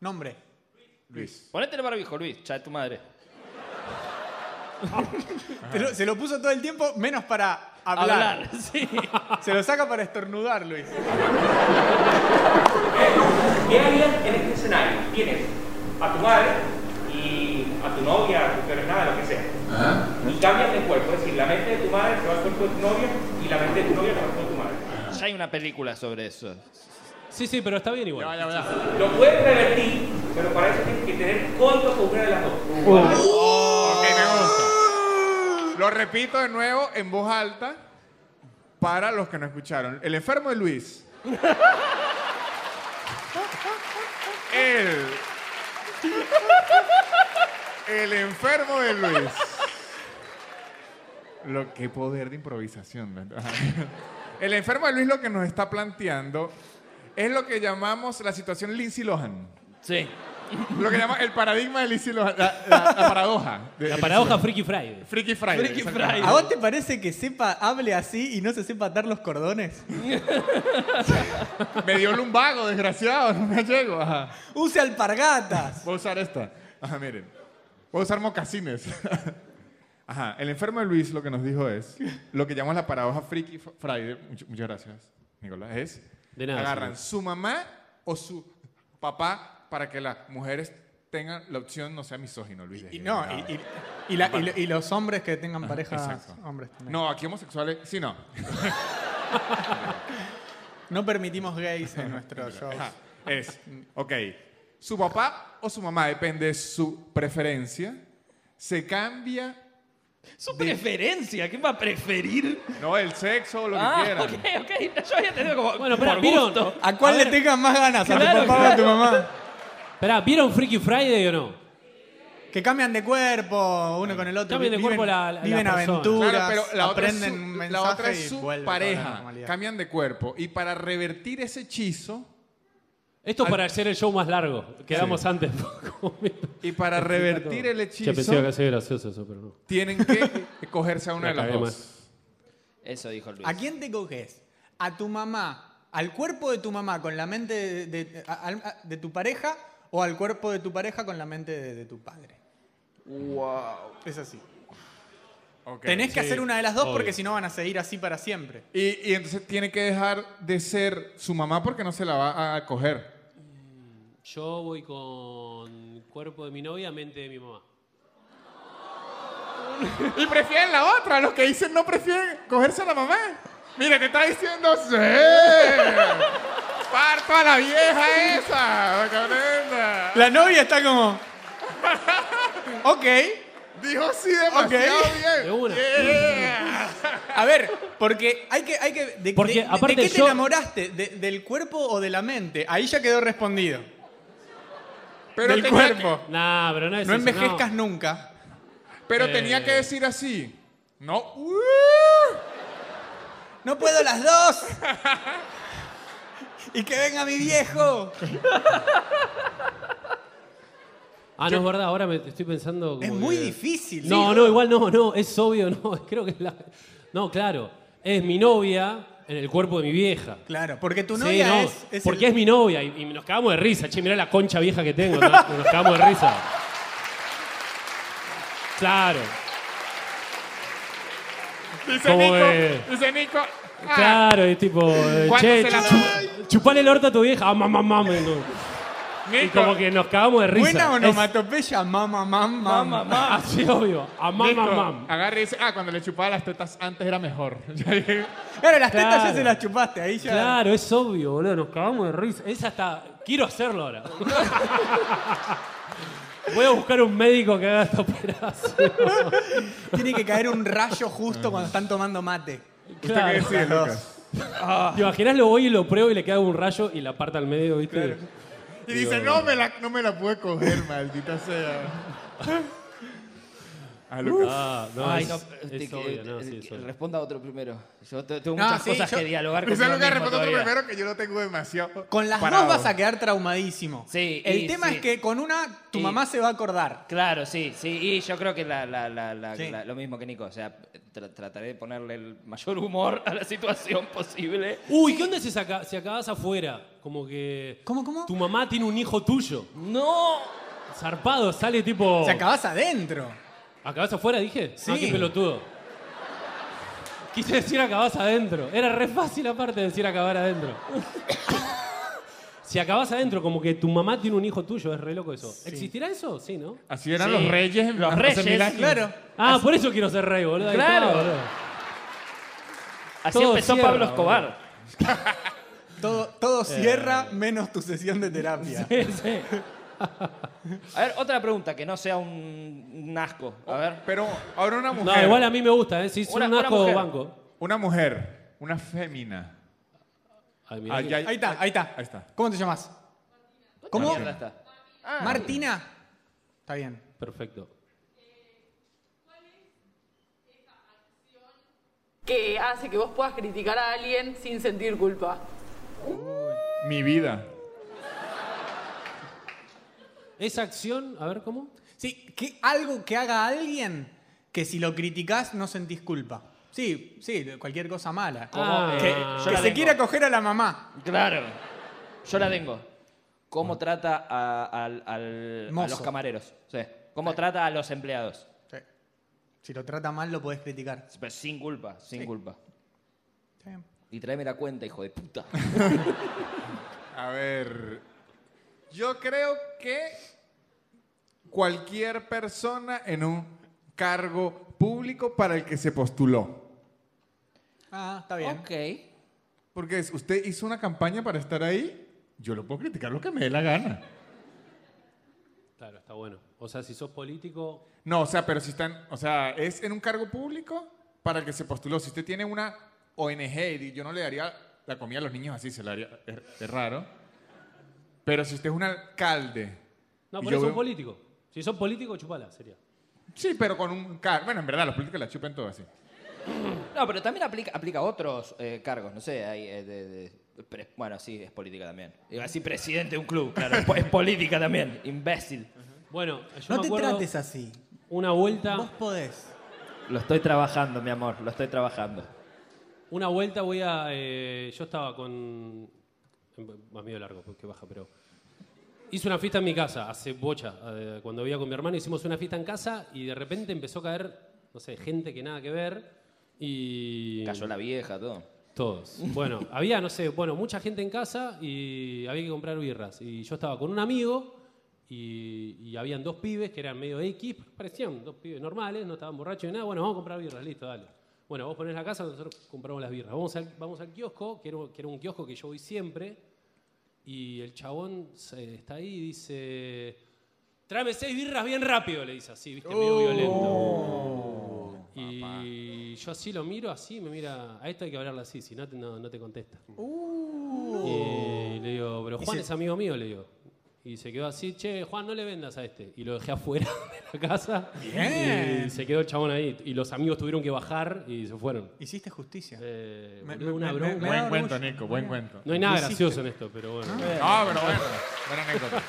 [SPEAKER 2] Nombre.
[SPEAKER 5] Luis.
[SPEAKER 3] Ponete el barbijo, Luis, ya de tu madre.
[SPEAKER 2] Se lo, se lo puso todo el tiempo, menos para hablar.
[SPEAKER 3] Hablar, sí.
[SPEAKER 2] Se lo saca para estornudar, Luis.
[SPEAKER 1] ¿Qué harías en este escenario? Tienes a tu madre y a tu novia, a tu pernada, lo que sea. Y cambias de cuerpo, es decir, la mente de tu madre se va al cuerpo de tu novia y la mente de tu novia se va al cuerpo de tu madre.
[SPEAKER 3] Ya hay una película sobre eso.
[SPEAKER 4] Sí, sí, pero está bien igual.
[SPEAKER 1] Lo puedes revertir, pero para eso tienes que tener control con una de las dos.
[SPEAKER 4] Ah.
[SPEAKER 5] Ok, me gusta. Lo repito de nuevo en voz alta para los que no escucharon. El enfermo de Luis. El. El enfermo de Luis. Lo, qué poder de improvisación. ¿verdad? El enfermo de Luis lo que nos está planteando es lo que llamamos la situación Lindsay Lohan.
[SPEAKER 3] Sí.
[SPEAKER 5] Lo que llama el paradigma de Lindsay Lohan. La, la- la paradoja. de-
[SPEAKER 4] La
[SPEAKER 5] de
[SPEAKER 4] paradoja
[SPEAKER 5] Lindsay
[SPEAKER 4] Freaky Friday.
[SPEAKER 5] Lohan. Freaky Friday.
[SPEAKER 3] Freaky
[SPEAKER 5] exacto.
[SPEAKER 3] Friday.
[SPEAKER 2] ¿A vos te parece que sepa, hable así y no se sepa atar los cordones?
[SPEAKER 5] Me dio lumbago, desgraciado. No me llego. Ajá.
[SPEAKER 2] Use alpargatas.
[SPEAKER 5] Voy a usar esta. Ajá, miren. Voy a usar mocasines. Ajá. El enfermo de Luis lo que nos dijo es, lo que llamamos la paradoja Freaky F- Friday, much- muchas gracias, Nicolás, es,
[SPEAKER 4] De nada,
[SPEAKER 5] agarran
[SPEAKER 4] señor.
[SPEAKER 5] su mamá o su papá para que las mujeres tengan la opción, no sea misógino, Luis.
[SPEAKER 2] Y no, y, y- y la- y lo- y los hombres que tengan parejas
[SPEAKER 5] exacto.
[SPEAKER 2] hombres también.
[SPEAKER 5] No, aquí homosexuales, sí, no.
[SPEAKER 2] No permitimos gays en nuestros shows.
[SPEAKER 5] Ajá, Es, ok, su papá o su mamá, depende de su preferencia, se cambia,
[SPEAKER 3] Su preferencia, ¿quién va a preferir?
[SPEAKER 5] no, el sexo o lo que
[SPEAKER 3] Ah,
[SPEAKER 5] quieran.
[SPEAKER 3] ok, ok. Yo había entendido como.
[SPEAKER 4] Bueno,
[SPEAKER 3] por
[SPEAKER 4] pero ¿vieron?
[SPEAKER 3] gusto.
[SPEAKER 2] ¿A cuál le tengas más ganas? ¿A
[SPEAKER 3] claro,
[SPEAKER 2] tu papá o a tu mamá?
[SPEAKER 4] Esperá, ¿vieron Freaky Friday o no?
[SPEAKER 2] Que cambian de cuerpo uno con el otro.
[SPEAKER 4] Cambian de
[SPEAKER 2] viven,
[SPEAKER 4] cuerpo la- la- la
[SPEAKER 2] viven
[SPEAKER 4] persona.
[SPEAKER 2] aventuras,
[SPEAKER 5] Claro, pero la otra es
[SPEAKER 2] aprenden un
[SPEAKER 5] su, la
[SPEAKER 2] mensaje
[SPEAKER 5] otra es
[SPEAKER 2] y
[SPEAKER 5] su
[SPEAKER 2] vuelve toda la
[SPEAKER 5] pareja.
[SPEAKER 2] normalidad.
[SPEAKER 5] Cambian de cuerpo. Y para revertir ese hechizo,
[SPEAKER 4] Esto para hacer el show más largo. Quedamos
[SPEAKER 5] Sí.
[SPEAKER 4] antes.
[SPEAKER 5] y para revertir el
[SPEAKER 4] Yo pensé que
[SPEAKER 5] hechizo,
[SPEAKER 4] hacía gracioso eso, pero no.
[SPEAKER 5] tienen que cogerse a una
[SPEAKER 4] La
[SPEAKER 5] de las
[SPEAKER 4] cagué
[SPEAKER 5] dos.
[SPEAKER 4] más.
[SPEAKER 3] Eso dijo Luis.
[SPEAKER 2] ¿A quién te coges? ¿A tu mamá? ¿Al cuerpo de tu mamá con la mente de, de- a- a- de tu pareja? ¿O al cuerpo de tu pareja con la mente de, de tu padre?
[SPEAKER 9] Wow.
[SPEAKER 2] Es así.
[SPEAKER 5] Ok.
[SPEAKER 2] Tenés que
[SPEAKER 4] sí,
[SPEAKER 2] hacer una de las dos porque
[SPEAKER 4] obvio.
[SPEAKER 2] si no van a seguir así para siempre.
[SPEAKER 5] Y, y entonces tiene que dejar de ser su mamá porque no se la va a coger.
[SPEAKER 4] Yo voy con cuerpo de mi novia, mente de mi mamá.
[SPEAKER 5] Y prefieren la otra. Los que dicen no prefieren cogerse a la mamá. Mira, te está diciendo, sí. Parto a la vieja esa. cabrona.
[SPEAKER 2] La novia está como. Ok.
[SPEAKER 5] Dijo sí demasiado
[SPEAKER 2] Ok.
[SPEAKER 5] bien.
[SPEAKER 4] De una.
[SPEAKER 5] Yeah.
[SPEAKER 2] A ver, porque hay que. Hay que de,
[SPEAKER 4] Porque
[SPEAKER 2] de- de-
[SPEAKER 4] aparte
[SPEAKER 2] ¿de qué te
[SPEAKER 4] yo-
[SPEAKER 2] enamoraste? ¿De- ¿Del cuerpo o de la mente? Ahí ya quedó respondido.
[SPEAKER 5] Pero
[SPEAKER 2] del
[SPEAKER 5] tenía
[SPEAKER 2] cuerpo.
[SPEAKER 4] Nah, pero no es
[SPEAKER 2] No
[SPEAKER 4] eso,
[SPEAKER 2] envejezcas nunca.
[SPEAKER 5] Pero
[SPEAKER 4] Eh.
[SPEAKER 5] tenía que decir así. No. Uh.
[SPEAKER 2] ¡No puedo las dos! ¡Y que venga mi viejo!
[SPEAKER 4] Ah, no, es verdad, ahora me estoy pensando. como
[SPEAKER 2] Es muy
[SPEAKER 4] que-
[SPEAKER 2] difícil.
[SPEAKER 4] eh. No, no, igual no, no, es obvio, no. Creo que la. No, claro. Es mi novia en el cuerpo de mi vieja.
[SPEAKER 2] Claro, porque tu
[SPEAKER 4] Sí,
[SPEAKER 2] novia
[SPEAKER 4] no,
[SPEAKER 2] es, es
[SPEAKER 4] porque
[SPEAKER 2] el-
[SPEAKER 4] es mi novia y, y nos cagamos de risa. Che, mirá la concha vieja que tengo. ¿no? Nos cagamos de risa. Claro,
[SPEAKER 5] Dice
[SPEAKER 4] ¿Cómo
[SPEAKER 5] Nico.
[SPEAKER 4] ve?
[SPEAKER 5] Dice Nico. ah,
[SPEAKER 4] claro, es tipo, eh,
[SPEAKER 5] ¿Cuándo
[SPEAKER 4] che,
[SPEAKER 5] se la
[SPEAKER 4] chu-
[SPEAKER 5] doy?
[SPEAKER 4] chupale el orto a tu vieja. Ah, mamá, mamá. Y
[SPEAKER 5] Nico.
[SPEAKER 4] como que nos cagamos de risa.
[SPEAKER 2] Buena
[SPEAKER 4] Es-
[SPEAKER 2] onomatopeya, mamá, mamá,
[SPEAKER 3] Mamá,
[SPEAKER 2] mamá.
[SPEAKER 3] mamá.
[SPEAKER 4] Así obvio. A mamá,
[SPEAKER 5] Nico,
[SPEAKER 4] mamá.
[SPEAKER 5] Agarra y dice, ah, cuando le chupaba las tetas antes era mejor. Ya dije,
[SPEAKER 2] Claro, las tetas ya
[SPEAKER 4] Claro.
[SPEAKER 2] se las chupaste, ahí ya.
[SPEAKER 4] Claro, es obvio, boludo. Nos cagamos de risa. Esa hasta. Quiero hacerlo ahora. Voy a buscar un médico que haga esta operación.
[SPEAKER 2] Tiene que caer un rayo justo cuando están tomando mate.
[SPEAKER 5] ¿Usted qué decía,
[SPEAKER 2] Las dos.
[SPEAKER 5] Lucas?
[SPEAKER 4] ¿Te imaginas lo voy y lo pruebo y le cago un rayo y la parte al medio, viste?
[SPEAKER 5] Y dice, no me, la, no me la pude coger, maldita sea. Ah, Lucas.
[SPEAKER 4] Ah, no,
[SPEAKER 3] Ay,
[SPEAKER 4] es,
[SPEAKER 3] no, este,
[SPEAKER 4] es
[SPEAKER 3] te-
[SPEAKER 4] obvio, no,
[SPEAKER 3] te-
[SPEAKER 4] sí,
[SPEAKER 3] te-
[SPEAKER 4] es obvio.
[SPEAKER 3] responda otro primero. Yo te- tengo
[SPEAKER 2] No,
[SPEAKER 3] muchas
[SPEAKER 2] sí,
[SPEAKER 3] cosas
[SPEAKER 2] yo-
[SPEAKER 3] que dialogar con
[SPEAKER 5] Dice Lucas, responde otro
[SPEAKER 3] primero.
[SPEAKER 5] primero que yo lo tengo demasiado.
[SPEAKER 2] Con las
[SPEAKER 5] parado.
[SPEAKER 2] dos vas a quedar traumadísimo.
[SPEAKER 3] Sí,
[SPEAKER 2] El
[SPEAKER 3] y
[SPEAKER 2] tema
[SPEAKER 3] sí.
[SPEAKER 2] es que con una tu
[SPEAKER 3] Y-
[SPEAKER 2] mamá se va a acordar.
[SPEAKER 3] Claro, sí, sí. Y yo creo que la- la- la- la-
[SPEAKER 2] Sí.
[SPEAKER 3] la- lo mismo que Nico. O sea, tra- trataré de ponerle el mayor humor a la situación posible.
[SPEAKER 4] Uy, ¿qué onda si, saca- si acabas afuera? Como que.
[SPEAKER 2] ¿Cómo, cómo?
[SPEAKER 4] Tu mamá tiene un hijo tuyo.
[SPEAKER 3] ¡No!
[SPEAKER 4] Zarpado, sale tipo.
[SPEAKER 2] Se acabas adentro.
[SPEAKER 4] ¿Acabás afuera, dije?
[SPEAKER 2] Sí.
[SPEAKER 4] Ah, qué pelotudo. Quise decir acabás adentro. Era re fácil aparte decir acabar adentro. si acabás adentro, como que tu mamá tiene un hijo tuyo, es re loco eso. ¿Existirá eso? Sí, ¿no?
[SPEAKER 5] Así eran
[SPEAKER 3] Sí.
[SPEAKER 5] los reyes. en-
[SPEAKER 3] Los
[SPEAKER 5] hace
[SPEAKER 3] reyes,
[SPEAKER 5] mil años.
[SPEAKER 2] Claro.
[SPEAKER 4] Ah, por eso quiero ser rey, boludo. Ahí está,
[SPEAKER 3] Claro.
[SPEAKER 4] boludo.
[SPEAKER 3] Así
[SPEAKER 4] Todo
[SPEAKER 3] empezó
[SPEAKER 4] cierra,
[SPEAKER 3] Pablo
[SPEAKER 4] boludo.
[SPEAKER 3] Escobar.
[SPEAKER 2] Todo, todo cierra menos tu sesión de terapia.
[SPEAKER 4] Sí.
[SPEAKER 3] A ver, otra pregunta que no sea un, un asco. A ver.
[SPEAKER 5] Pero ahora una mujer.
[SPEAKER 4] No, igual a mí me gusta, ¿eh? Si es
[SPEAKER 3] Una-
[SPEAKER 4] un
[SPEAKER 3] una
[SPEAKER 4] asco
[SPEAKER 3] mujer.
[SPEAKER 4] banco.
[SPEAKER 5] Una mujer. Una fémina.
[SPEAKER 4] Ay, mirá
[SPEAKER 5] Ah,
[SPEAKER 4] que-
[SPEAKER 5] ya-
[SPEAKER 2] Ahí está, ahí está.
[SPEAKER 5] Ahí está.
[SPEAKER 2] ¿Cómo te llamas?
[SPEAKER 3] La
[SPEAKER 2] ¿Cómo?
[SPEAKER 3] mierda está.
[SPEAKER 2] Martina. Está bien.
[SPEAKER 4] Perfecto.
[SPEAKER 10] que hace que vos puedas criticar a alguien sin sentir culpa.
[SPEAKER 5] Mi vida.
[SPEAKER 4] Esa acción, a ver cómo.
[SPEAKER 2] Sí, que algo que haga alguien que si lo criticás no sentís culpa. Sí, sí, cualquier cosa mala.
[SPEAKER 3] Como,
[SPEAKER 4] Ah.
[SPEAKER 3] eh,
[SPEAKER 2] que
[SPEAKER 3] yo
[SPEAKER 2] que
[SPEAKER 3] la
[SPEAKER 2] se
[SPEAKER 3] tengo.
[SPEAKER 2] quiera coger a la mamá.
[SPEAKER 3] Claro. Yo la tengo. ¿Cómo trata a, al- al- a
[SPEAKER 2] Mozo.
[SPEAKER 3] los camareros? Sí. ¿Cómo trata a los empleados?
[SPEAKER 2] Sí. Si lo trata mal lo podés criticar.
[SPEAKER 3] Pero sin culpa, sin
[SPEAKER 2] Sí.
[SPEAKER 3] culpa.
[SPEAKER 2] Está bien.
[SPEAKER 3] Y tráeme la cuenta, hijo de puta.
[SPEAKER 5] A ver. Yo creo que cualquier persona en un cargo público para el que se postuló.
[SPEAKER 2] Ah, está bien.
[SPEAKER 3] ok.
[SPEAKER 5] Porque es, usted hizo una campaña para estar ahí, yo lo puedo criticar lo que me dé la gana.
[SPEAKER 4] Claro, está bueno. O sea, si sos político,
[SPEAKER 5] No, o sea, pero si están, o sea, es en un cargo público para el que se postuló. Si usted tiene una ONG, y yo no le daría la comida a los niños así, se la haría, es, es raro. Pero si usted es un alcalde.
[SPEAKER 4] No,
[SPEAKER 5] y
[SPEAKER 4] pero
[SPEAKER 5] yo
[SPEAKER 4] es un
[SPEAKER 5] veo-
[SPEAKER 4] político. Si sos político, chupala, sería.
[SPEAKER 5] Sí, pero con un cargo. Bueno, en verdad, los políticos la chupen todo así.
[SPEAKER 3] No, pero también aplica, aplica a otros eh, cargos, no sé, hay, eh, de- de- pre- bueno, sí, es política también. Iba a decir presidente de un club, claro, es po- es política también, imbécil.
[SPEAKER 4] Bueno, yo
[SPEAKER 2] No
[SPEAKER 4] me
[SPEAKER 2] te
[SPEAKER 4] acuerdo Ah.
[SPEAKER 2] trates así.
[SPEAKER 4] una
[SPEAKER 2] Vos
[SPEAKER 4] vuelta,
[SPEAKER 2] podés.
[SPEAKER 3] Lo estoy trabajando, mi amor, lo estoy trabajando.
[SPEAKER 4] una vuelta voy a, eh, yo estaba con, más medio largo, porque baja, pero hice una fiesta en mi casa hace bocha, eh, cuando vivía con mi hermano hicimos una fiesta en casa y de repente empezó a caer, no sé, gente que nada que ver y
[SPEAKER 3] Cayó la vieja, todo.
[SPEAKER 4] Todos. Bueno, había, no sé, bueno, mucha gente en casa y había que comprar birras. Y yo estaba con un amigo y, y habían dos pibes que eran medio X, parecían dos pibes normales, no estaban borrachos ni nada. Bueno, vamos a comprar birras, listo, dale. Bueno, vos ponés la casa, nosotros compramos las birras. Vamos al, vamos al kiosco, que era, que era un kiosco que yo voy siempre, y el chabón se- está ahí y dice, tráeme seis birras bien rápido, le dice así, viste, medio
[SPEAKER 2] Oh.
[SPEAKER 4] violento. Y yo así lo miro, así me mira. A esto hay que hablarle así, si no, te- no, no te contesta. Y le digo, pero Juan
[SPEAKER 2] Oh. se-
[SPEAKER 4] es amigo mío, le digo. Y se quedó así, che, Juan, no le vendas a este. Y lo dejé afuera de la casa.
[SPEAKER 2] Bien.
[SPEAKER 4] Y se quedó el chabón ahí. Y los amigos tuvieron que bajar y se fueron.
[SPEAKER 2] Hiciste justicia.
[SPEAKER 4] Eh,
[SPEAKER 2] Me-
[SPEAKER 4] boludo,
[SPEAKER 2] me-
[SPEAKER 4] una
[SPEAKER 2] me-
[SPEAKER 4] bronca.
[SPEAKER 2] me- da
[SPEAKER 5] Buen cuento,
[SPEAKER 2] orgullo.
[SPEAKER 5] Nico, buen cuento.
[SPEAKER 4] No hay nada gracioso en esto, pero bueno.
[SPEAKER 2] Ah.
[SPEAKER 5] No, pero bueno, buena anécdota.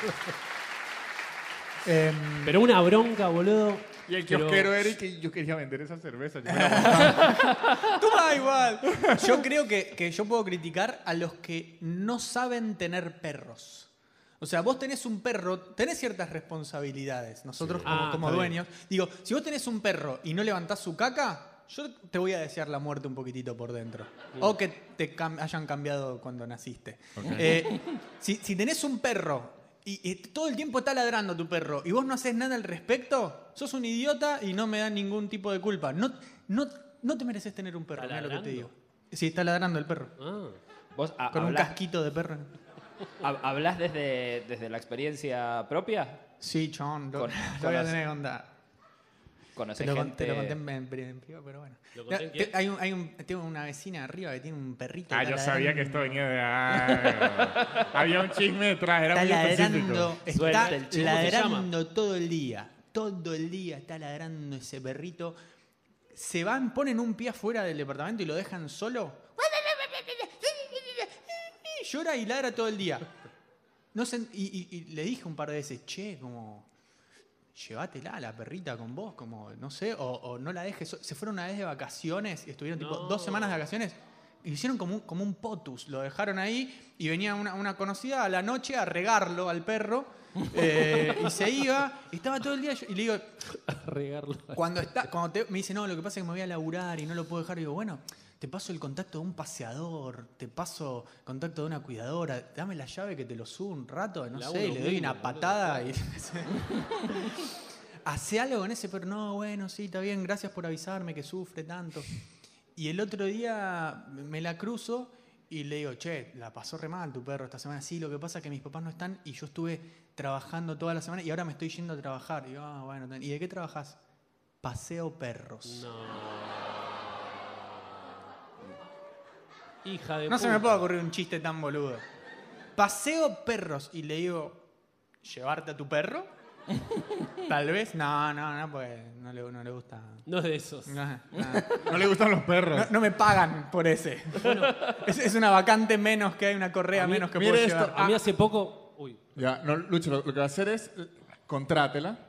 [SPEAKER 2] Em,
[SPEAKER 4] Pero una bronca, boludo.
[SPEAKER 5] Y el
[SPEAKER 4] Pero-
[SPEAKER 5] kiosquero era y que yo quería vender esa cerveza. Yo me la
[SPEAKER 2] Toma igual. Yo creo que, que yo puedo criticar a los que no saben tener perros. O sea, vos tenés un perro, tenés ciertas responsabilidades, nosotros como,
[SPEAKER 4] Ah,
[SPEAKER 2] como
[SPEAKER 4] está bien.
[SPEAKER 2] dueños. Digo, si vos tenés un perro y no levantás su caca, yo te voy a desear la muerte un poquitito por dentro. O que te cam- hayan cambiado cuando naciste. Eh, si, si tenés un perro y, y todo el tiempo está ladrando tu perro y vos no haces nada al respecto, sos un idiota y no me da ningún tipo de culpa. No, no, no te mereces tener un perro,
[SPEAKER 4] ¿Está
[SPEAKER 2] mirá lo que te digo.
[SPEAKER 4] ladrando?
[SPEAKER 2] Sí, está ladrando el perro.
[SPEAKER 4] Ah,
[SPEAKER 3] ¿Vos ha-
[SPEAKER 2] Con un
[SPEAKER 3] hablás,
[SPEAKER 2] casquito de perro.
[SPEAKER 3] ha- hablás desde, desde la experiencia propia?
[SPEAKER 2] Sí, chon, lo,
[SPEAKER 3] Con-
[SPEAKER 2] lo
[SPEAKER 3] con
[SPEAKER 2] voy a
[SPEAKER 3] las-
[SPEAKER 2] tener que contar. Te
[SPEAKER 3] ¿Conocés
[SPEAKER 2] lo, con-
[SPEAKER 3] gente?
[SPEAKER 2] te lo conté en, en- en privado, pero bueno.
[SPEAKER 4] ¿Lo conté en
[SPEAKER 2] Te-
[SPEAKER 4] qué?
[SPEAKER 2] hay un- hay un- tengo una vecina arriba que tiene un perrito.
[SPEAKER 5] Ah,
[SPEAKER 2] está
[SPEAKER 5] yo sabía
[SPEAKER 2] ladrando.
[SPEAKER 5] que esto venía de. Ah, había un chisme detrás,
[SPEAKER 2] Está
[SPEAKER 5] era muy
[SPEAKER 2] ladrando,
[SPEAKER 5] específico.
[SPEAKER 2] está
[SPEAKER 3] Suelta el chico.
[SPEAKER 4] ¿Cómo se
[SPEAKER 2] ladrando todo el día. Todo el día está ladrando ese perrito. Se van, ponen un pie afuera del departamento y lo dejan solo. Llora y ladra todo el día. No sé, y, y- y le dije un par de veces, che, como, llévatela a la perrita con vos, como, no sé, o, o no la dejes. so-". Se fueron una vez de vacaciones, y estuvieron tipo
[SPEAKER 4] No.
[SPEAKER 2] dos semanas de vacaciones, y hicieron como un, como un potus, lo dejaron ahí, y venía una, una conocida a la noche a regarlo al perro, eh, y se iba, y estaba todo el día, yo- y le digo,
[SPEAKER 4] regarlo.
[SPEAKER 2] cuando está, cuando te- me dice, no, lo que pasa es que me voy a laburar y no lo puedo dejar, digo, bueno, te paso el contacto de un paseador, te paso contacto de una cuidadora, dame la llave que te lo subo un rato, no
[SPEAKER 4] La
[SPEAKER 2] sé, y
[SPEAKER 4] uno
[SPEAKER 2] le doy
[SPEAKER 4] mismo,
[SPEAKER 2] una
[SPEAKER 4] boludo,
[SPEAKER 2] patada y. Hace algo con ese, pero no, bueno, sí, está bien, gracias por avisarme que sufre tanto. Y el otro día me la cruzo y le digo, che, la pasó re mal tu perro esta semana. Sí, lo que pasa es que mis papás no están y yo estuve trabajando toda la semana y ahora me estoy yendo a trabajar. Y digo, ah, bueno, ten- ¿y de qué trabajas? Paseo perros.
[SPEAKER 4] Hija de
[SPEAKER 2] No se me
[SPEAKER 4] puta.
[SPEAKER 2] puede ocurrir un chiste tan boludo. Paseo perros y le digo, ¿llevarte a tu perro? Tal vez, no, no, no, pues no le, no le gusta.
[SPEAKER 4] No es de esos.
[SPEAKER 2] No, no.
[SPEAKER 5] No le gustan los perros.
[SPEAKER 2] No, no me pagan por ese. es, es una vacante menos que hay, una correa
[SPEAKER 4] A mí-
[SPEAKER 2] menos que
[SPEAKER 5] mire
[SPEAKER 2] puedo Ah.
[SPEAKER 5] esto,
[SPEAKER 2] llevar.
[SPEAKER 4] A mí hace poco. Uy.
[SPEAKER 5] Ya, no, Lucho, lo, lo que va a hacer es eh, contrátela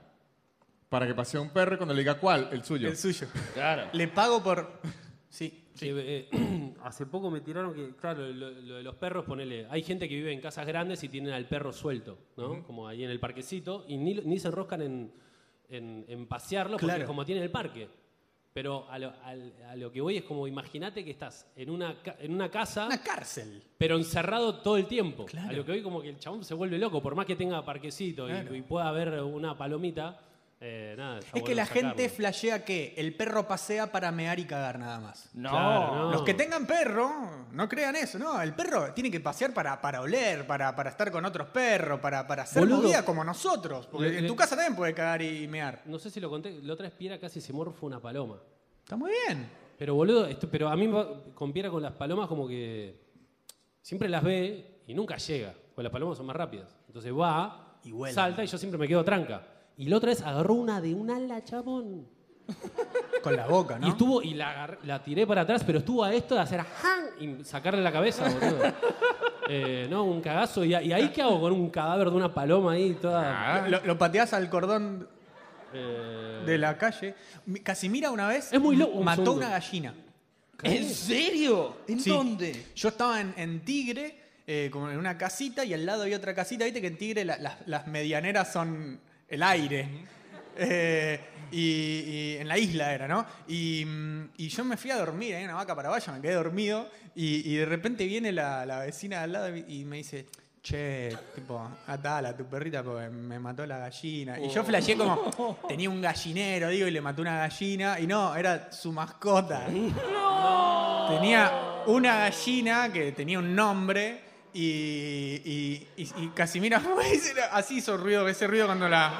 [SPEAKER 5] para que pase un perro y cuando le diga cuál, el suyo.
[SPEAKER 2] El suyo.
[SPEAKER 3] Claro.
[SPEAKER 2] Le pago por... Sí.
[SPEAKER 4] Eh, eh, hace poco me tiraron que, claro, lo, lo de los perros, ponele. Hay gente que vive en casas grandes y tienen al perro suelto, ¿no? Como ahí en el parquecito, y ni, ni se enroscan en, en, en pasearlo porque
[SPEAKER 2] Claro.
[SPEAKER 4] es como tienen el parque. Pero a lo, al- a lo que voy es como, imagínate que estás en una, ca- en una casa,
[SPEAKER 2] Una cárcel.
[SPEAKER 4] pero encerrado todo el tiempo.
[SPEAKER 2] Claro.
[SPEAKER 4] A lo que voy como que el chabón se vuelve loco, por más que tenga parquecito y-
[SPEAKER 2] Claro.
[SPEAKER 4] y, pueda haber una palomita. eh, nada, ya
[SPEAKER 2] Es que
[SPEAKER 4] vuelve
[SPEAKER 2] la
[SPEAKER 4] a sacarlo.
[SPEAKER 2] gente flashea que el perro pasea para mear y cagar nada más.
[SPEAKER 3] No.
[SPEAKER 4] Claro, no.
[SPEAKER 2] Los que tengan perro, no crean eso, no. El perro tiene que pasear para, para oler, para, para estar con otros perros, para, para hacer
[SPEAKER 4] Boludo.
[SPEAKER 2] movida como nosotros. Porque
[SPEAKER 4] Le-
[SPEAKER 2] en
[SPEAKER 4] le-
[SPEAKER 2] tu casa también puede cagar y mear.
[SPEAKER 4] No sé si lo conté, la otra vez Piera casi se morfó una paloma.
[SPEAKER 2] Está muy bien.
[SPEAKER 4] Pero boludo, esto- pero a mí me va- con Piera con las palomas como que siempre las ve y nunca llega. Pues las palomas son más rápidas. Entonces va,
[SPEAKER 2] Y vuela.
[SPEAKER 4] salta y yo siempre me quedo tranca. Y la otra vez agarró una de un ala, chabón.
[SPEAKER 2] Con la boca,
[SPEAKER 4] Y
[SPEAKER 2] ¿no?
[SPEAKER 4] estuvo, y la, agarr- la tiré para atrás, pero estuvo a esto de hacer ajá y sacarle la cabeza, boludo. Eh, no, un cagazo. ¿Y, a- y ahí qué hago con un cadáver de una paloma ahí toda?
[SPEAKER 2] Lo, lo pateás al cordón
[SPEAKER 4] Ah. eh,
[SPEAKER 2] de la calle. Mi- Casimira una vez
[SPEAKER 4] Es muy loco, un
[SPEAKER 2] mató
[SPEAKER 4] segundo.
[SPEAKER 2] una gallina.
[SPEAKER 9] ¿En serio? ¿En
[SPEAKER 2] Sí.
[SPEAKER 9] dónde?
[SPEAKER 2] Yo estaba en, en Tigre, eh, como en una casita, y al lado había otra casita. Viste que en Tigre la- las- las medianeras son el aire. Eh, y, y en la isla era, ¿no? Y, mm, y yo me fui a dormir, hay una vaca para vaya, me quedé dormido. Y, y de repente viene la, la vecina de al lado y y me dice. Che, tipo, atala a tu perrita porque me mató la gallina. Y yo flasheé como, tenía un gallinero, digo, y le mató una gallina. Y no, era su mascota. Tenía una gallina que tenía un nombre y, y, y, y Casimira fue y se la- así hizo ruido, ese ruido cuando la.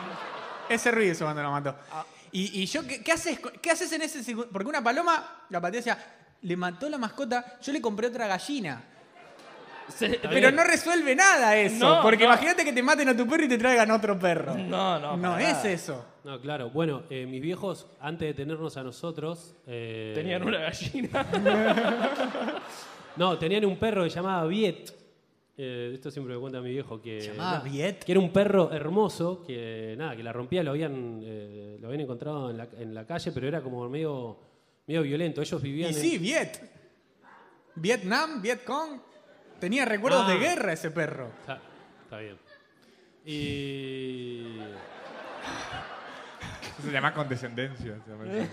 [SPEAKER 2] Ese ruido hizo cuando la mató.
[SPEAKER 3] Ah.
[SPEAKER 2] Y, y yo, ¿qué, qué haces, co- ¿qué haces en ese segundo? Porque una paloma, la patea decía, le mató la mascota, yo le compré otra gallina.
[SPEAKER 3] Se-
[SPEAKER 2] Pero no resuelve nada eso.
[SPEAKER 3] No,
[SPEAKER 2] porque
[SPEAKER 3] no.
[SPEAKER 2] imagínate que te maten a tu perro y te traigan otro perro.
[SPEAKER 3] No, no,
[SPEAKER 2] No
[SPEAKER 3] para
[SPEAKER 2] es
[SPEAKER 3] nada.
[SPEAKER 2] eso.
[SPEAKER 4] No, claro. Bueno, eh, mis viejos, antes de tenernos a nosotros... eh,
[SPEAKER 3] Tenían una gallina.
[SPEAKER 4] No, tenían un perro que llamaba Viet. Eh, esto siempre me cuenta mi viejo que.
[SPEAKER 2] ¿Llamaba
[SPEAKER 4] nada,
[SPEAKER 2] Viet?
[SPEAKER 4] Que era un perro hermoso, que nada, que la rompía, lo habían, eh, lo habían encontrado en la, en la calle, pero era como medio, medio violento. Ellos vivían.
[SPEAKER 2] Y
[SPEAKER 4] en-
[SPEAKER 2] sí, Viet. Vietnam, Vietcong. Tenía recuerdos
[SPEAKER 4] Ah.
[SPEAKER 2] de guerra ese perro.
[SPEAKER 4] Está, está bien. Y.
[SPEAKER 5] Eso se llama condescendencia. se llama
[SPEAKER 4] Eh,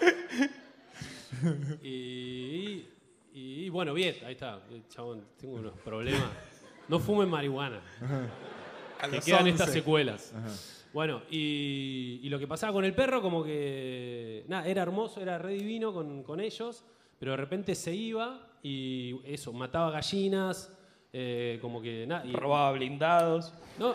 [SPEAKER 5] eso.
[SPEAKER 4] Y. y- y bueno, Viet, ahí está. Eh, Chabón, tengo unos problemas. No fumen marihuana. Te
[SPEAKER 2] los
[SPEAKER 4] quedan
[SPEAKER 2] 11.
[SPEAKER 4] estas secuelas. Bueno, y, y lo que pasaba con el perro, como que. Nada, era hermoso, era re divino con, con ellos, pero de repente se iba y eso, mataba gallinas, eh, como que. nada, y,
[SPEAKER 3] Robaba blindados.
[SPEAKER 4] no,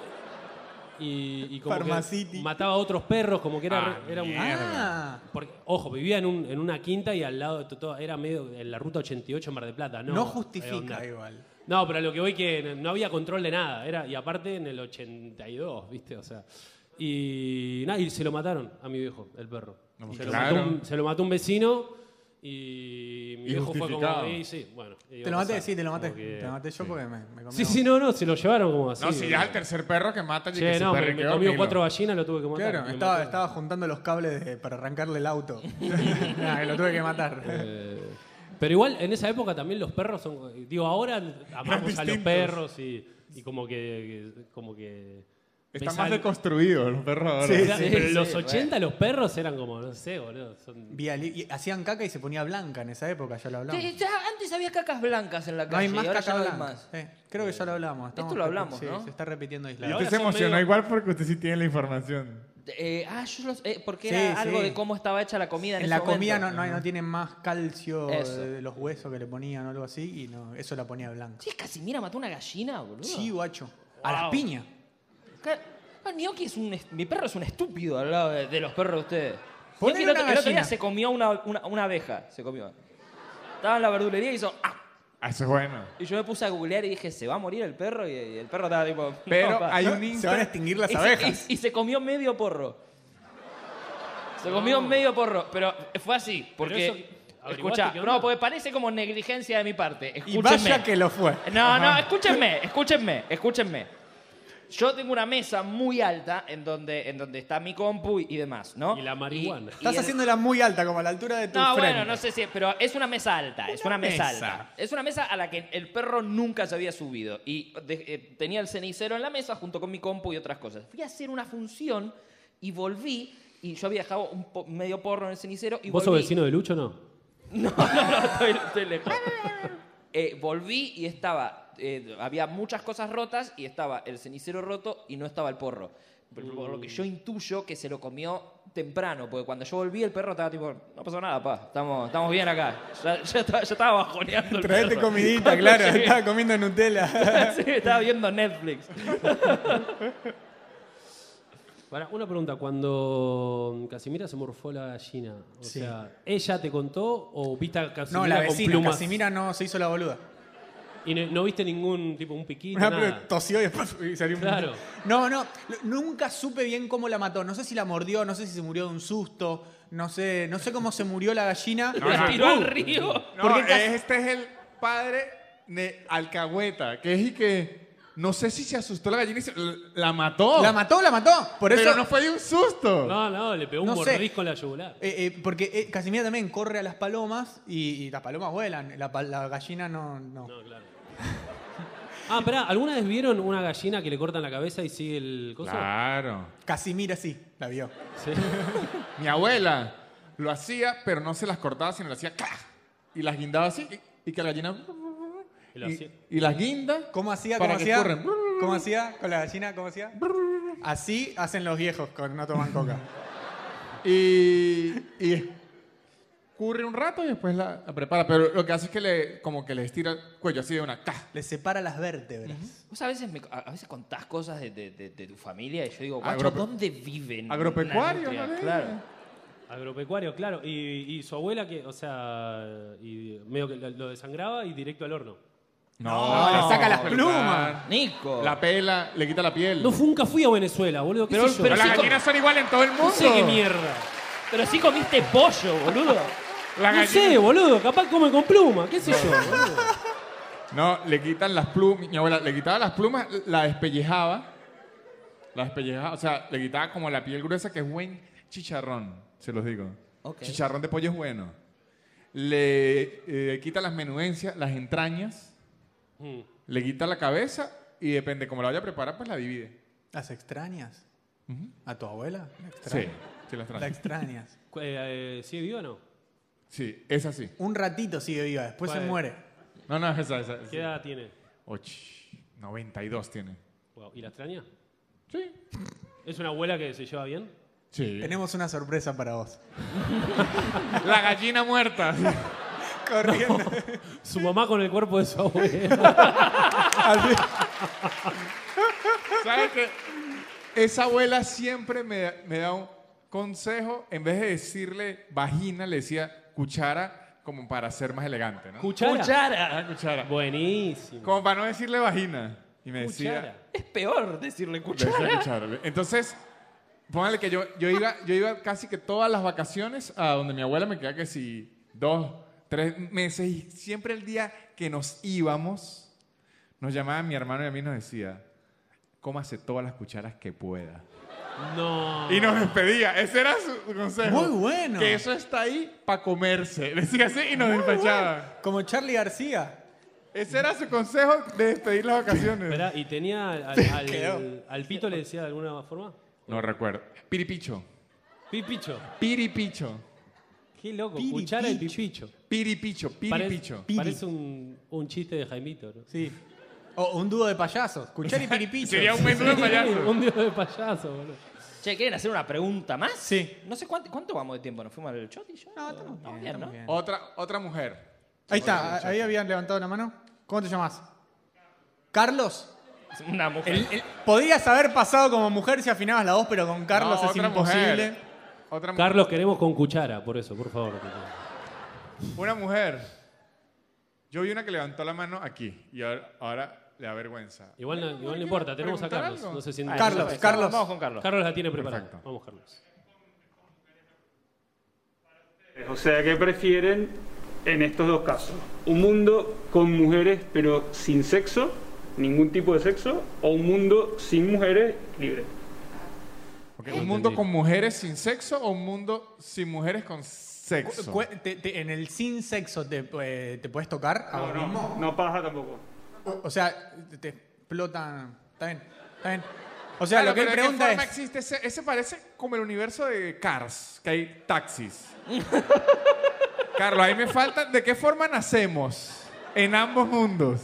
[SPEAKER 4] y, y como que
[SPEAKER 2] Pharmacity.
[SPEAKER 4] mataba a otros perros, como que era,
[SPEAKER 5] Ah,
[SPEAKER 4] re- era un.
[SPEAKER 2] Ah,
[SPEAKER 4] Porque, ojo, vivía en, un- en una quinta y al lado de todo, era medio en la ruta 88 en Mar de Plata. No,
[SPEAKER 2] no
[SPEAKER 4] eh, onda.
[SPEAKER 2] justifica igual.
[SPEAKER 4] No, pero a lo que voy que no había control de nada. Era, y aparte en el 82, ¿viste? O sea. Y, nada, y se lo mataron a mi viejo, el perro.
[SPEAKER 5] No,
[SPEAKER 4] se,
[SPEAKER 5] claro.
[SPEAKER 4] lo mató un, se lo mató un vecino y mi
[SPEAKER 5] Y
[SPEAKER 4] viejo fue como.
[SPEAKER 5] justificado.
[SPEAKER 4] "Y sí, bueno.
[SPEAKER 2] Te lo maté, sí, te lo maté.
[SPEAKER 4] Que...
[SPEAKER 2] Te lo maté yo porque me, me comí
[SPEAKER 4] Sí,
[SPEAKER 2] la
[SPEAKER 4] sí, no, no, se lo llevaron como así.
[SPEAKER 5] no, si ya es el tercer perro que mata, y
[SPEAKER 4] Che,
[SPEAKER 5] que se
[SPEAKER 4] no, me, me
[SPEAKER 5] perrequeó,
[SPEAKER 4] comió
[SPEAKER 5] horrible.
[SPEAKER 4] cuatro gallinas, lo tuve que
[SPEAKER 2] boca.
[SPEAKER 4] matar.
[SPEAKER 2] Claro,
[SPEAKER 4] Me
[SPEAKER 2] estaba,
[SPEAKER 4] mató.
[SPEAKER 2] estaba juntando los cables de- para arrancarle el auto. Nah, lo tuve que matar.
[SPEAKER 4] Eh, pero igual, en esa época también los perros son. Digo, ahora amamos a los
[SPEAKER 5] distintos.
[SPEAKER 4] perros y, y como que. Como que
[SPEAKER 5] Están
[SPEAKER 4] me
[SPEAKER 5] más
[SPEAKER 4] sal-
[SPEAKER 5] deconstruidos los perros ahora.
[SPEAKER 2] Sí.
[SPEAKER 4] Claro, pero en los
[SPEAKER 3] bueno.
[SPEAKER 4] 80 los perros eran como, no sé, boludo. son-
[SPEAKER 2] Vi a Li- y hacían caca y se ponía blanca en esa época, ya lo hablamos.
[SPEAKER 3] Sí, ya antes había cacas blancas en la calle.
[SPEAKER 2] no hay más
[SPEAKER 3] y ahora
[SPEAKER 2] caca
[SPEAKER 3] ya no hay
[SPEAKER 2] blanca.
[SPEAKER 3] más.
[SPEAKER 2] Sí, creo que ya lo hablamos.
[SPEAKER 3] Esto
[SPEAKER 2] Estamos
[SPEAKER 3] lo
[SPEAKER 2] repi-
[SPEAKER 3] hablamos,
[SPEAKER 2] sí,
[SPEAKER 3] ¿no?
[SPEAKER 2] se está repitiendo
[SPEAKER 5] Y
[SPEAKER 2] aislado.
[SPEAKER 5] usted
[SPEAKER 4] ahora
[SPEAKER 5] se
[SPEAKER 4] son
[SPEAKER 5] emocionó
[SPEAKER 4] medio-
[SPEAKER 5] igual porque usted sí tiene la información.
[SPEAKER 3] Eh, ah, yo los- eh, porque
[SPEAKER 2] Sí,
[SPEAKER 3] era
[SPEAKER 2] sí.
[SPEAKER 3] algo de cómo estaba hecha la comida en,
[SPEAKER 2] En la
[SPEAKER 3] ese
[SPEAKER 2] comida no,
[SPEAKER 3] momento.
[SPEAKER 2] no, hay- no tienen más calcio de-
[SPEAKER 3] Eso.
[SPEAKER 2] de los huesos que le ponían o algo así y no, eso la ponía blanca.
[SPEAKER 3] Sí, Casimira mató una gallina, boludo.
[SPEAKER 2] Sí, guacho. A las piñas.
[SPEAKER 3] Ca- Ah, Gnocchi es un. est- Mi perro es un estúpido al lado de, de los perros de ustedes.
[SPEAKER 2] Ponele
[SPEAKER 3] Gnocchi el, otro,
[SPEAKER 2] una
[SPEAKER 3] el otro día
[SPEAKER 2] gallina.
[SPEAKER 3] se comió una, una- una abeja. Se comió. Estaba en la verdulería y hizo. ¡Ah!
[SPEAKER 5] Ah, Eso es bueno.
[SPEAKER 3] Y yo me puse a googlear y dije, ¿se va a morir el perro? Y y el perro estaba tipo.
[SPEAKER 5] Pero
[SPEAKER 3] no, pa.
[SPEAKER 5] hay un Insta- Se van a extinguir las
[SPEAKER 3] Y se-
[SPEAKER 5] abejas.
[SPEAKER 3] y, y se comió medio porro. Se comió medio porro. Pero fue así.
[SPEAKER 4] eso,
[SPEAKER 3] Porque.
[SPEAKER 4] ¿averiguaste
[SPEAKER 3] Escucha,
[SPEAKER 4] qué onda?
[SPEAKER 3] no, porque parece como negligencia de mi parte.
[SPEAKER 2] Y
[SPEAKER 3] Escúchenme.
[SPEAKER 2] vaya que lo fue.
[SPEAKER 3] No, no, escúchenme, escúchenme, escúchenme. Yo tengo una mesa muy alta en donde, en donde está mi compu y, y demás, ¿no? Y la marihuana.
[SPEAKER 2] Estás haciéndola muy alta, como a la altura de tu
[SPEAKER 3] No,
[SPEAKER 2] frente.
[SPEAKER 3] bueno, no sé si, pero es una mesa alta, es una mesa,
[SPEAKER 2] mesa.
[SPEAKER 3] alta. Es una mesa a la que el perro nunca se había subido y de- eh, tenía el cenicero en la mesa junto con mi compu y otras cosas. Fui a hacer una función y volví y yo había dejado un po- medio porro en el cenicero y
[SPEAKER 4] ¿Vos sos
[SPEAKER 3] volví.
[SPEAKER 4] vecino de Lucho o no?
[SPEAKER 3] No, no, no, estoy, estoy lejos. Eh, volví y estaba. eh, había muchas cosas rotas y estaba el cenicero roto y no estaba el porro. Por por lo que yo intuyo que se lo comió temprano, porque cuando yo volví el perro estaba tipo, no pasó nada, pa, estamos, estamos bien acá. Ya, ya estaba, ya estaba bajoneando el
[SPEAKER 2] Traete
[SPEAKER 3] perro.
[SPEAKER 2] comidita,
[SPEAKER 3] Cuando
[SPEAKER 2] claro.
[SPEAKER 3] llegué-
[SPEAKER 2] Estaba comiendo Nutella.
[SPEAKER 3] Sí, estaba viendo Netflix.
[SPEAKER 4] Pará, una pregunta, cuando Casimira se morfó la gallina, o
[SPEAKER 2] Sí.
[SPEAKER 4] sea, ¿ella te contó o viste a Casimira
[SPEAKER 2] No, la
[SPEAKER 4] con
[SPEAKER 2] vecina,
[SPEAKER 4] plumas?
[SPEAKER 2] Casimira no se hizo la boluda.
[SPEAKER 4] Y no, no viste ningún tipo, un piquito,
[SPEAKER 2] Una
[SPEAKER 4] nada.
[SPEAKER 2] tosió y después y salió un-
[SPEAKER 4] Claro.
[SPEAKER 2] No, no. lo- Nunca supe bien cómo la mató. No sé si la mordió, no sé si se murió de un susto. No sé, no sé cómo se murió la gallina.
[SPEAKER 3] La tiró al río.
[SPEAKER 5] No,
[SPEAKER 2] Porque casi-
[SPEAKER 5] este es el padre de Alcahueta, que es y que no sé si se asustó la gallina y se- la mató.
[SPEAKER 2] La mató, la mató. Por eso.
[SPEAKER 5] Pero no fue de un susto.
[SPEAKER 4] No, no, le pegó un
[SPEAKER 2] No sé.
[SPEAKER 4] mordisco en la yugular.
[SPEAKER 2] Eh, eh, porque eh, Casimira también corre a las palomas y, y las palomas vuelan. La, pa- la gallina no. no.
[SPEAKER 4] Ah, pará, ¿alguna vez vieron una gallina que le cortan la cabeza y sigue el coso?
[SPEAKER 5] Claro.
[SPEAKER 2] Casimira sí, la vio.
[SPEAKER 4] Sí.
[SPEAKER 5] Mi abuela lo hacía, pero no se las cortaba, sino le hacía ¡ca! y las guindaba así y, y que la gallina
[SPEAKER 4] Y lo
[SPEAKER 5] y,
[SPEAKER 4] hacía.
[SPEAKER 5] y las guinda
[SPEAKER 2] ¿Cómo hacía?
[SPEAKER 5] Para
[SPEAKER 2] ¿Cómo
[SPEAKER 5] que
[SPEAKER 2] hacía?
[SPEAKER 5] corran.
[SPEAKER 2] ¿Cómo hacía? ¿Con la gallina? ¿Cómo hacía? Así hacen los viejos cuando no toman coca.
[SPEAKER 5] y, y escurre un rato y después la, la prepara, pero lo que hace es que le como que le estira el cuello así de una ¡ca!
[SPEAKER 2] Le separa las vértebras.
[SPEAKER 3] Vos a veces, me- a a veces contás cosas de, de- de- de tu familia y yo digo, guacho,
[SPEAKER 5] Agrope-
[SPEAKER 3] ¿dónde
[SPEAKER 2] Mm.
[SPEAKER 3] viven?
[SPEAKER 5] agropecuario,
[SPEAKER 3] Una
[SPEAKER 5] ¿no?
[SPEAKER 3] nutria, Claro.
[SPEAKER 4] Agropecuario, claro. Y, y su abuela que, o sea, y medio que lo- lo desangraba y directo al horno.
[SPEAKER 5] No,
[SPEAKER 2] le saca las plumas.
[SPEAKER 3] Nico.
[SPEAKER 5] La pela, le quita la piel.
[SPEAKER 4] No, nunca fui a Venezuela, boludo. ¿Qué
[SPEAKER 3] Pero-
[SPEAKER 4] sé yo?
[SPEAKER 3] pero
[SPEAKER 5] las
[SPEAKER 3] sí con-
[SPEAKER 5] gallinas son iguales en todo el mundo.
[SPEAKER 4] No sé qué mierda.
[SPEAKER 3] Pero sí comiste pollo, boludo.
[SPEAKER 5] La
[SPEAKER 4] no
[SPEAKER 5] gallina-
[SPEAKER 4] sé, boludo. Capaz come con pluma. ¿Qué sé yo? boludo?
[SPEAKER 5] No, le quitan las plumas. Mi abuela le quitaba las plumas, la despellejaba. La despellejaba, o sea, le quitaba como la piel gruesa, que es buen chicharrón, se los digo.
[SPEAKER 3] Ok.
[SPEAKER 5] Chicharrón de pollo es bueno. Le eh, quita las menudencias, las entrañas,
[SPEAKER 4] Mm.
[SPEAKER 5] le quita la cabeza y depende cómo la vaya a preparar, pues la divide.
[SPEAKER 2] ¿Las extrañas? ¿A tu abuela? ¿La
[SPEAKER 5] Sí,
[SPEAKER 2] extrañas?
[SPEAKER 5] sí, las
[SPEAKER 2] La
[SPEAKER 5] entrañas.
[SPEAKER 2] extrañas.
[SPEAKER 4] Cu- eh, eh, ¿Sigue vivo o no?
[SPEAKER 5] Sí, esa sí.
[SPEAKER 2] Un ratito sigue viva, después se
[SPEAKER 4] Vale.
[SPEAKER 2] muere.
[SPEAKER 5] No, no, esa, esa.
[SPEAKER 4] ¿Qué edad tiene?
[SPEAKER 5] Och, 92 tiene.
[SPEAKER 4] Wow, ¿Y la extraña?
[SPEAKER 5] Sí.
[SPEAKER 4] ¿Es una abuela que se lleva bien?
[SPEAKER 5] Sí.
[SPEAKER 2] Tenemos una sorpresa para vos.
[SPEAKER 5] La gallina muerta.
[SPEAKER 2] Corriendo.
[SPEAKER 4] Su mamá con el cuerpo de su abuela.
[SPEAKER 5] ¿Sabes qué? Esa abuela siempre me, me da un consejo. En vez de decirle vagina, le decía cuchara como para ser más elegante, ¿no?
[SPEAKER 4] ¿Cuchara?
[SPEAKER 5] Ah, cuchara.
[SPEAKER 4] Buenísimo.
[SPEAKER 5] Como para no decirle vagina. Y me decía...
[SPEAKER 4] Cuchara.
[SPEAKER 3] Es peor decirle
[SPEAKER 5] le decía
[SPEAKER 3] cuchara.
[SPEAKER 5] cuchara. Entonces, póngale que yo, yo, iba, yo iba casi que todas las vacaciones a donde mi abuela me quedaba que si dos, tres meses. Y siempre el día que nos íbamos, nos llamaba mi hermano y a mí nos decía, cómase todas las cucharas que pueda.
[SPEAKER 4] No.
[SPEAKER 5] Y nos despedía. Ese era su consejo.
[SPEAKER 2] Muy bueno.
[SPEAKER 5] Que eso está ahí para comerse. Decía así y nos despachaba.
[SPEAKER 2] Como Charlie García.
[SPEAKER 5] Ese era su consejo de despedir las vacaciones.
[SPEAKER 4] Esperá, ¿Y tenía al, al-
[SPEAKER 2] quedó.
[SPEAKER 4] al pito le decía de alguna forma?
[SPEAKER 5] No recuerdo. Piripicho.
[SPEAKER 4] Pipicho.
[SPEAKER 5] Piripicho.
[SPEAKER 4] Qué loco. Cuchara y pipicho.
[SPEAKER 5] Piripicho.
[SPEAKER 4] Pare-
[SPEAKER 5] Piripicho.
[SPEAKER 4] Parece un, un chiste de Jaimito, ¿no?
[SPEAKER 2] Sí. O un dúo de payasos. Cuchar y piripicho.
[SPEAKER 5] Sería un menú de payaso.
[SPEAKER 4] un dios de payaso, boludo.
[SPEAKER 3] Che, ¿quieren hacer una pregunta más?
[SPEAKER 2] Sí.
[SPEAKER 3] No sé cuánto, cuánto vamos de tiempo. ¿Nos fuimos al shot y yo?
[SPEAKER 2] No, estamos bien, estamos bien.
[SPEAKER 5] Otra, otra mujer.
[SPEAKER 2] Ahí está, ahí habían levantado la mano. ¿Cómo te llamás? Carlos.
[SPEAKER 3] ¿no? Una mujer.
[SPEAKER 2] Podías haber pasado como mujer si afinabas la voz, pero con Carlos
[SPEAKER 5] No,
[SPEAKER 2] es
[SPEAKER 5] otra
[SPEAKER 2] imposible.
[SPEAKER 5] mujer. Otra mu-
[SPEAKER 4] Carlos, queremos con cuchara, por eso, por favor.
[SPEAKER 5] Una mujer. Yo vi una que levantó la mano aquí y ahora, ahora le da vergüenza.
[SPEAKER 4] Igual no, igual no importa, tenemos a
[SPEAKER 5] ¿Preguntar
[SPEAKER 4] Carlos.
[SPEAKER 5] algo?
[SPEAKER 4] No sé si
[SPEAKER 5] Ah, Carlos,
[SPEAKER 4] no sé si-
[SPEAKER 5] Carlos. Vamos con Carlos.
[SPEAKER 4] Carlos la tiene preparada.
[SPEAKER 5] Perfecto.
[SPEAKER 4] Vamos, Carlos.
[SPEAKER 11] O sea, ¿qué prefieren en estos dos casos? ¿Un mundo con mujeres pero sin sexo? ¿Ningún tipo de sexo? ¿O un mundo sin mujeres libre?
[SPEAKER 5] Ok, ¿Un mundo con mujeres sin sexo o un mundo sin mujeres con sexo?
[SPEAKER 2] Cu- cu- te- te- en el sin sexo te, eh, te puedes tocar ahora
[SPEAKER 11] no,
[SPEAKER 2] mismo.
[SPEAKER 11] No paja tampoco.
[SPEAKER 2] O, o sea, te, te explotan. Está bien, está bien. O sea, lo que él
[SPEAKER 5] Ah, pero ¿de qué
[SPEAKER 2] pregunta
[SPEAKER 5] forma
[SPEAKER 2] es.
[SPEAKER 5] existe ese, ese parece como el universo de Cars, que hay taxis. Carlos, ahí me falta. ¿De qué forma nacemos en ambos mundos?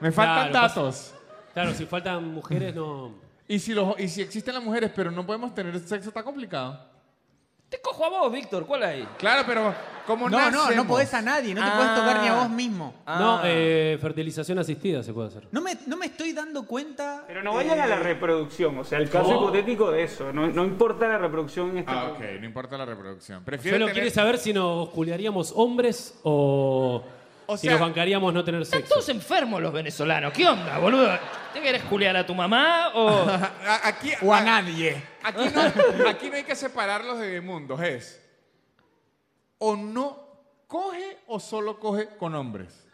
[SPEAKER 5] Me faltan
[SPEAKER 4] Claro, pues-
[SPEAKER 5] datos.
[SPEAKER 4] Claro, si faltan mujeres, no.
[SPEAKER 5] Y si, los, y si existen las mujeres, pero no podemos tener sexo, está complicado.
[SPEAKER 3] Te cojo a vos, Víctor, ¿cuál hay?
[SPEAKER 5] Claro, pero como
[SPEAKER 2] No, no, no podés a nadie, no te podés tocar ni a
[SPEAKER 5] Ah.
[SPEAKER 2] vos mismo.
[SPEAKER 4] No, eh, fertilización asistida se puede hacer.
[SPEAKER 2] No me, no me estoy dando cuenta.
[SPEAKER 11] Pero no vayan a la reproducción, o sea, el caso
[SPEAKER 4] ¿Cómo?
[SPEAKER 11] hipotético de eso. No, no importa la reproducción en este esta.
[SPEAKER 5] Ah, ok, no importa la reproducción. Prefiero
[SPEAKER 4] Solo
[SPEAKER 5] tener-
[SPEAKER 4] quiere saber si nos culiaríamos hombres o,
[SPEAKER 5] O
[SPEAKER 4] si
[SPEAKER 5] sea-
[SPEAKER 4] nos bancaríamos no tener
[SPEAKER 3] Están
[SPEAKER 4] sexo.
[SPEAKER 3] todos enfermos los venezolanos. ¿Qué onda, boludo? ¿Te querés culiar a tu mamá o.?
[SPEAKER 5] A- Aquí,
[SPEAKER 2] O a nadie.
[SPEAKER 5] aquí, no, aquí no hay que separarlos de mundos. Es o no coge o solo coge con hombres.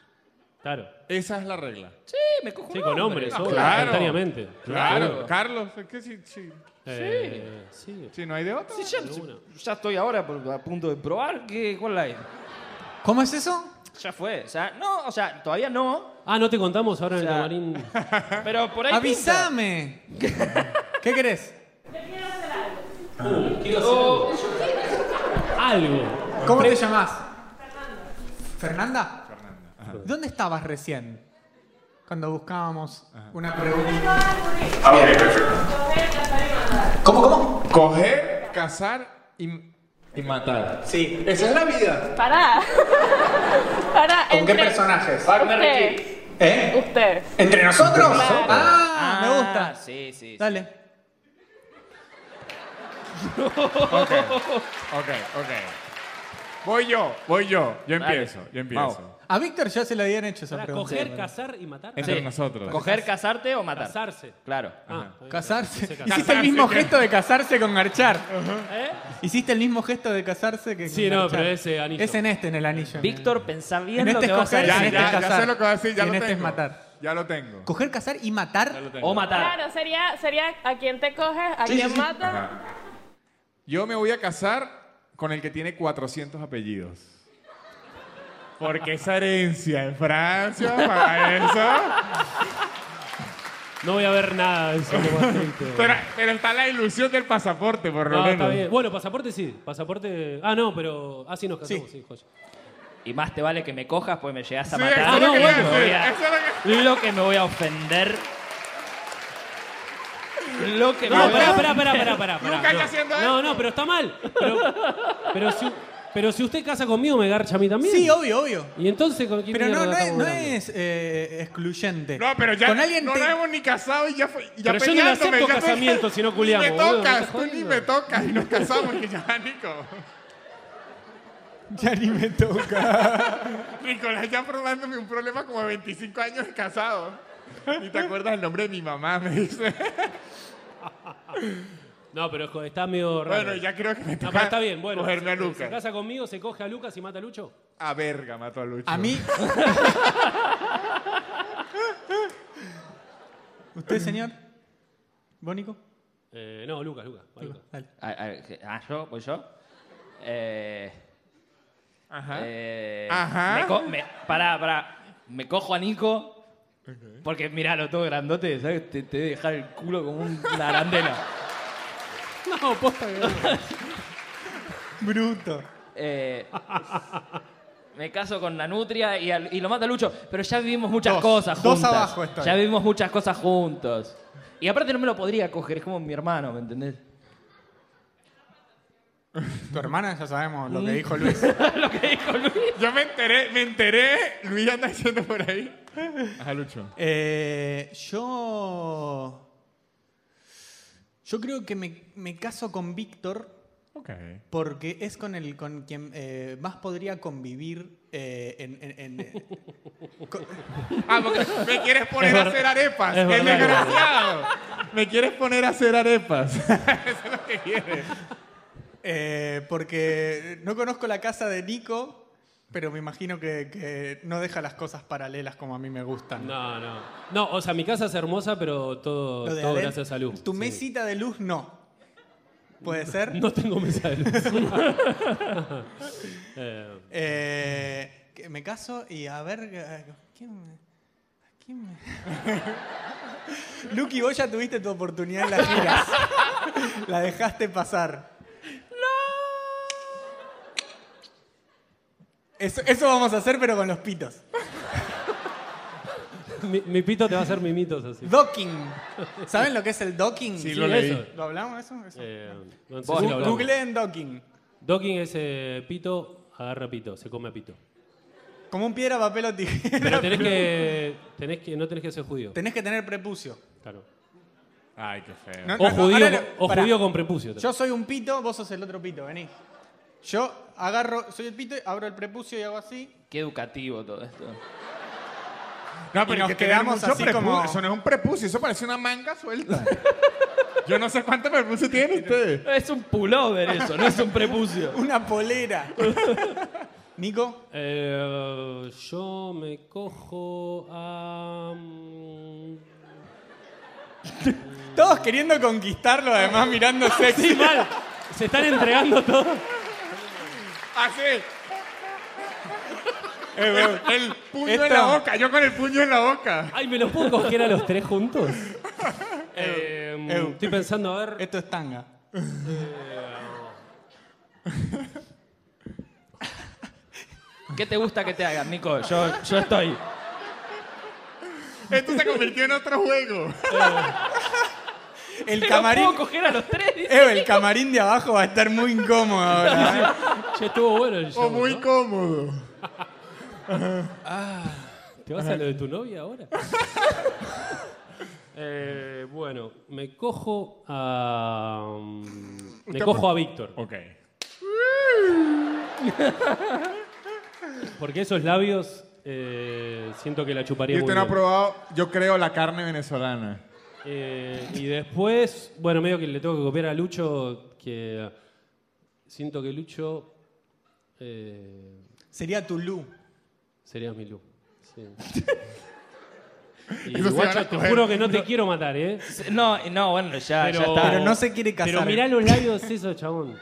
[SPEAKER 4] Claro.
[SPEAKER 5] Esa es la regla.
[SPEAKER 3] Sí, me cojo un
[SPEAKER 4] Sí, con hombres,
[SPEAKER 3] hombre.
[SPEAKER 4] obvio, espontáneamente.
[SPEAKER 5] Claro, Carlos, es que si, si,
[SPEAKER 4] Eh, sí.
[SPEAKER 5] si no hay de otra.
[SPEAKER 3] Sí, ya, ya estoy ahora por- a punto de probar. ¿Qué, ¿Cuál hay?
[SPEAKER 2] ¿Cómo es eso?
[SPEAKER 3] Ya fue. O sea, no, o sea, todavía no.
[SPEAKER 4] Ah, no te contamos ahora en
[SPEAKER 3] O sea,
[SPEAKER 4] el camarín.
[SPEAKER 3] Pero por ahí.
[SPEAKER 2] ¡Avísame! ¿Qué querés?
[SPEAKER 4] Quiero hacer algo.
[SPEAKER 2] ¿Cómo te llamás? Fernanda. ¿Fernanda? ¿Dónde estabas recién? Cuando buscábamos una pregunta.
[SPEAKER 5] Ah, ok, perfecto.
[SPEAKER 2] ¿Cómo, cómo?
[SPEAKER 5] Coger, cazar y, y matar.
[SPEAKER 2] Sí.
[SPEAKER 5] Esa es la vida.
[SPEAKER 10] Pará. Pará.
[SPEAKER 2] ¿Con qué
[SPEAKER 10] entre-
[SPEAKER 2] personajes?
[SPEAKER 10] Ustedes.
[SPEAKER 2] ¿Eh?
[SPEAKER 10] Ustedes.
[SPEAKER 2] ¿Entre nosotros?
[SPEAKER 10] Claro.
[SPEAKER 2] Ah, me gusta.
[SPEAKER 3] Sí, sí. sí.
[SPEAKER 2] Dale.
[SPEAKER 5] Ok, ok, ok. Voy yo, voy yo. Yo empiezo, yo empiezo.
[SPEAKER 3] Vamos.
[SPEAKER 2] A Víctor ya se le habían hecho esa
[SPEAKER 4] Para
[SPEAKER 2] pregunta.
[SPEAKER 4] coger, cazar y matar.
[SPEAKER 5] Entre
[SPEAKER 3] Sí.
[SPEAKER 5] nosotros.
[SPEAKER 3] Coger, casarte o matar.
[SPEAKER 4] Casarse.
[SPEAKER 3] Claro.
[SPEAKER 4] Ah, está bien.
[SPEAKER 2] Casarse.
[SPEAKER 4] Dice
[SPEAKER 2] Hiciste el mismo gesto de casarse con Garchar.
[SPEAKER 4] ¿Eh?
[SPEAKER 2] Hiciste el mismo gesto de casarse que con
[SPEAKER 4] Sí, no,
[SPEAKER 2] Garchar.
[SPEAKER 4] pero ese anillo.
[SPEAKER 2] Es en este, en el anillo.
[SPEAKER 3] Víctor, pensá bien
[SPEAKER 2] En
[SPEAKER 3] lo
[SPEAKER 2] este
[SPEAKER 3] que
[SPEAKER 2] es
[SPEAKER 3] vas a
[SPEAKER 2] coger,
[SPEAKER 5] Ya,
[SPEAKER 2] en
[SPEAKER 3] decir.
[SPEAKER 2] este
[SPEAKER 5] ya,
[SPEAKER 2] es
[SPEAKER 5] ya
[SPEAKER 2] cazar.
[SPEAKER 5] sé lo que voy a decir, ya
[SPEAKER 2] Y
[SPEAKER 5] lo
[SPEAKER 2] en este es
[SPEAKER 5] tengo.
[SPEAKER 2] matar.
[SPEAKER 5] Ya lo tengo.
[SPEAKER 2] Coger, cazar y matar.
[SPEAKER 3] O matar.
[SPEAKER 10] Claro, sería, sería a quién te coges, a quién matas.
[SPEAKER 5] Ajá. Yo me voy a casar con el que tiene 400 apellidos. Porque esa herencia en Francia, para eso.
[SPEAKER 4] No voy a ver nada de eso. como adulto.
[SPEAKER 5] Pero, pero está la ilusión del pasaporte, por lo
[SPEAKER 4] No, está
[SPEAKER 5] menos.
[SPEAKER 4] bien. Bueno, pasaporte sí. Pasaporte. Ah, no, pero. Ah, sí, nos casamos, sí, joya.
[SPEAKER 3] Y más te vale que me cojas pues me llegas a
[SPEAKER 5] Sí,
[SPEAKER 3] matar.
[SPEAKER 5] eso
[SPEAKER 4] Ah,
[SPEAKER 5] es lo que
[SPEAKER 4] no,
[SPEAKER 5] iba a
[SPEAKER 4] bueno,
[SPEAKER 5] decir,
[SPEAKER 3] voy a-
[SPEAKER 5] eso es lo que-
[SPEAKER 3] Lo que me voy a ofender. Lo que me
[SPEAKER 4] No,
[SPEAKER 3] voy a
[SPEAKER 4] pará,
[SPEAKER 3] ofender.
[SPEAKER 4] pará, pará, pará, pará. pará,
[SPEAKER 5] Nunca hay
[SPEAKER 4] no.
[SPEAKER 5] haciendo
[SPEAKER 4] No, no, pero está mal. Pero, pero, si, pero si usted casa conmigo, me garcha a mí también.
[SPEAKER 2] Sí, obvio, obvio.
[SPEAKER 4] Y entonces, ¿con quién
[SPEAKER 2] Pero no,
[SPEAKER 4] mierda
[SPEAKER 2] no es,
[SPEAKER 4] estamos
[SPEAKER 2] no
[SPEAKER 4] hablando?
[SPEAKER 2] es, eh, excluyente.
[SPEAKER 5] No, pero ya
[SPEAKER 2] Con alguien
[SPEAKER 5] no
[SPEAKER 2] te-
[SPEAKER 5] nos hemos ni casado y ya fue. y Ya
[SPEAKER 4] Pero yo no le
[SPEAKER 5] peleándome,
[SPEAKER 4] acepto
[SPEAKER 5] ya tú-
[SPEAKER 4] casamiento si no
[SPEAKER 5] Ni
[SPEAKER 4] culiamos,
[SPEAKER 5] me
[SPEAKER 4] boludo, me
[SPEAKER 5] tocas,
[SPEAKER 4] estás
[SPEAKER 5] tú ni
[SPEAKER 4] jodiendo.
[SPEAKER 5] me tocas y nos casamos y ya, Nico.
[SPEAKER 2] Ya ni me toca.
[SPEAKER 5] Nicolás ya probándome un problema como de 25 años de casado. Ni te acuerdas el nombre de mi mamá, me dice.
[SPEAKER 4] No, pero jo- está medio raro.
[SPEAKER 5] Bueno, ya creo que me
[SPEAKER 4] No,
[SPEAKER 5] toca
[SPEAKER 4] pero Ah, está bien, bueno.
[SPEAKER 5] cogerme a
[SPEAKER 4] se- Se
[SPEAKER 5] Lucas.
[SPEAKER 4] casa conmigo, se coge a Lucas y mata a Lucho.
[SPEAKER 5] A verga mató a Lucho.
[SPEAKER 2] A mí. ¿Usted, señor? ¿Bónico?
[SPEAKER 4] Eh, no, Lucas, Lucas. va, Lucas.
[SPEAKER 2] Dale.
[SPEAKER 3] Ah, ah, ah, yo, voy yo. Eh,
[SPEAKER 5] Ajá.
[SPEAKER 3] eh,
[SPEAKER 5] Ajá.
[SPEAKER 3] Me co- me- pará, pará. Me cojo a Nico. Porque miralo todo grandote, ¿sabes? Te, te deja el culo como una arandela.
[SPEAKER 4] No, posta que no.
[SPEAKER 2] Bruto.
[SPEAKER 3] Eh, me caso con la nutria y, al- y lo mata Lucho. Pero ya vivimos muchas
[SPEAKER 2] Dos.
[SPEAKER 3] cosas
[SPEAKER 2] Dos
[SPEAKER 3] juntas.
[SPEAKER 2] abajo estoy.
[SPEAKER 3] Ya vivimos muchas cosas juntos. Y aparte no me lo podría coger, es como mi hermano, ¿me entendés?
[SPEAKER 2] Tu hermana, ya sabemos lo que dijo Luis.
[SPEAKER 3] lo que dijo Luis.
[SPEAKER 5] Yo me enteré, me enteré. Luis anda diciendo por ahí. Ajá, Lucho.
[SPEAKER 2] Eh, yo. Yo creo que me, me caso con Víctor
[SPEAKER 5] Ok.
[SPEAKER 2] Porque es con el con quien eh, más podría convivir eh, en. en- en- con-
[SPEAKER 5] Ah, porque me quieres poner a hacer arepas.
[SPEAKER 2] Es
[SPEAKER 5] ¡Qué
[SPEAKER 2] verdad, es verdad.
[SPEAKER 5] desgraciado! Me quieres poner a hacer arepas. Eso es lo que quieres.
[SPEAKER 2] Eh, porque no conozco la casa de Nico, pero me imagino que, que no deja las cosas paralelas como a mí me gustan.
[SPEAKER 4] No, no. No, o sea, mi casa es hermosa, pero todo,
[SPEAKER 2] Lo de
[SPEAKER 4] todo
[SPEAKER 2] Adel-
[SPEAKER 4] gracias a luz.
[SPEAKER 2] Tu mesita de luz no. ¿Puede ser?
[SPEAKER 4] No tengo mesa de luz. Eh,
[SPEAKER 2] Eh, que me caso y a ver. eh, ¿Quién me.? a quién me- Luqui, vos ya tuviste tu oportunidad en las giras. la dejaste pasar. ¡No! Eso, eso vamos a hacer, pero con los pitos.
[SPEAKER 4] mi, mi pito te va a hacer mimitos así.
[SPEAKER 2] Docking. ¿Saben lo que es el docking?
[SPEAKER 4] Sí, lo leí.
[SPEAKER 2] eso. ¿Lo hablamos eso? Eso.
[SPEAKER 4] Eh, no sé si lo
[SPEAKER 2] Google
[SPEAKER 4] hablamos.
[SPEAKER 2] Googleen docking.
[SPEAKER 4] Docking es eh, pito, agarra pito, se come a pito.
[SPEAKER 2] Como un piedra, papel o tijera.
[SPEAKER 4] Pero tenés que, tenés que, no tenés que ser judío.
[SPEAKER 2] Tenés que tener prepucio.
[SPEAKER 4] Claro.
[SPEAKER 5] Ay, qué feo.
[SPEAKER 2] Ah, No,
[SPEAKER 4] o
[SPEAKER 2] no, no,
[SPEAKER 4] judío,
[SPEAKER 2] ahora
[SPEAKER 4] o
[SPEAKER 2] pará.
[SPEAKER 4] judío con prepucio.
[SPEAKER 2] Yo soy un pito, vos sos el otro pito, vení. Yo agarro, soy el pito, abro el prepucio y hago así.
[SPEAKER 3] Qué educativo todo esto.
[SPEAKER 5] No,
[SPEAKER 2] Y
[SPEAKER 5] pero
[SPEAKER 2] nos
[SPEAKER 5] es que tener
[SPEAKER 2] quedamos
[SPEAKER 5] mucho
[SPEAKER 2] así
[SPEAKER 5] prepu-
[SPEAKER 2] como-
[SPEAKER 5] Eso no es un prepucio, eso parece una manga suelta. Yo no sé cuánto prepucio tienen ustedes.
[SPEAKER 3] Es un pullover eso, no es un prepucio.
[SPEAKER 2] Una polera. Nico,
[SPEAKER 4] Eh, yo me cojo a... mm,
[SPEAKER 2] todos queriendo conquistarlo, además mirando sexy.
[SPEAKER 4] Sí, mal. Se están entregando todos.
[SPEAKER 5] Así. Eh, el, el puño en
[SPEAKER 2] Esto-
[SPEAKER 5] la boca, yo con el puño en la boca.
[SPEAKER 4] Ay, ¿me los puedo coger a los tres juntos? Eh,
[SPEAKER 2] Ew.
[SPEAKER 4] estoy pensando, a ver...
[SPEAKER 2] Esto es tanga.
[SPEAKER 3] ¿Qué te gusta que te hagan, Nico? Yo, yo estoy.
[SPEAKER 5] Esto se convirtió en otro juego.
[SPEAKER 2] El
[SPEAKER 3] ¿Te
[SPEAKER 2] camarín,
[SPEAKER 3] los puedo coger a los tres? dice.
[SPEAKER 2] Eh, el camarín de abajo va a estar muy incómodo ahora. ¿eh?
[SPEAKER 4] Che, estuvo bueno
[SPEAKER 2] Oh,
[SPEAKER 4] el show,
[SPEAKER 5] O muy
[SPEAKER 4] ¿no?
[SPEAKER 5] cómodo.
[SPEAKER 4] ¿Te vas a lo de tu novia ahora? Eh, bueno, me cojo a... mm, Me cojo a Víctor.
[SPEAKER 5] Ok.
[SPEAKER 4] Porque esos labios eh, siento que la chuparía
[SPEAKER 5] Y
[SPEAKER 4] muy
[SPEAKER 5] usted no ha
[SPEAKER 4] bien.
[SPEAKER 5] probado, yo creo, la carne venezolana.
[SPEAKER 4] Eh, y después, bueno, medio que le tengo que copiar a Lucho, que siento que Lucho eh,
[SPEAKER 2] Sería Tulú.
[SPEAKER 4] sería mi Lu. Sí. y
[SPEAKER 5] Eso se van
[SPEAKER 4] guacho,
[SPEAKER 5] a
[SPEAKER 4] te
[SPEAKER 5] coger.
[SPEAKER 4] juro que no te quiero matar, ¿eh?
[SPEAKER 3] No, no, bueno, ya,
[SPEAKER 4] Pero-
[SPEAKER 3] ya está.
[SPEAKER 2] Pero no se quiere casar.
[SPEAKER 4] Pero mirá los labios esos, chabón.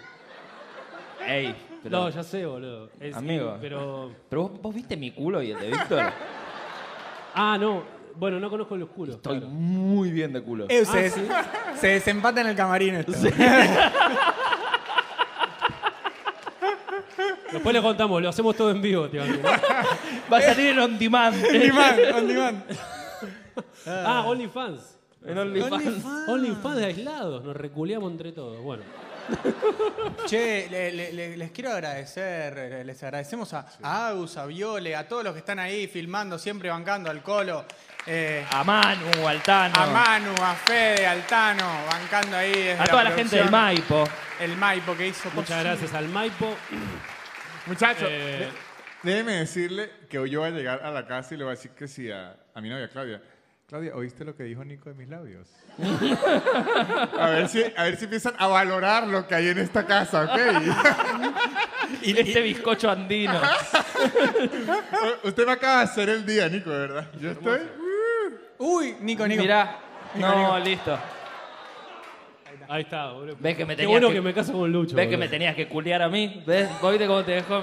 [SPEAKER 3] Ey, pero,
[SPEAKER 4] No, ya sé, boludo. Es-
[SPEAKER 3] Amigo.
[SPEAKER 4] Pero...
[SPEAKER 3] pero vos, vos viste mi culo y el de Víctor.
[SPEAKER 4] Ah, no. Bueno, no conozco los culos.
[SPEAKER 3] Estoy
[SPEAKER 4] claro.
[SPEAKER 3] muy bien de culo.
[SPEAKER 2] Eh,
[SPEAKER 4] Ah,
[SPEAKER 2] se, se desempata en el camarín esto.
[SPEAKER 4] Después le contamos, lo hacemos todo en vivo, te digo.
[SPEAKER 3] Va a salir en On Demand.
[SPEAKER 2] On demand, on demand.
[SPEAKER 4] Ah, OnlyFans.
[SPEAKER 3] En OnlyFans.
[SPEAKER 2] OnlyFans.
[SPEAKER 4] OnlyFans de aislados, nos reculeamos entre todos. Bueno.
[SPEAKER 2] Che, le- le- le- les quiero agradecer, eh, les agradecemos a, a Agus, a Viole, a todos los que están ahí filmando, siempre bancando al Colo, eh,
[SPEAKER 3] A Manu, al Tano.
[SPEAKER 2] a Manu, a Fede, al Tano, bancando ahí. desde
[SPEAKER 3] a toda la, gente
[SPEAKER 2] producción.
[SPEAKER 3] del Maipo.
[SPEAKER 2] El Maipo que hizo.
[SPEAKER 4] Muchas gracias al Maipo.
[SPEAKER 5] Muchachos,
[SPEAKER 4] Eh.
[SPEAKER 5] déjeme decirle que hoy yo voy a llegar a la casa y le voy a decir que sí a, a mi novia, Claudia. Claudia, ¿oíste lo que dijo Nico de mis labios? a, ver si, a ver si empiezan a valorar lo que hay en esta casa, ¿ok?
[SPEAKER 3] Y este bizcocho andino.
[SPEAKER 5] U- Usted me acaba de hacer el día, Nico, de verdad. Yo estoy...
[SPEAKER 2] Uy, Nico, Nico.
[SPEAKER 3] Mirá.
[SPEAKER 2] Nico,
[SPEAKER 3] No, listo.
[SPEAKER 4] Ahí está, boludo.
[SPEAKER 3] Ves que me
[SPEAKER 4] Qué
[SPEAKER 3] tenías
[SPEAKER 4] bueno que...
[SPEAKER 3] que-
[SPEAKER 4] me caso con Lucho.
[SPEAKER 3] ¿Ves que me
[SPEAKER 4] boludo.
[SPEAKER 3] tenías que culear a mí? ¿Ves? ¿Vos ¿Viste cómo te dejó?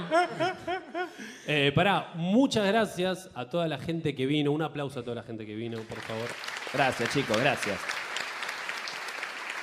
[SPEAKER 4] Eh, pará, muchas gracias a toda la gente que vino. Un aplauso a toda la gente que vino, por favor.
[SPEAKER 3] Gracias, chicos, gracias.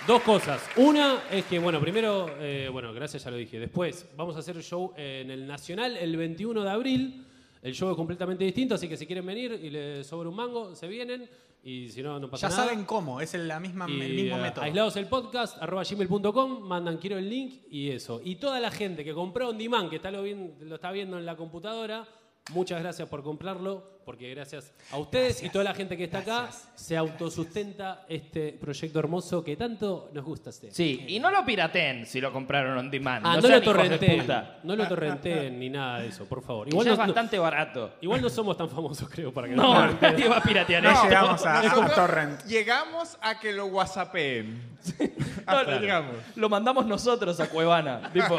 [SPEAKER 4] Dos cosas. Una es que, bueno, primero, eh, bueno, gracias, ya lo dije. Después, vamos a hacer el show en el Nacional el 21 de abril. El show es completamente distinto, así que si quieren venir y les sobra un mango, se vienen. Y si no, no pasa
[SPEAKER 2] Ya
[SPEAKER 4] nada.
[SPEAKER 2] saben cómo, es el- la misma,
[SPEAKER 4] Y,
[SPEAKER 2] el mismo
[SPEAKER 4] eh,
[SPEAKER 2] método.
[SPEAKER 4] Aislados el podcast, arroba gmail.com, mandan quiero el link y eso. Y toda la gente que compró On Demand, que está lo, bien- lo está viendo en la computadora, muchas gracias por comprarlo. porque gracias a ustedes y toda la gente que está acá se autosustenta este proyecto hermoso que tanto nos gusta hacer.
[SPEAKER 3] Sí, y no lo pirateen si lo compraron on demand.
[SPEAKER 4] Ah, no,
[SPEAKER 3] sean hijos
[SPEAKER 4] lo
[SPEAKER 3] de
[SPEAKER 4] torrenteen.
[SPEAKER 3] puta.
[SPEAKER 4] No lo torrenteen ni nada de eso, por favor.
[SPEAKER 3] Que ya es bastante barato.
[SPEAKER 4] Igual no somos tan famosos, creo, para que
[SPEAKER 3] No, nadie va a piratear No, esto. llegamos a- a torrent.
[SPEAKER 5] Llegamos a que lo whatsappeen.
[SPEAKER 3] No, no, Lo mandamos nosotros a Cuevana. tipo.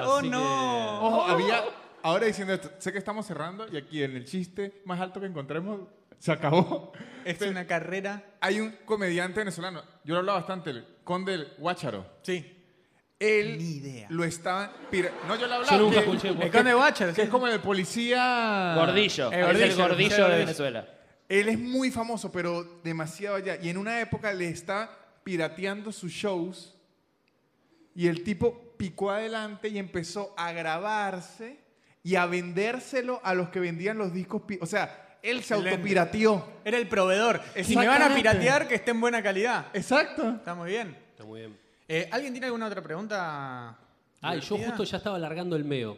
[SPEAKER 5] ¡Oh, no! había, ahora diciendo esto, sé que estamos cerrando y aquí en el chiste más alto que encontremos se acabó.
[SPEAKER 2] Es una carrera.
[SPEAKER 5] Hay un comediante venezolano, yo lo hablaba bastante, el Conde del Guácharo.
[SPEAKER 2] Sí.
[SPEAKER 5] Él lo estaba... pira- no, yo lo hablaba.
[SPEAKER 2] Yo nunca
[SPEAKER 5] que-
[SPEAKER 2] escuché.
[SPEAKER 5] que-
[SPEAKER 2] El Conde Guácharo,
[SPEAKER 5] Que es como el policía...
[SPEAKER 3] pues. Gordillo. Es el gordillo de Venezuela.
[SPEAKER 5] Él es muy famoso, pero demasiado allá. Y en una época le está pirateando sus shows y el tipo picó adelante y empezó a grabarse y a vendérselo a los que vendían los discos. pi- O sea, él se
[SPEAKER 2] Excelente.
[SPEAKER 5] autopirateó.
[SPEAKER 2] Era el proveedor. Si me van a
[SPEAKER 5] Exactamente.
[SPEAKER 2] piratear, que esté en buena calidad.
[SPEAKER 5] Exacto.
[SPEAKER 2] Está muy bien.
[SPEAKER 4] Está muy bien.
[SPEAKER 2] Eh, ¿Alguien tiene alguna otra pregunta?
[SPEAKER 4] Ay, yo
[SPEAKER 2] divertida?
[SPEAKER 4] justo ya estaba alargando el meo.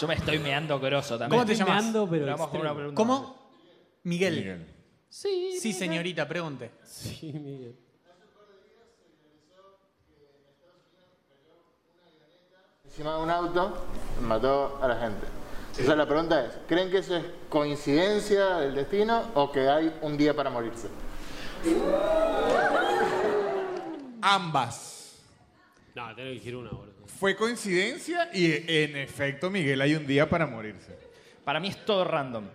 [SPEAKER 3] Yo me estoy meando grosso también.
[SPEAKER 2] ¿Cómo te
[SPEAKER 3] Estoy
[SPEAKER 2] llamas?
[SPEAKER 3] meando, pero Pero vamos con extremo. una pregunta
[SPEAKER 2] ¿Cómo? Miguel.
[SPEAKER 3] Sí,
[SPEAKER 2] Sí,
[SPEAKER 3] Miguel.
[SPEAKER 2] señorita, pregunte.
[SPEAKER 4] Sí, Miguel.
[SPEAKER 12] encima de un auto mató a la gente. O sea, la pregunta es, ¿creen que eso es coincidencia del destino o que hay un día para morirse?
[SPEAKER 5] Ambas.
[SPEAKER 4] No, tengo que elegir una, boludo.
[SPEAKER 5] Fue coincidencia y en efecto, Miguel, hay un día para morirse.
[SPEAKER 3] Para mí es todo random.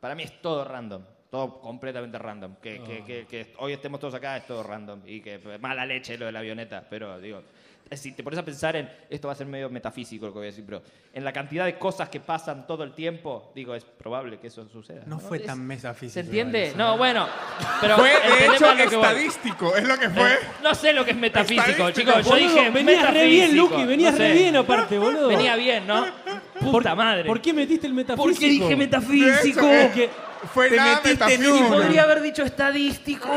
[SPEAKER 3] Para mí es todo random. Todo completamente random. Que, que- que- que hoy estemos todos acá es todo random. Y que pues, mala leche lo de la avioneta. Pero digo, eh, si te pones a pensar en. Esto va a ser medio metafísico lo que voy a decir, pero. En la cantidad de cosas que pasan todo el tiempo, digo, es probable que eso suceda.
[SPEAKER 2] No fue
[SPEAKER 3] Es-
[SPEAKER 2] tan mesa física.
[SPEAKER 3] ¿Se entiende? No, bueno. Pero
[SPEAKER 5] fue de
[SPEAKER 3] entendemos
[SPEAKER 5] hecho
[SPEAKER 3] a lo que voy. Eh,
[SPEAKER 5] estadístico, es lo que fue.
[SPEAKER 3] No sé lo que es metafísico,
[SPEAKER 5] Estadístico,
[SPEAKER 3] chicos. Yo
[SPEAKER 5] boludo,
[SPEAKER 3] dije.
[SPEAKER 4] Venías re bien,
[SPEAKER 3] metafísico.
[SPEAKER 4] Luqui, venías
[SPEAKER 3] No
[SPEAKER 4] re
[SPEAKER 3] sé.
[SPEAKER 4] bien aparte, boludo.
[SPEAKER 3] Venía bien, ¿no? Puta madre.
[SPEAKER 4] ¿Por qué metiste el metafísico?
[SPEAKER 3] Porque dije metafísico.
[SPEAKER 4] Porque
[SPEAKER 5] Fue
[SPEAKER 4] te
[SPEAKER 5] nada
[SPEAKER 4] metiste en
[SPEAKER 5] metafísico.
[SPEAKER 4] uno.
[SPEAKER 3] Podría haber dicho estadístico.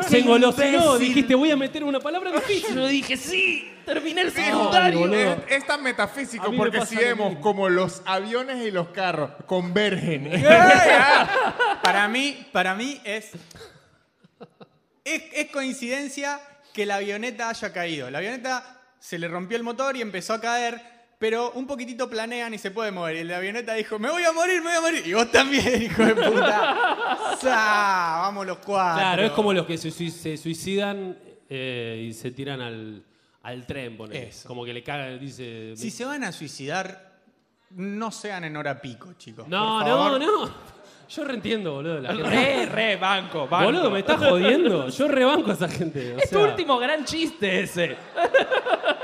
[SPEAKER 4] Se engolosinó,
[SPEAKER 3] imbécil.
[SPEAKER 4] dijiste voy a meter una palabra difícil.
[SPEAKER 3] Yo dije sí, terminé el
[SPEAKER 5] Sí,
[SPEAKER 3] secundario.
[SPEAKER 5] es, es tan metafísico
[SPEAKER 4] A mí me
[SPEAKER 5] porque
[SPEAKER 4] pasa
[SPEAKER 5] si
[SPEAKER 4] lo
[SPEAKER 5] vemos como los aviones y los carros convergen.
[SPEAKER 2] Para mí, para mí es, es. es coincidencia que la avioneta haya caído. La avioneta se le rompió el motor y empezó a caer, pero un poquitito planean y se puede mover. Y la avioneta dijo: Me voy a morir, me voy a morir. Y vos también, hijo de puta. ¡Sa! Vamos los cuatro.
[SPEAKER 4] Claro, es como los que se, sui- se suicidan eh, y se tiran al, al tren, ponele.
[SPEAKER 2] Eso.
[SPEAKER 4] Como que le cagan, dice...
[SPEAKER 2] Si se van a suicidar, no sean en hora pico, chicos.
[SPEAKER 4] no,
[SPEAKER 2] Por
[SPEAKER 4] no,
[SPEAKER 2] favor.
[SPEAKER 4] no. Yo reentiendo, boludo. La gente.
[SPEAKER 3] Re, re, banco, banco.
[SPEAKER 4] Boludo, me estás jodiendo. Yo rebanco a esa gente. o
[SPEAKER 3] Es tu
[SPEAKER 4] sea,
[SPEAKER 3] este último gran chiste ese.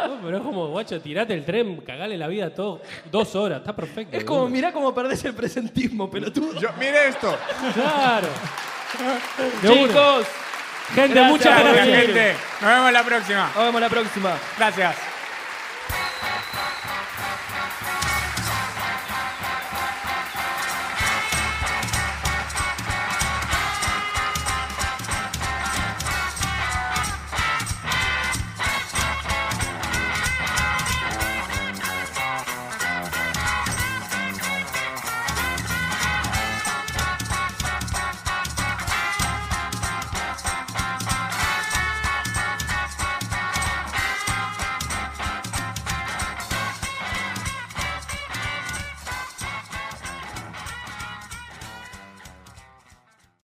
[SPEAKER 4] no, pero es como, guacho, tirate el tren, cagale la vida a todos. Dos horas, está perfecto.
[SPEAKER 3] Es como,
[SPEAKER 4] boludo.
[SPEAKER 3] mirá cómo perdés el presentismo, pelotudo.
[SPEAKER 5] Yo- mire esto.
[SPEAKER 4] Claro. De una.
[SPEAKER 3] Chicos,
[SPEAKER 4] Gente,
[SPEAKER 3] gracias,
[SPEAKER 4] muchas gracias.
[SPEAKER 2] Gente, nos vemos la próxima.
[SPEAKER 3] Nos vemos la próxima.
[SPEAKER 2] Gracias.